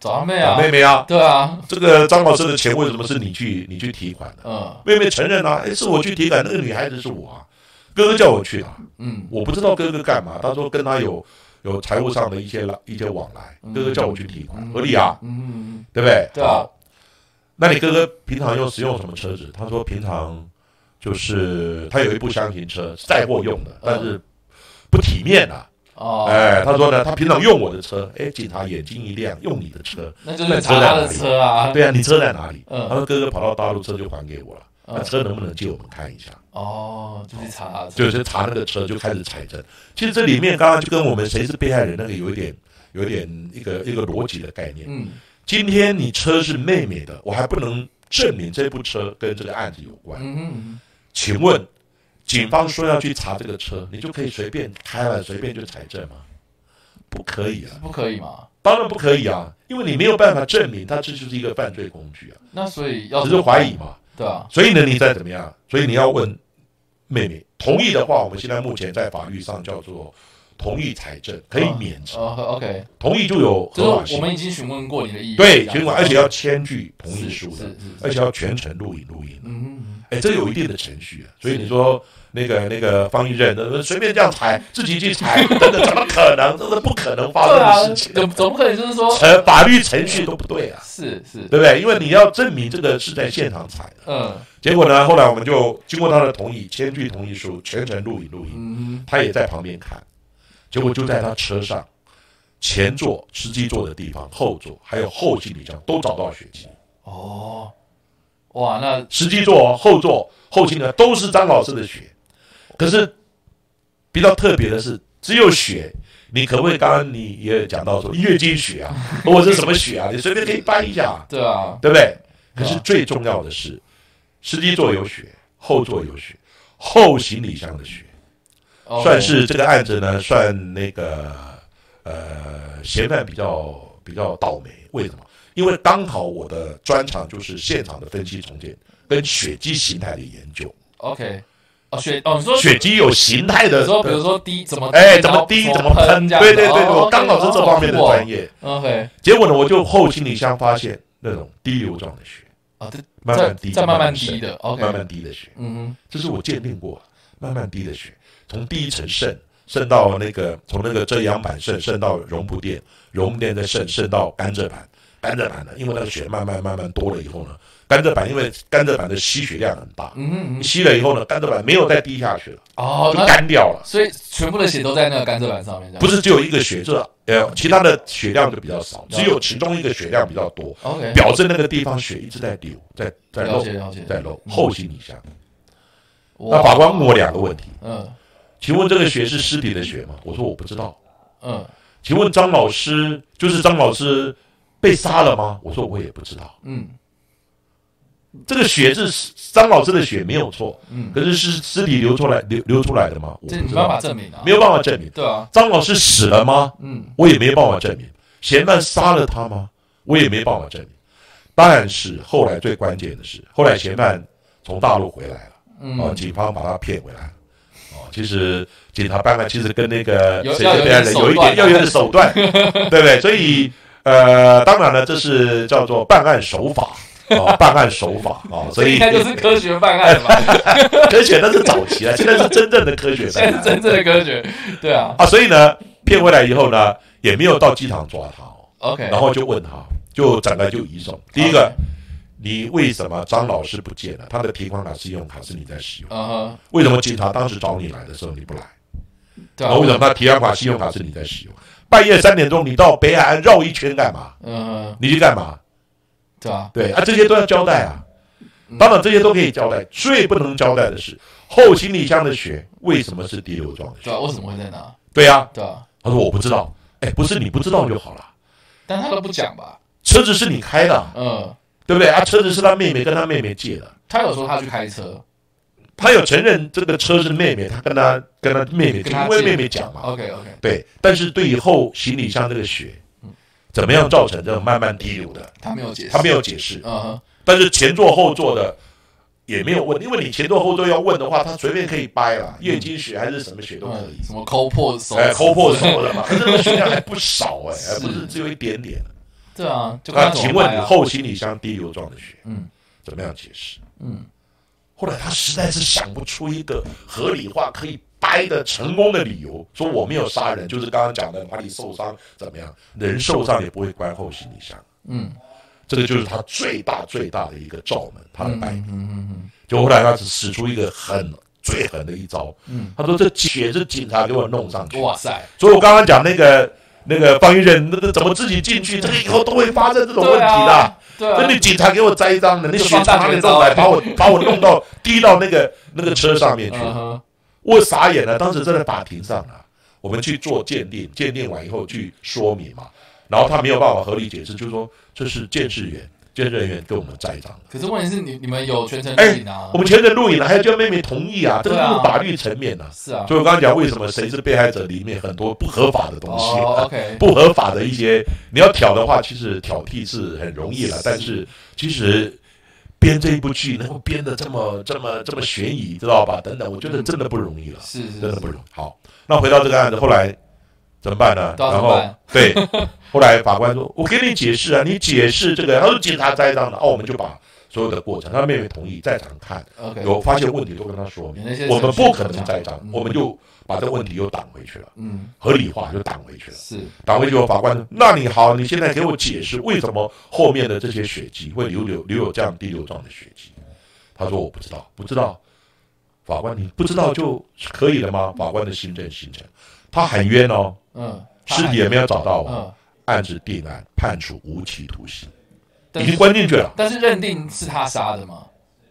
S1: 找他妹
S2: 找
S1: 啊，
S2: 妹妹啊！
S1: 对啊，
S2: 这个张老师的钱为什么是你去你去提款的？
S1: 嗯
S2: 妹妹承认啊，诶是我去提款，那个女孩子是我啊，哥哥叫我去的啊、
S1: 嗯
S2: 我不知道哥哥干嘛，他说跟他有有财务上的一些拉一些往来，
S1: 嗯
S2: 哥哥叫我去提款，
S1: 嗯
S2: 合理啊，
S1: 嗯嗯
S2: 对不对？
S1: 对啊
S2: 好。那你哥哥平常又使用什么车子？他说平常就是他有一部箱型车，是载货用的，但是不体面啊。
S1: 嗯哦，
S2: 哎，他说呢，他平常用我的车，哎，警察眼睛一亮，用你的车，
S1: 那就是查他的车啊，
S2: 对啊，你车在哪里？
S1: 嗯
S2: 他说哥哥跑到大陆，车就还给我了，
S1: 嗯
S2: 那啊车能不能借我们看一下？
S1: 哦，就是查他的车，
S2: 就是查那个车就开始采证。其实这里面刚刚就跟我们谁是被害人那个有一点有一点一个一个逻辑的概念。
S1: 嗯
S2: 今天你车是妹妹的，我还不能证明这部车跟这个案子有关。
S1: 嗯嗯
S2: 请问，警方说要去查这个车，你就可以随便开了随便就采证吗？不可以啊，
S1: 嗯，不可以嘛？
S2: 当然不可以啊，因为你没有办法证明它这就是一个犯罪工具啊，
S1: 那所以要
S2: 只是怀疑，嘛。
S1: 对啊，
S2: 所以呢，你再怎么样，所以你要问妹妹同意的话，我们现在目前在法律上叫做同意财政，可以免责，
S1: 哦，OK，
S2: 同意就有合法
S1: 就是我
S2: 性。
S1: 们已经询问过你的意见，
S2: 对，
S1: 这样
S2: 尽管而且要签具同意书
S1: 是
S2: 的，
S1: 是是
S2: 而且要全程录影录音。
S1: 嗯嗯
S2: 哎，这有一定的程序啊。所以你说那个那个方一任呃随便这样裁，自己去裁，等等，怎么可能？这是不可能发生
S1: 对啊，
S2: 的事情。
S1: 总总不可能就是说，
S2: 程法律程序都不对啊，
S1: 是是，
S2: 对不对？因为你要证明这个是在现场裁的。
S1: 嗯
S2: 结果呢，后来我们就经过他的同意，签具同意书，全程录影录音，
S1: 嗯
S2: 他也在旁边看。结果就在他车上，前座司机坐的地方、后座还有后行李箱都找到血迹，
S1: 哦，哇，那
S2: 司机座、后座、后行李箱都是张老师的血。可是比较特别的是，只有血，你可不可以？刚刚你也有讲到说月经血啊，或者是什么血啊，你随便可以搬一下啊，
S1: 对啊，
S2: 对不对？可是最重要的是，司机座有血，后座有血，后行李箱的血，
S1: OK
S2: 算是这个案子呢，算那个呃嫌犯比较比较倒霉。为什么？因为刚好我的专长就是现场的分析重建跟血迹形态的研究，
S1: OK，哦血哦，你说
S2: 血迹有形态的
S1: 你，说比如说滴怎么
S2: 哎，
S1: 滴
S2: 怎
S1: 然
S2: 么
S1: 后
S2: 滴，怎么
S1: 么
S2: 喷，
S1: 这样
S2: 对
S1: 子，
S2: 对对，
S1: 哦
S2: 我刚好是这方面的专。业。
S1: OK，
S2: 结果呢，我就后行李箱发现那种滴流状的血，
S1: 哦，
S2: 慢慢滴，
S1: 再再慢慢
S2: 渗
S1: 滴的，OK，
S2: 慢慢滴的血。
S1: 嗯
S2: 这是我鉴定过，慢慢滴的血，从第一层渗渗到那个从那个遮阳板渗渗到绒布垫，绒布垫再渗渗到甘蔗板，甘蔗板呢，因为那个血慢慢慢慢多了以后呢，甘蔗板因为甘蔗板的吸血量很大，
S1: 嗯嗯嗯，
S2: 吸了以后呢，甘蔗板没有再滴下去了，
S1: 哦，
S2: 就
S1: 那
S2: 干掉了。
S1: 所以全部的血都在那个甘蔗板上面，这样
S2: 不是只有一个血，这呃，其他的血量就比较少，只有其中一个血量比较多，
S1: OK，
S2: 表示那个地方血一直在流，在在
S1: 了
S2: 漏，
S1: 解了解。
S2: 在漏，
S1: 嗯
S2: 后行李箱。
S1: 哇
S2: 那法官问我两个问题，
S1: 嗯
S2: 请问这个血是尸体的血吗？我说我不知道。
S1: 嗯
S2: 请问张老师，就是张老师被杀了吗？我说我也不知道。
S1: 嗯
S2: 这个血是张老师的血没有错，
S1: 嗯，
S2: 可是是尸体流出来流流出来的吗？我
S1: 这
S2: 不
S1: 没
S2: 知
S1: 办
S2: 道，
S1: 法证明啊，
S2: 没有办法证明。
S1: 对啊，
S2: 张老师死了吗？
S1: 嗯
S2: 我也没办法证明。嫌犯杀了他吗？我也没办法证明。但是后来最关键的是，后来嫌犯从大陆回来了，哦，
S1: 嗯，
S2: 警方把他骗回来了。哦，其实警察办案其实跟那个
S1: 有
S2: 谁
S1: 要有
S2: 对啊
S1: 点
S2: 有
S1: 手
S2: 一
S1: 段
S2: 点要有点手段，对不对？所以呃，当然了，这是叫做办案手法。哦，办案手法哦，所
S1: 这应
S2: 以
S1: 该就是科学办案嘛，
S2: 科学那是早期啊了，现在是真正的科学办
S1: 现在
S2: 案
S1: 是真正的科学，对啊
S2: 啊，所以呢，骗回来以后呢，也没有到机场抓他哦，
S1: ，OK，
S2: 然后就问他，就整个就移送。第一个，你为什么张老师不见了？他的提款卡、信用卡是你在使用，
S1: 嗯哼，
S2: 为什么警察当时找你来的时候你不来？
S1: 对
S2: 然
S1: 啊，
S2: 后为什么他提款卡、信用卡是你在使用？半夜三点钟你到北海岸绕一圈干嘛？
S1: 嗯哼，
S2: 你去干嘛？
S1: 对啊，
S2: 对啊，这些都要交代啊
S1: 嗯。
S2: 当然这些都可以交代，最不能交代的是后行李箱的血为什么是滴流状的
S1: 对啊，
S2: 血？
S1: 为什么会在那？
S2: 对呀、啊，
S1: 对啊，
S2: 他说我不知道，哎，不是你不知道就好了，
S1: 但他都不讲吧？
S2: 车子是你开的啊，
S1: 嗯，
S2: 对不对？啊，车子是他妹妹跟他妹妹借的，
S1: 他有说他去开车
S2: 他有承认这个车是妹妹，他跟他跟他妹妹，
S1: 跟他
S2: 因为
S1: 借
S2: 妹妹讲嘛，
S1: ，OK OK，
S2: 对。但是对以后行李箱这个血，
S1: 嗯
S2: 怎么样造成这种慢慢滴流的，
S1: 他没有解释，
S2: 他没有解释。
S1: 嗯哼，
S2: 但是前座后座的也没有问，因为你前座后座要问的话，他随便可以掰啦，月经血还是什么血都可以
S1: 嗯，什么抠破手，
S2: 哎，抠破，手 的嘛，可是那个血量还不少哎，还不是只有一点点。
S1: 对啊，就
S2: 那
S1: 看他
S2: 请
S1: 怎么
S2: 问
S1: 办
S2: 你
S1: 啊，
S2: 后行李箱滴油状的血，
S1: 嗯
S2: 怎么样解释？
S1: 嗯
S2: 后来他实在是想不出一个合理化可以掰的成功的理由，说我没有杀人，就是刚刚讲的哪里受伤怎么样，人受伤也不会关后行李箱，
S1: 嗯
S2: 这个就是他最大最大的一个罩门，他的
S1: 嗯
S2: 败笔。
S1: 嗯嗯
S2: 就后来他使出一个很最狠的一招，
S1: 嗯
S2: 他说这血是警察给我弄上去
S1: 嗯，，哇塞，
S2: 所以我刚刚讲那个。那个方一任，那个怎么自己进去？这个以后都会发生这种问题
S1: 对
S2: 的。
S1: 啊，对
S2: 那你
S1: 啊，
S2: 警察给我栽一张的，你
S1: 就
S2: 血
S1: 放
S2: 从
S1: 大
S2: 哪
S1: 绝
S2: 里弄
S1: 招
S2: 来，
S1: 啊
S2: 把我把我弄到 滴到那个那个车上面去，
S1: 嗯哼，
S2: 我傻眼了。当时站在法庭上啊，我们去做鉴定，鉴定完以后去说明嘛，然后他没有办法合理解释，就说这是监视员、监视人员给我们栽一张的。
S1: 可是问题是你你们有全程
S2: 哎
S1: 录影啊
S2: 我，们全程录影了，还要叫妹妹同意啊，这个
S1: 对啊
S2: 是法律层面啊。
S1: 是啊，
S2: 所以我刚刚讲为什么谁是被害者里面很多不合法的东西、
S1: 哦，OK，
S2: 不合法的一些，你要挑的话，其实挑剔是很容易了，但是其实编这一部剧能够编的这么这么这么悬疑，知道吧？等等，我觉得真的不容易了，
S1: 是是
S2: 真的
S1: 是
S2: 不容易。好，那回到这个案子，后来怎么办呢？
S1: 对啊
S2: 然
S1: 怎么
S2: 后
S1: 办
S2: 对，后来法官说：“我给你解释啊，你解释这个。”他说：“警察栽赃的。”哦，我们就把所有的过程，他妹妹同意在场看，
S1: ，OK，
S2: 有发现问题都跟他说
S1: 有那些
S2: 明，我们
S1: 程序
S2: 不可能
S1: 上
S2: 栽赃
S1: 嗯，
S2: 我们就把这问题又挡回去了，
S1: 嗯，
S2: 合理化就挡回去了。
S1: 是，
S2: 打回去后，法官说：“那你好，你现在给我解释为什么后面的这些血迹会留有留有这样滴流状的血迹？”他说：“我不知道，不知道。”法官，你不知道就可以了吗？法官的新政形成，他喊冤哦，
S1: 嗯，他
S2: 尸体也没有找到我，
S1: 嗯，
S2: 案子定案，判处无期徒刑，
S1: 但
S2: 已经
S1: 是
S2: 关进去了。
S1: 但是认定是他杀的嘛，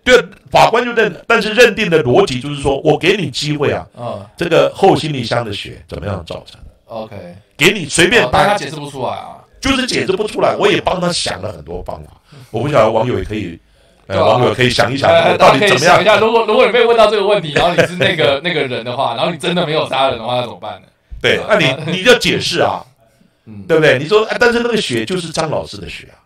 S2: 对，法官就认，但是认定的逻辑就是说，我给你机会啊，
S1: 嗯
S2: 这个后行李箱的血怎么样造成？
S1: ，OK，
S2: 给你随便
S1: 哦
S2: 掰
S1: 但他解释不出来啊，
S2: 就是解释不出来。我也帮他想了很多方法，我不晓得网友也可以，呃，
S1: 嗯对啊
S2: 网友可以想一想
S1: 呃
S2: 到
S1: 大家
S2: 底
S1: 可以
S2: 怎么
S1: 想一下，
S2: 样。
S1: 如果如果你被问到这个问题，然后你是那个那个人的话，然后你真的没有杀人的话，那怎么办呢？
S2: 对，那你你要解释啊，
S1: 嗯，
S2: 对不对？你说，哎但是那个血就是张老师的血啊，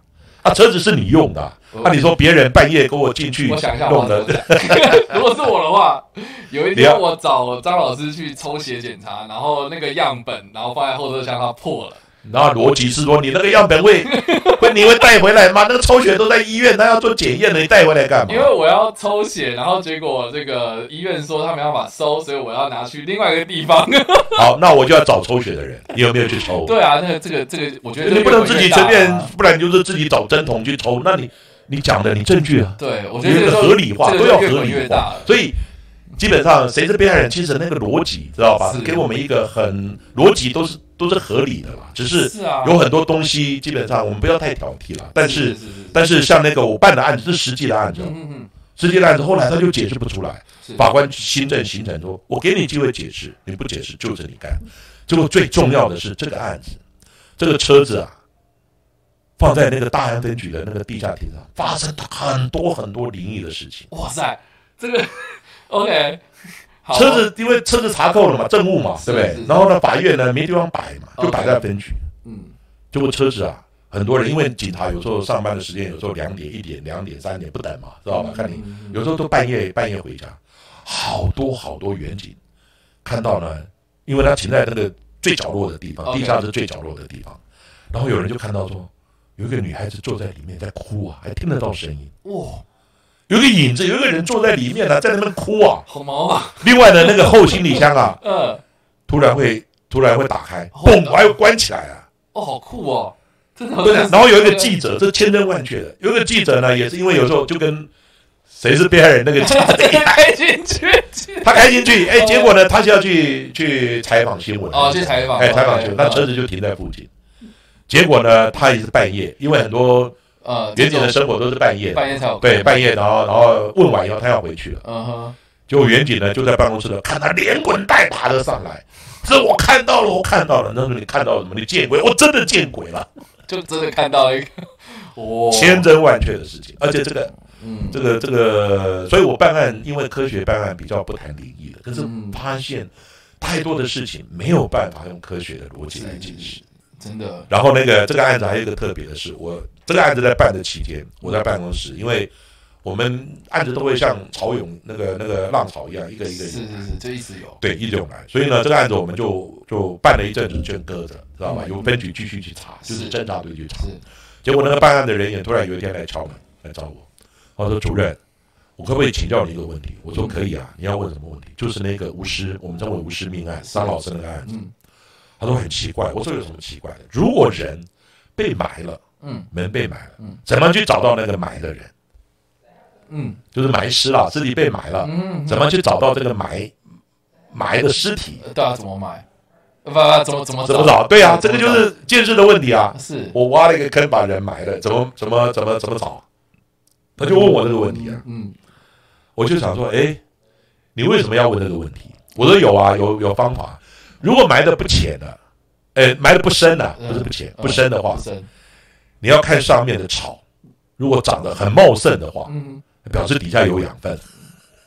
S2: 啊，车子是你用的啊，
S1: 我
S2: 啊，你说别人半夜跟我进去
S1: 哦我想一下，我
S2: 弄
S1: 要
S2: 的，
S1: 怎么讲 如果是我的话，有一
S2: 你要
S1: 天我找张老师去抽血检查，然后那个样本，然后放在后车厢，它破了，
S2: 然后逻辑是说，你那个样 本会会你会带回来吗？那个抽血都在医院，那要做检验的，你带回来干嘛
S1: 因？为我要抽血，然后结果这个医院说他们要把收，所以我要拿去另外一个地方。
S2: 好，那我就要找抽血的人，你有没有去抽？
S1: 对啊，那个这个这个，我觉得
S2: 你不能自己
S1: 越滚
S2: 承
S1: 越大
S2: 认，不然你就是自己找针筒去抽。那你你讲的，你证据啊，
S1: 对，我觉
S2: 你
S1: 得这个
S2: 那个
S1: 就
S2: 合理化
S1: 这
S2: 都
S1: 个
S2: 要
S1: 就越
S2: 合
S1: 滚越
S2: 理
S1: 大
S2: 化
S1: 了，
S2: 所以。基本上谁是被害人，其实那个逻辑知道吧
S1: 是？
S2: 给我们一个很逻辑都是都是合理的啦，只是
S1: 是啊，
S2: 有很多东西基本上我们不要太挑剔了。但是
S1: 是是
S2: 但是像那个我办的案子是实际的案子哦，
S1: 嗯嗯嗯，
S2: 实际的案子后来他就解释不出来，
S1: 是
S2: 法官行政行程说：“我给你机会解释，你不解释就是你干。”结果最重要的是这个案子，这个车子啊，放在那个大安分局的那个地下停车场，发生很多很多灵异的事情。
S1: 哇塞，这个 OK，好啊
S2: 车子因为车子查扣了嘛，证物嘛，
S1: 是
S2: 对不
S1: 是
S2: 对
S1: 是？
S2: 然后呢，法院呢没地方摆嘛，就
S1: OK
S2: 摆在分局。
S1: 嗯
S2: 结果车子啊，很多人因为警察有时候上班的时间，有时候两点、一点、两点、三点不等嘛，知道吧？看你
S1: 嗯
S2: 有时候都半夜半夜回家，好多好多远景看到呢，因为他停在那个最角落的地方，
S1: OK
S2: 地下室最角落的地方，然后有人就看到说，有一个女孩子坐在里面在哭啊，还听得到声音，
S1: 哇，
S2: 有一个影子，有一个人坐在里面啊，在那边哭啊。
S1: 好毛啊，
S2: 另外呢，那个后行李箱啊，
S1: 嗯，
S2: 突然会突然会打开，
S1: 哦
S2: 嘣，还会关起来啊。
S1: 哦，好酷哦，真的，
S2: 对，啊然后有一个 记者，这是千真万确的。有一个记者呢，也是因为有时候就跟谁是被害人那个记者
S1: 这个开进去，
S2: 他开进去，哎，结果呢，他就要去去采访新闻
S1: 哦哦去采访
S2: 哎，采访
S1: OK，
S2: 新闻，那
S1: 嗯
S2: 车子就停在附近。结果呢，他也是半夜，因为很多
S1: 呃，
S2: 远景的
S1: 这哦
S2: 生活都是半夜
S1: 种，半夜才有，
S2: 对，半夜，然后然后问完以后，他要回去了。
S1: 嗯哼，
S2: 结果远景呢就在办公室呢，看他连滚带爬的上来，这我看到了，我看到了。那时候你看到了什么？你见鬼！我真的见鬼了，
S1: 就真的看到一 个，哇，
S2: 哦千真万确的事情。而且这个
S1: 嗯，
S2: 这个这个，所以我办案，因为科学办案比较不谈灵异的，可是
S1: 嗯
S2: 发现太多的事情没有办法用科学的逻辑来解释。
S1: 真的，
S2: 嗯然后那个这个案子还有一个特别的是，我这个案子在办的期间，我在办公室，因为我们案子都会像潮涌那个那个浪潮一样，一个一个
S1: 是是是，就一直有，
S2: 对一涌来，所以呢，这个案子我们就就办了一阵子，就搁着，知道吧？由分局继续去查，就是是侦查队去查。
S1: 是，
S2: 结果那个办案的人员突然有一天来敲门来找我，他说：“主任，我可不可以请教你一个问题？”我说：“可以啊，你要问什么问题？就是那个巫师，我们称为巫师命案，张老师那个案子。
S1: 嗯
S2: 他说：“很奇怪。”我说：“有什么奇怪的？如果人被埋了，
S1: 嗯
S2: 门被埋了
S1: 嗯，
S2: 怎么去找到那个埋的人？
S1: 嗯
S2: 就是埋尸了，尸体被埋了，
S1: 嗯，
S2: 怎么去找到这个埋埋的尸体？
S1: 呃对啊，怎么买？不不，怎么怎么
S2: 怎么找？对啊，这
S1: 怎么
S2: 个
S1: 嗯找
S2: 就是见识的问题啊。
S1: 是
S2: 我挖了一个坑，把人埋了，怎么怎么怎么怎么找？啊他就问我这个问题啊。”
S1: 嗯，
S2: 我就想说，哎，你为什么要问这个问题？我说有啊，有有方法。如果埋的不浅的，呃，埋的不深的、
S1: 嗯
S2: 不是不浅，
S1: 嗯
S2: 不深的话
S1: 不，深，
S2: 你要看上面的草，如果长得很茂盛的话，
S1: 嗯，
S2: 表示底下有养分。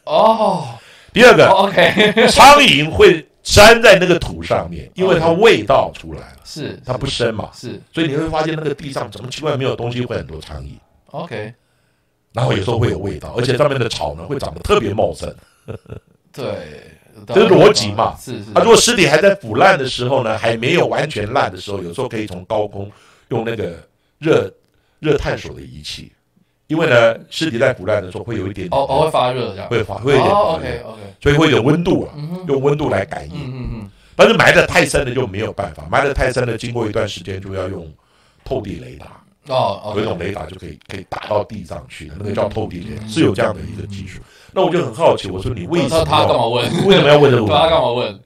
S1: 哦
S2: 第二个，
S1: 哦，OK，
S2: 苍蝇会粘在那个土上面，因为它味道出来了，
S1: 是
S2: 它不深嘛，
S1: 是
S2: 所以你会发现那个地上怎么奇怪没有东西，会很多苍蝇，
S1: OK，
S2: 然后有时候会有味道，而且上面的草呢会长得特别茂盛。
S1: 对，
S2: 这是逻辑嘛
S1: 是是，
S2: 啊，如果尸体还在腐烂的时候呢，还没有完全烂的时候，有时候可以从高空用那个热热探索的仪器，因为呢，尸体在腐烂的时候会有一点
S1: 哦哦会发热这样，
S2: 会发会有一点
S1: 哦
S2: 发热
S1: ，OK OK，
S2: 所以会有点温度了、啊
S1: 嗯哼，
S2: 用温度来感应。
S1: 嗯嗯嗯，
S2: 但是埋的太深的就没有办法，埋的太深的，经过一段时间就要用透地雷达，
S1: 哦
S2: 有一种
S1: ，OK，
S2: 雷达就可以可以打到地上去的，那个叫透地雷达，
S1: 嗯
S2: 是有这样的一个技术。那我就很好奇，我说你为
S1: 我
S2: 什
S1: 知道
S2: 么
S1: 他干
S2: 要
S1: 嘛问？
S2: 为什么要问这
S1: 对
S2: 个问
S1: 他
S2: 题
S1: 干？嘛问？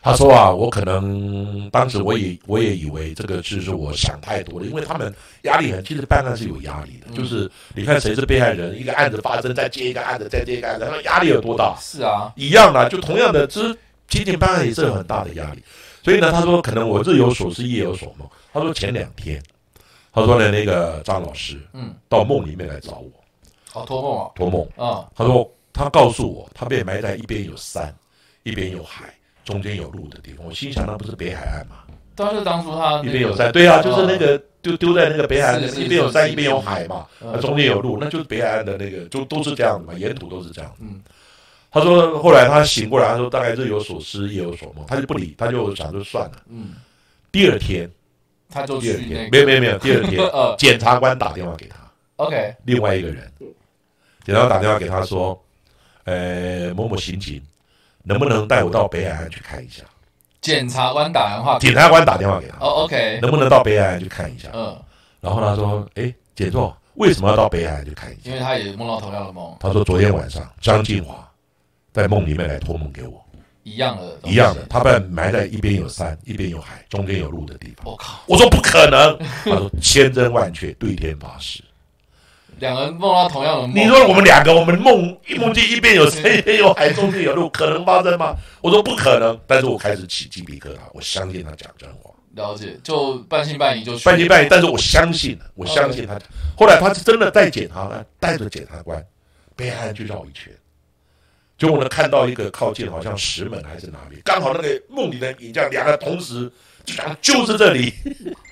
S2: 他说啊，我可能当时我也我也以为这个是是我想太多了，因为他们压力很，其实办案是有压力的，
S1: 嗯
S2: 就是你看谁是被害人，一个案子发生，再接一个案子，再接一个案子，那压力有多大？
S1: 是啊，
S2: 一样的，就同样的，其实刑警办案也是有很大的压力。所以呢，他说可能我日有所思，夜有所梦。他说前两天，他说呢那个张老师
S1: 嗯，
S2: 到梦里面来找我
S1: 好托梦啊，
S2: 托梦，
S1: 嗯，
S2: 他说他告诉我，他被埋在一边有山，一边有海，中间有路的地方。我心想，那不是北海岸吗？
S1: 当时当初他
S2: 一
S1: 那
S2: 边有
S1: 个，
S2: 山，对啊，就是那个丢丢在那个北海岸，
S1: 是是
S2: 一边有山
S1: 是
S2: 一边有海嘛，
S1: 嗯
S2: 那中间有路，那就是北海岸的那个，就都是这样的嘛，沿途都是这样。
S1: 嗯，
S2: 他说后来他醒过来，他说大概日有所思夜有所梦，他就不理，他就想说算了。
S1: 嗯
S2: 第二天
S1: 他就
S2: 第二
S1: 去那
S2: 天，没
S1: 个
S2: 有没有没有，第二天
S1: 呃
S2: 检察官打电话给他，
S1: ，OK，
S2: 另外一个人，检察官打电话给他说，呃，某某刑警，能不能带我到北海岸去看一下？
S1: 检察官打电话给，
S2: 检察官打电话给他，
S1: 哦，OK，
S2: 能不能到北海岸去看一下？
S1: 嗯，
S2: 然后他说，哎，检座为什么要到北海岸去看一下
S1: 因？为他也梦到同样的梦，
S2: 他说昨天晚上张静华在梦里面来托梦给我，
S1: 一样的东西，
S2: 一样的，他被埋在一边有山，一边有海，中间有路的地方。
S1: 我靠，
S2: 我说不可能，他说千真万确，对天发誓。
S1: 两个人梦到同样的梦，
S2: 你说我们两个，我们梦一梦见一边有山，一边有海，中间有路，可能发生吗？我说不可能，但是我开始起鸡皮疙瘩，我相信他讲真话，
S1: 了解，就半信半疑就去
S2: 半信半疑，但是我相信，我相信他。后来他是真的带检察官，带着检察官，北海岸去绕一圈，结果呢看到一个靠近好像石门还是哪里，刚好那个梦里的影像，两个同时就讲就是这里，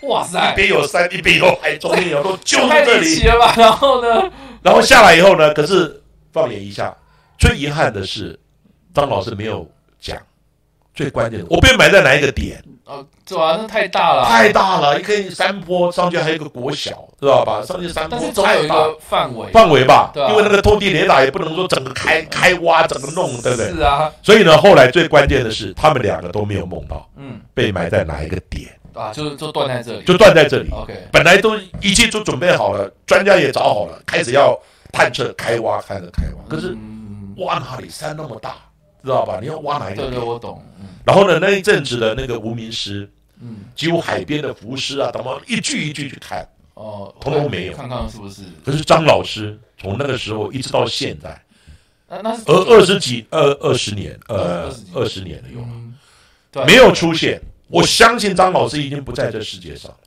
S1: 哇
S2: 一
S1: 塞，
S2: 边有山，一边有海，中间有路，就是
S1: 太
S2: 这
S1: 离
S2: 里
S1: 奇。了吧？ 然后呢？
S2: 然后下来以后呢，可是放眼一下，最遗憾的是，张老师没有讲最关键的，我被埋在哪一个点？
S1: 呃，对啊，那太大了啊，
S2: 太大了，一个山坡上去还有一个国小，知道吧？上去山坡
S1: 但是总有
S2: 太
S1: 一
S2: 大
S1: 个范围，
S2: 范围吧，
S1: 对啊
S2: 因为那个拖地雷打也不能说整个开开挖，整个弄，对不对？
S1: 是啊，
S2: 所以呢，后来最关键的是，他们两个都没有梦到
S1: 嗯，
S2: 被埋在哪一个点，
S1: 啊，就是就断在这里
S2: 就断在这里。
S1: ，OK，
S2: 本来都一切都准备好了，专家也找好了，开始要探测、开挖、开始开挖，可是。
S1: 嗯
S2: 挖哪里山那么大，知道吧？你要挖哪一个
S1: 对
S2: 点？
S1: 对，我懂，嗯
S2: 然后呢，那一阵子的那个无名师，
S1: 嗯，
S2: 几乎海边的浮尸啊，怎么一句一句去看。
S1: 哦，
S2: 通通没有
S1: 看看是不是？
S2: 可是张老师从那个时候一直到现在，
S1: 那那是
S2: 呃，二十几二二十年，
S1: 二
S2: 呃
S1: 十几，
S2: 二十年了有，
S1: 嗯对，
S2: 没有出现。我相信张老师已经不在这世界上了，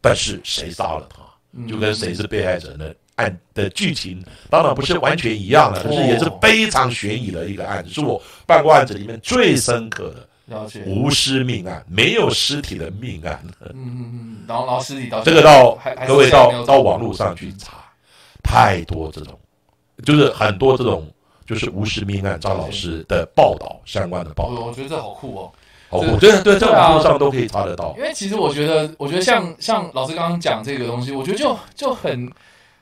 S2: 但是谁杀了他？
S1: 嗯
S2: 就跟谁是被害人的案的剧情，当然不是完全一样的，可是也是非常悬疑的一个案子，是我办过案子里面最深刻的
S1: 了解，嗯
S2: 无尸命案，没有尸体的命案。
S1: 嗯嗯，然后然后尸体到
S2: 这个到
S1: 还还是
S2: 各位
S1: 现在没
S2: 到
S1: 有
S2: 到网络上去查，太多这种，就是很多这种就是无尸命案张老师的报道相关的报道，
S1: 我我觉得这好酷哦，
S2: 好，
S1: 这
S2: 我觉得对在
S1: 对啊
S2: 网络上都可以查得到。
S1: 因为其实我觉得，我觉得像像老师刚刚讲这个东西，我觉得就就很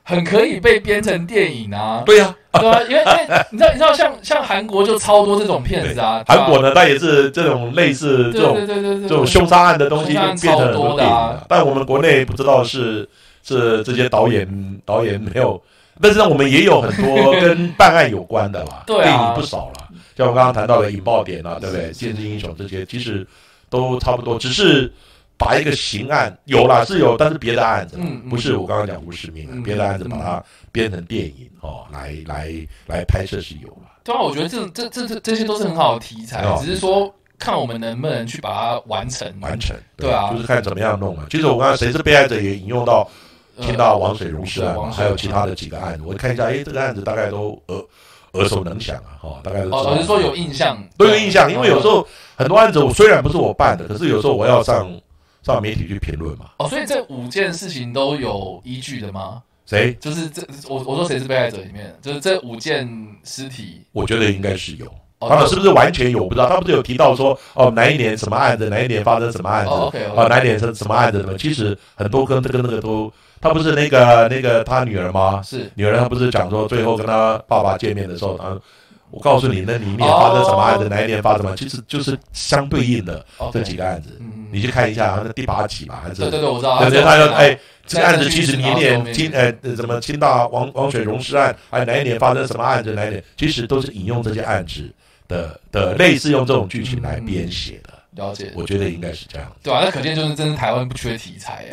S1: 很可以被编成电影啊，
S2: 对呀、
S1: 对啊，因为因为你知道你知道像像韩国就超多这种片子啊，对吧
S2: 韩国呢，它也是这种类似
S1: 对
S2: 这种
S1: 对对对对
S2: 这种凶杀案的东西就变
S1: 凶
S2: 成很
S1: 杀案超多
S2: 多
S1: 的
S2: 电影
S1: 啊
S2: 了。但我们国内不知道是是这些导演导演没有，但是呢，我们也有很 多跟办案有关的啦，
S1: 对啊
S2: 电影不少了。像我刚刚谈到的《引爆点》啊，对不对？《剑之英雄》这些其实都差不多，只是把一个刑案有啦是有，但是别的案子啦
S1: 嗯嗯
S2: 不是我刚刚讲吴世民
S1: 嗯
S2: 啊，别的案子把它编成电影哦，来来来拍摄是有了。
S1: 对啊，我觉得这这这这这些都是很好的题材
S2: 很，好
S1: 只是说看我们能不能去把它完成。
S2: 哦完成，
S1: 对啊
S2: 就是看怎么样弄嘛。其实我刚才谁是被害者也引用到
S1: 呃
S2: 听到王水荣事案
S1: 对
S2: 嘛，
S1: 呃王水
S2: 还有其他的几个案子，我看一下，哎，这个案子大概都耳耳熟能详啊，哈、大概都知道
S1: 哦，老师说有印象，
S2: 都有印象，因为有时候很多案子我虽然不是我办的，可是有时候我要上上媒体去评论嘛。
S1: 哦，所以这五件事情都有依据的吗？
S2: 谁？
S1: 就是这我我说谁是被害者里面，就是这五件尸体，
S2: 我觉得应该是有。
S1: 哦，
S2: 当然是不是完全有我不知道，他不是有提到说哦哪一年什么案子，哪一年发生什么案子，
S1: 哦，OK，
S2: 啊，哪一年是什么案子什么，其实很多跟这个那个都，他不是那个那个他女儿吗？
S1: 是
S2: 女儿她不是讲说，最后跟她爸爸见面的时候，然后我告诉你，那里面发生什么案子，
S1: 哦
S2: 哪一年发生什么，其实就是相对应的这
S1: OK，
S2: 几个案子，
S1: 哦嗯，
S2: 你去看一下，好像第八起吧，还是
S1: 对对对，我知道，
S2: 对对，他
S1: 说
S2: 说哎，这个案子
S1: 在
S2: 其实
S1: 在
S2: 年
S1: 去
S2: 年清呃呃什么清大王王水溶尸案，哎哪一年发生什么案子，哪一年，其实都是引用这些案子的的类似用这种剧情来编写的，
S1: 了解，
S2: 我觉得应该 是这样，呃
S1: 对啊吧、那可见就是真的台湾不缺题材，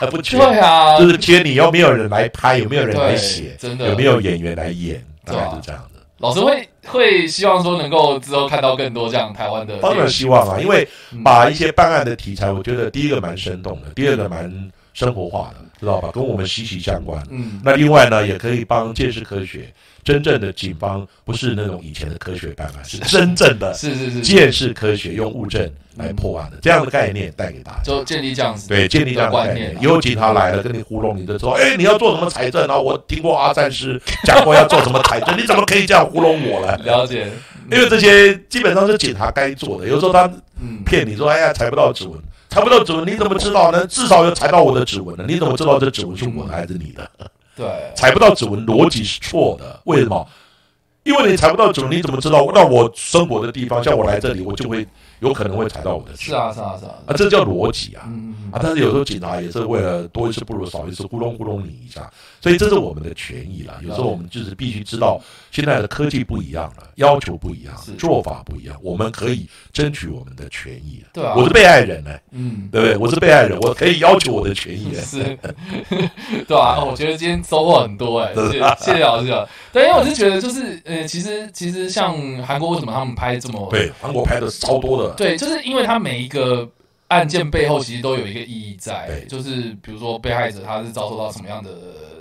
S1: 哎
S2: 不缺
S1: 对啊，
S2: 就是缺你有没有人来拍，有没有人来
S1: 对
S2: 写，
S1: 真的
S2: 有没有演员来演，大
S1: 对啊
S2: 概是这样子。
S1: 老师会会希望说能够之后看到更多这样台湾的电
S2: 当
S1: 影，
S2: 然希望啊，因为
S1: 嗯
S2: 把一些办案的题材，我觉得第一个蛮生动的，第二个蛮生活化的，知道吧？跟我们息息相关。
S1: 嗯，
S2: 那另外呢，也可以帮建设科学，真正的警方不是那种以前的科学办案，是真正的
S1: 是是是，
S2: 建设科学，用物证来破案的这样的概念带给大家。
S1: 就建立这样子，
S2: 对，建立这样的概
S1: 观念
S2: 念
S1: 啊。
S2: 以后警察来了，跟你糊弄你就说：“哎，你要做什么财政啊？我听过阿善师讲过要做什么财政，你怎么可以这样糊弄我呢？”
S1: 了解，
S2: 因为这些基本上是警察该做的，有时候他
S1: 嗯，
S2: 骗你说哎呀踩不到指纹，踩不到指纹你怎么知道呢？至少要踩到我的指纹了，你怎么知道这指纹是我的还是你的？
S1: 对，
S2: 踩不到指纹逻辑是错的，为什么？因为你踩不到指纹，你怎么知道？那我生活的地方，像我来这里，我就会有可能会踩到我的指
S1: 是
S2: 纹
S1: 啊，是啊，是啊，
S2: 啊，这叫逻辑啊。
S1: 嗯，嗯
S2: 啊，但是有时候警察也是为了多一事不如少一事，糊弄糊弄你一下，所以这是我们的权益
S1: 啊
S2: 啦。有时候我们就是必须知道，现在的科技不一样了，要求不一样
S1: 是，
S2: 做法不一样，我们可以争取我们的权益。
S1: 对啊
S2: 我是被害人呢、
S1: 嗯，
S2: 对不对？我是被害人，我可以要求我的权益、
S1: 是， 对啊，哦我觉得今天收获很多哎、谢谢谢谢老师啊。对，因为我是觉得就是呃，其实其实像韩国为什么他们拍这么
S2: 对，韩国拍的超多的，
S1: 对，就是因为它每一个案件背后其实都有一个意义在
S2: 对，
S1: 就是比如说被害者他是遭受到什么样的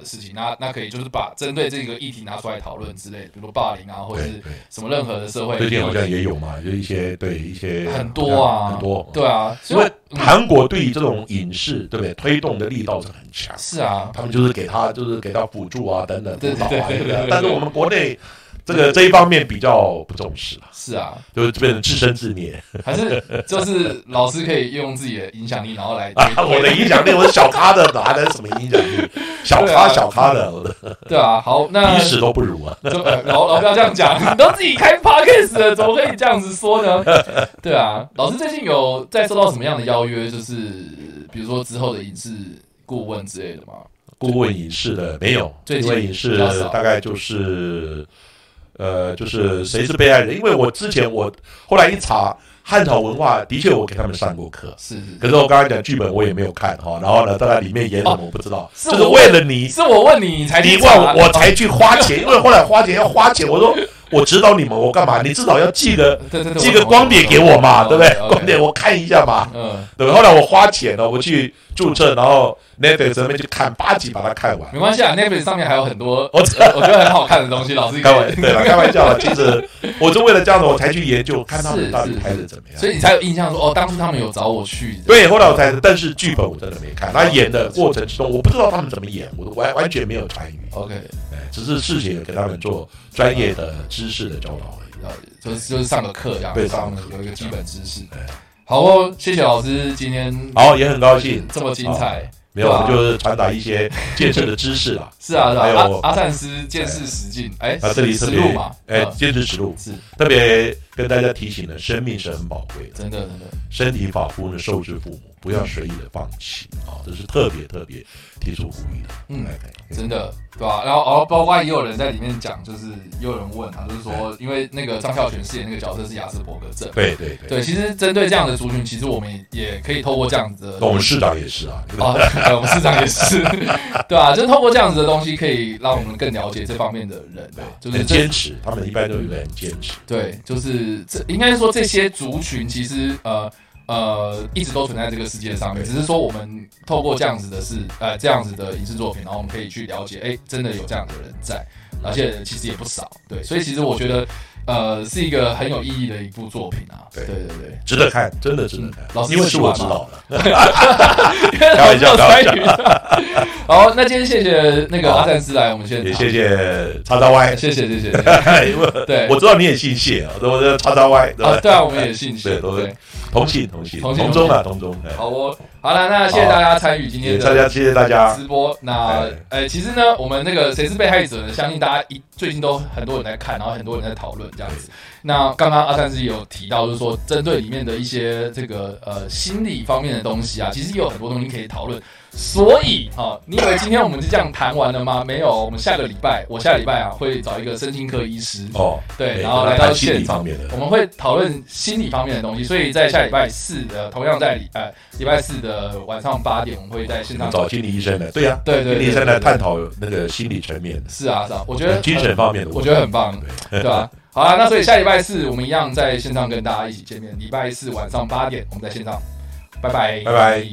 S1: 事情，那那可以就是把针对这个议题拿出来讨论之类，比如说霸凌啊，或者
S2: 对
S1: 是
S2: 对。
S1: 什么任何的社会
S2: 最近好像也有嘛，就一些对一些
S1: 很多啊，
S2: 很多。
S1: 对啊，
S2: 因
S1: 所以
S2: 为韩国对于这种影视对不对推动的力道是很强
S1: 我，是啊，
S2: 他们就是给他就是给他补助啊等等
S1: 对
S2: 辅导啊
S1: 对对对
S2: 这个
S1: 对
S2: 但是我们国内这个这一方面比较不重视了，
S1: 是啊，
S2: 就是变成自生自灭
S1: 还是就是老师可以用自己的影响力，然后来
S2: 啊！我的影响力，我是小咖的，哪来什么影响力？小 咖
S1: 对啊
S2: 小咖的，我的
S1: 对啊，好，那
S2: 鼻屎都不如啊！
S1: 就呃老老不要这样讲，你都自己开 podcast 了，怎么可以这样子说呢？ 对啊，老师最近有在收到什么样的邀约？就是比如说之后的影视顾问之类的吗？
S2: 顾问影视的没有，
S1: 最近
S2: 因为影视
S1: 比较少
S2: 大概就是，呃，就是谁是被害人？因为我之前我后来一查汉朝文化，的确我给他们上过课，
S1: 是是
S2: 可是我刚才讲剧本我也没有看哈，然后呢，大概里面演什么我不知道，
S1: 哦是
S2: 就是
S1: 我
S2: 为了你，
S1: 是我问你，你才
S2: 你
S1: 去
S2: 问
S1: 查
S2: 我我才去花钱，因为后来花钱要花钱，我说我指导你们，我干嘛？你至少要寄个
S1: 哦对对对，
S2: 寄个光碟给我嘛，对不对？光碟
S1: 我懂
S2: 我看一下嘛，
S1: 懂懂懂，嗯，
S2: 对不对？后来我花钱了，我去注册，然后 Netflix 那边去看八集，把它看完。
S1: 没关系啊，Netflix 上面还有很多
S2: 我
S1: 我觉得很好看的东西，老师
S2: 开
S1: 可
S2: 玩
S1: 以。
S2: 对了，开玩笑了。其实我是为了这样子，我才去研究，看他们到底
S1: 是
S2: 拍的怎么样。
S1: 所以你才有印象说哦，当初他们有找我去，
S2: 对，后来我才，但是剧本我真的没看。他演的过程之中，我不知道他们怎么演，我完完全没有参与，
S1: ，OK，
S2: 哎只是事前有给他们做专业的知识的教导而已。
S1: 了解就是就是上个课这样，
S2: 对
S1: 让我
S2: 上个
S1: 们
S2: 课
S1: 有一个基本知识
S2: 对。
S1: 好哦，谢谢老师今天
S2: 好，也很高兴，
S1: 嗯这么精彩。
S2: 没有，
S1: 对
S2: 我
S1: 啊
S2: 们就是传达一些建设的知识啦。
S1: 是啊，是
S2: 还
S1: 啊
S2: 有，
S1: 阿阿善斯见识实境，哎，
S2: 啊，这里
S1: 实
S2: 特
S1: 实
S2: 别
S1: 录嘛，
S2: 哎，
S1: 嗯
S2: 坚持实录，
S1: 是
S2: 特别跟大家提醒呢，生命是很宝贵的。
S1: 真的真的，
S2: 身体发肤呢，受之父母，不要随意的放弃啊、这是特别特别提出呼吁的。
S1: 嗯
S2: 哎，
S1: 真的，对吧、然后，然后包括也有人在里面讲，就是也有人问他，就是
S2: 哎
S1: 说，因为那个张孝全饰演那个角色是亚斯伯格症，
S2: 对对对，
S1: 对，其实针对这样的族群，其实我们也可以透过这样子的
S2: 那我们市长也是啊，
S1: 啊，对我们市长也是， 对啊，就是透过这样子的东西，可以让我们更了解这方面的人啊，就
S2: 对，哎
S1: 是
S2: 很
S1: 这嗯
S2: 坚持，他们一般都有人坚持。
S1: 对，就是这应该说这些族群其实呃呃一直都存在这个世界上面，只是说我们透过这样子的事呃这样子的影视作品，然后我们可以去了解，哎、真的有这样的人在，而且其实也不少，对，所以其实我觉得呃是一个很有意义的一部作品啊，对
S2: 对
S1: 对对，
S2: 值得看，真的值得
S1: 嗯老
S2: 看，
S1: 师
S2: 因为
S1: 喜
S2: 是
S1: 欢
S2: 我
S1: 吗
S2: 指导的。
S1: 开
S2: 玩 笑开玩笑。啊
S1: 好，那今天谢谢那个阿赞斯来我们现
S2: 也
S1: 场，
S2: 谢谢叉叉 Y，
S1: 谢谢谢谢谢谢
S2: 因为
S1: 对
S2: 我知道你也姓谢啊，我这叉叉 Y，对
S1: 啊，
S2: 吧？
S1: 对啊，我们也信谢，
S2: 对都是
S1: 对，
S2: 同姓同姓，
S1: 同姓
S2: 同宗啊，同宗。哎
S1: 好哦，好了，那谢谢大家参与今天
S2: 也
S1: 的
S2: 大家谢谢大家
S1: 直，播。那
S2: 哎
S1: 呃，其实呢，我们那个谁是被害者呢？相信大家一最近都很多人在看，然后很多人在讨论这样子。那刚刚阿善师有提到，就是说针对里面的一些这个呃心理方面的东西啊，其实也有很多东西可以讨论。所以啊、你以为今天我们是这样谈完了吗？没有，我们下个礼拜，我下礼拜啊会找一个身心科医师，
S2: 哦，
S1: 对
S2: 哎
S1: 然后
S2: 跟
S1: 来
S2: 他
S1: 到
S2: 谈心
S1: 现
S2: 理
S1: 场
S2: 方面的
S1: 我们会讨论心理方面的东西。所以在下礼拜四的，同样在礼呃礼拜四的晚上八点，我们会在现场
S2: 找心理医生的，对呀，
S1: 对对
S2: 心
S1: 对
S2: 理医生
S1: 对
S2: 来
S1: 对
S2: 探讨那个心理层面的。
S1: 是啊，是啊，我觉得
S2: 精神方面的问题
S1: 我觉得很棒，对吧、好啊，那所以下礼拜四我们一样在线上跟大家一起见面，礼拜四晚上八点我们在线上，拜拜，
S2: 拜拜。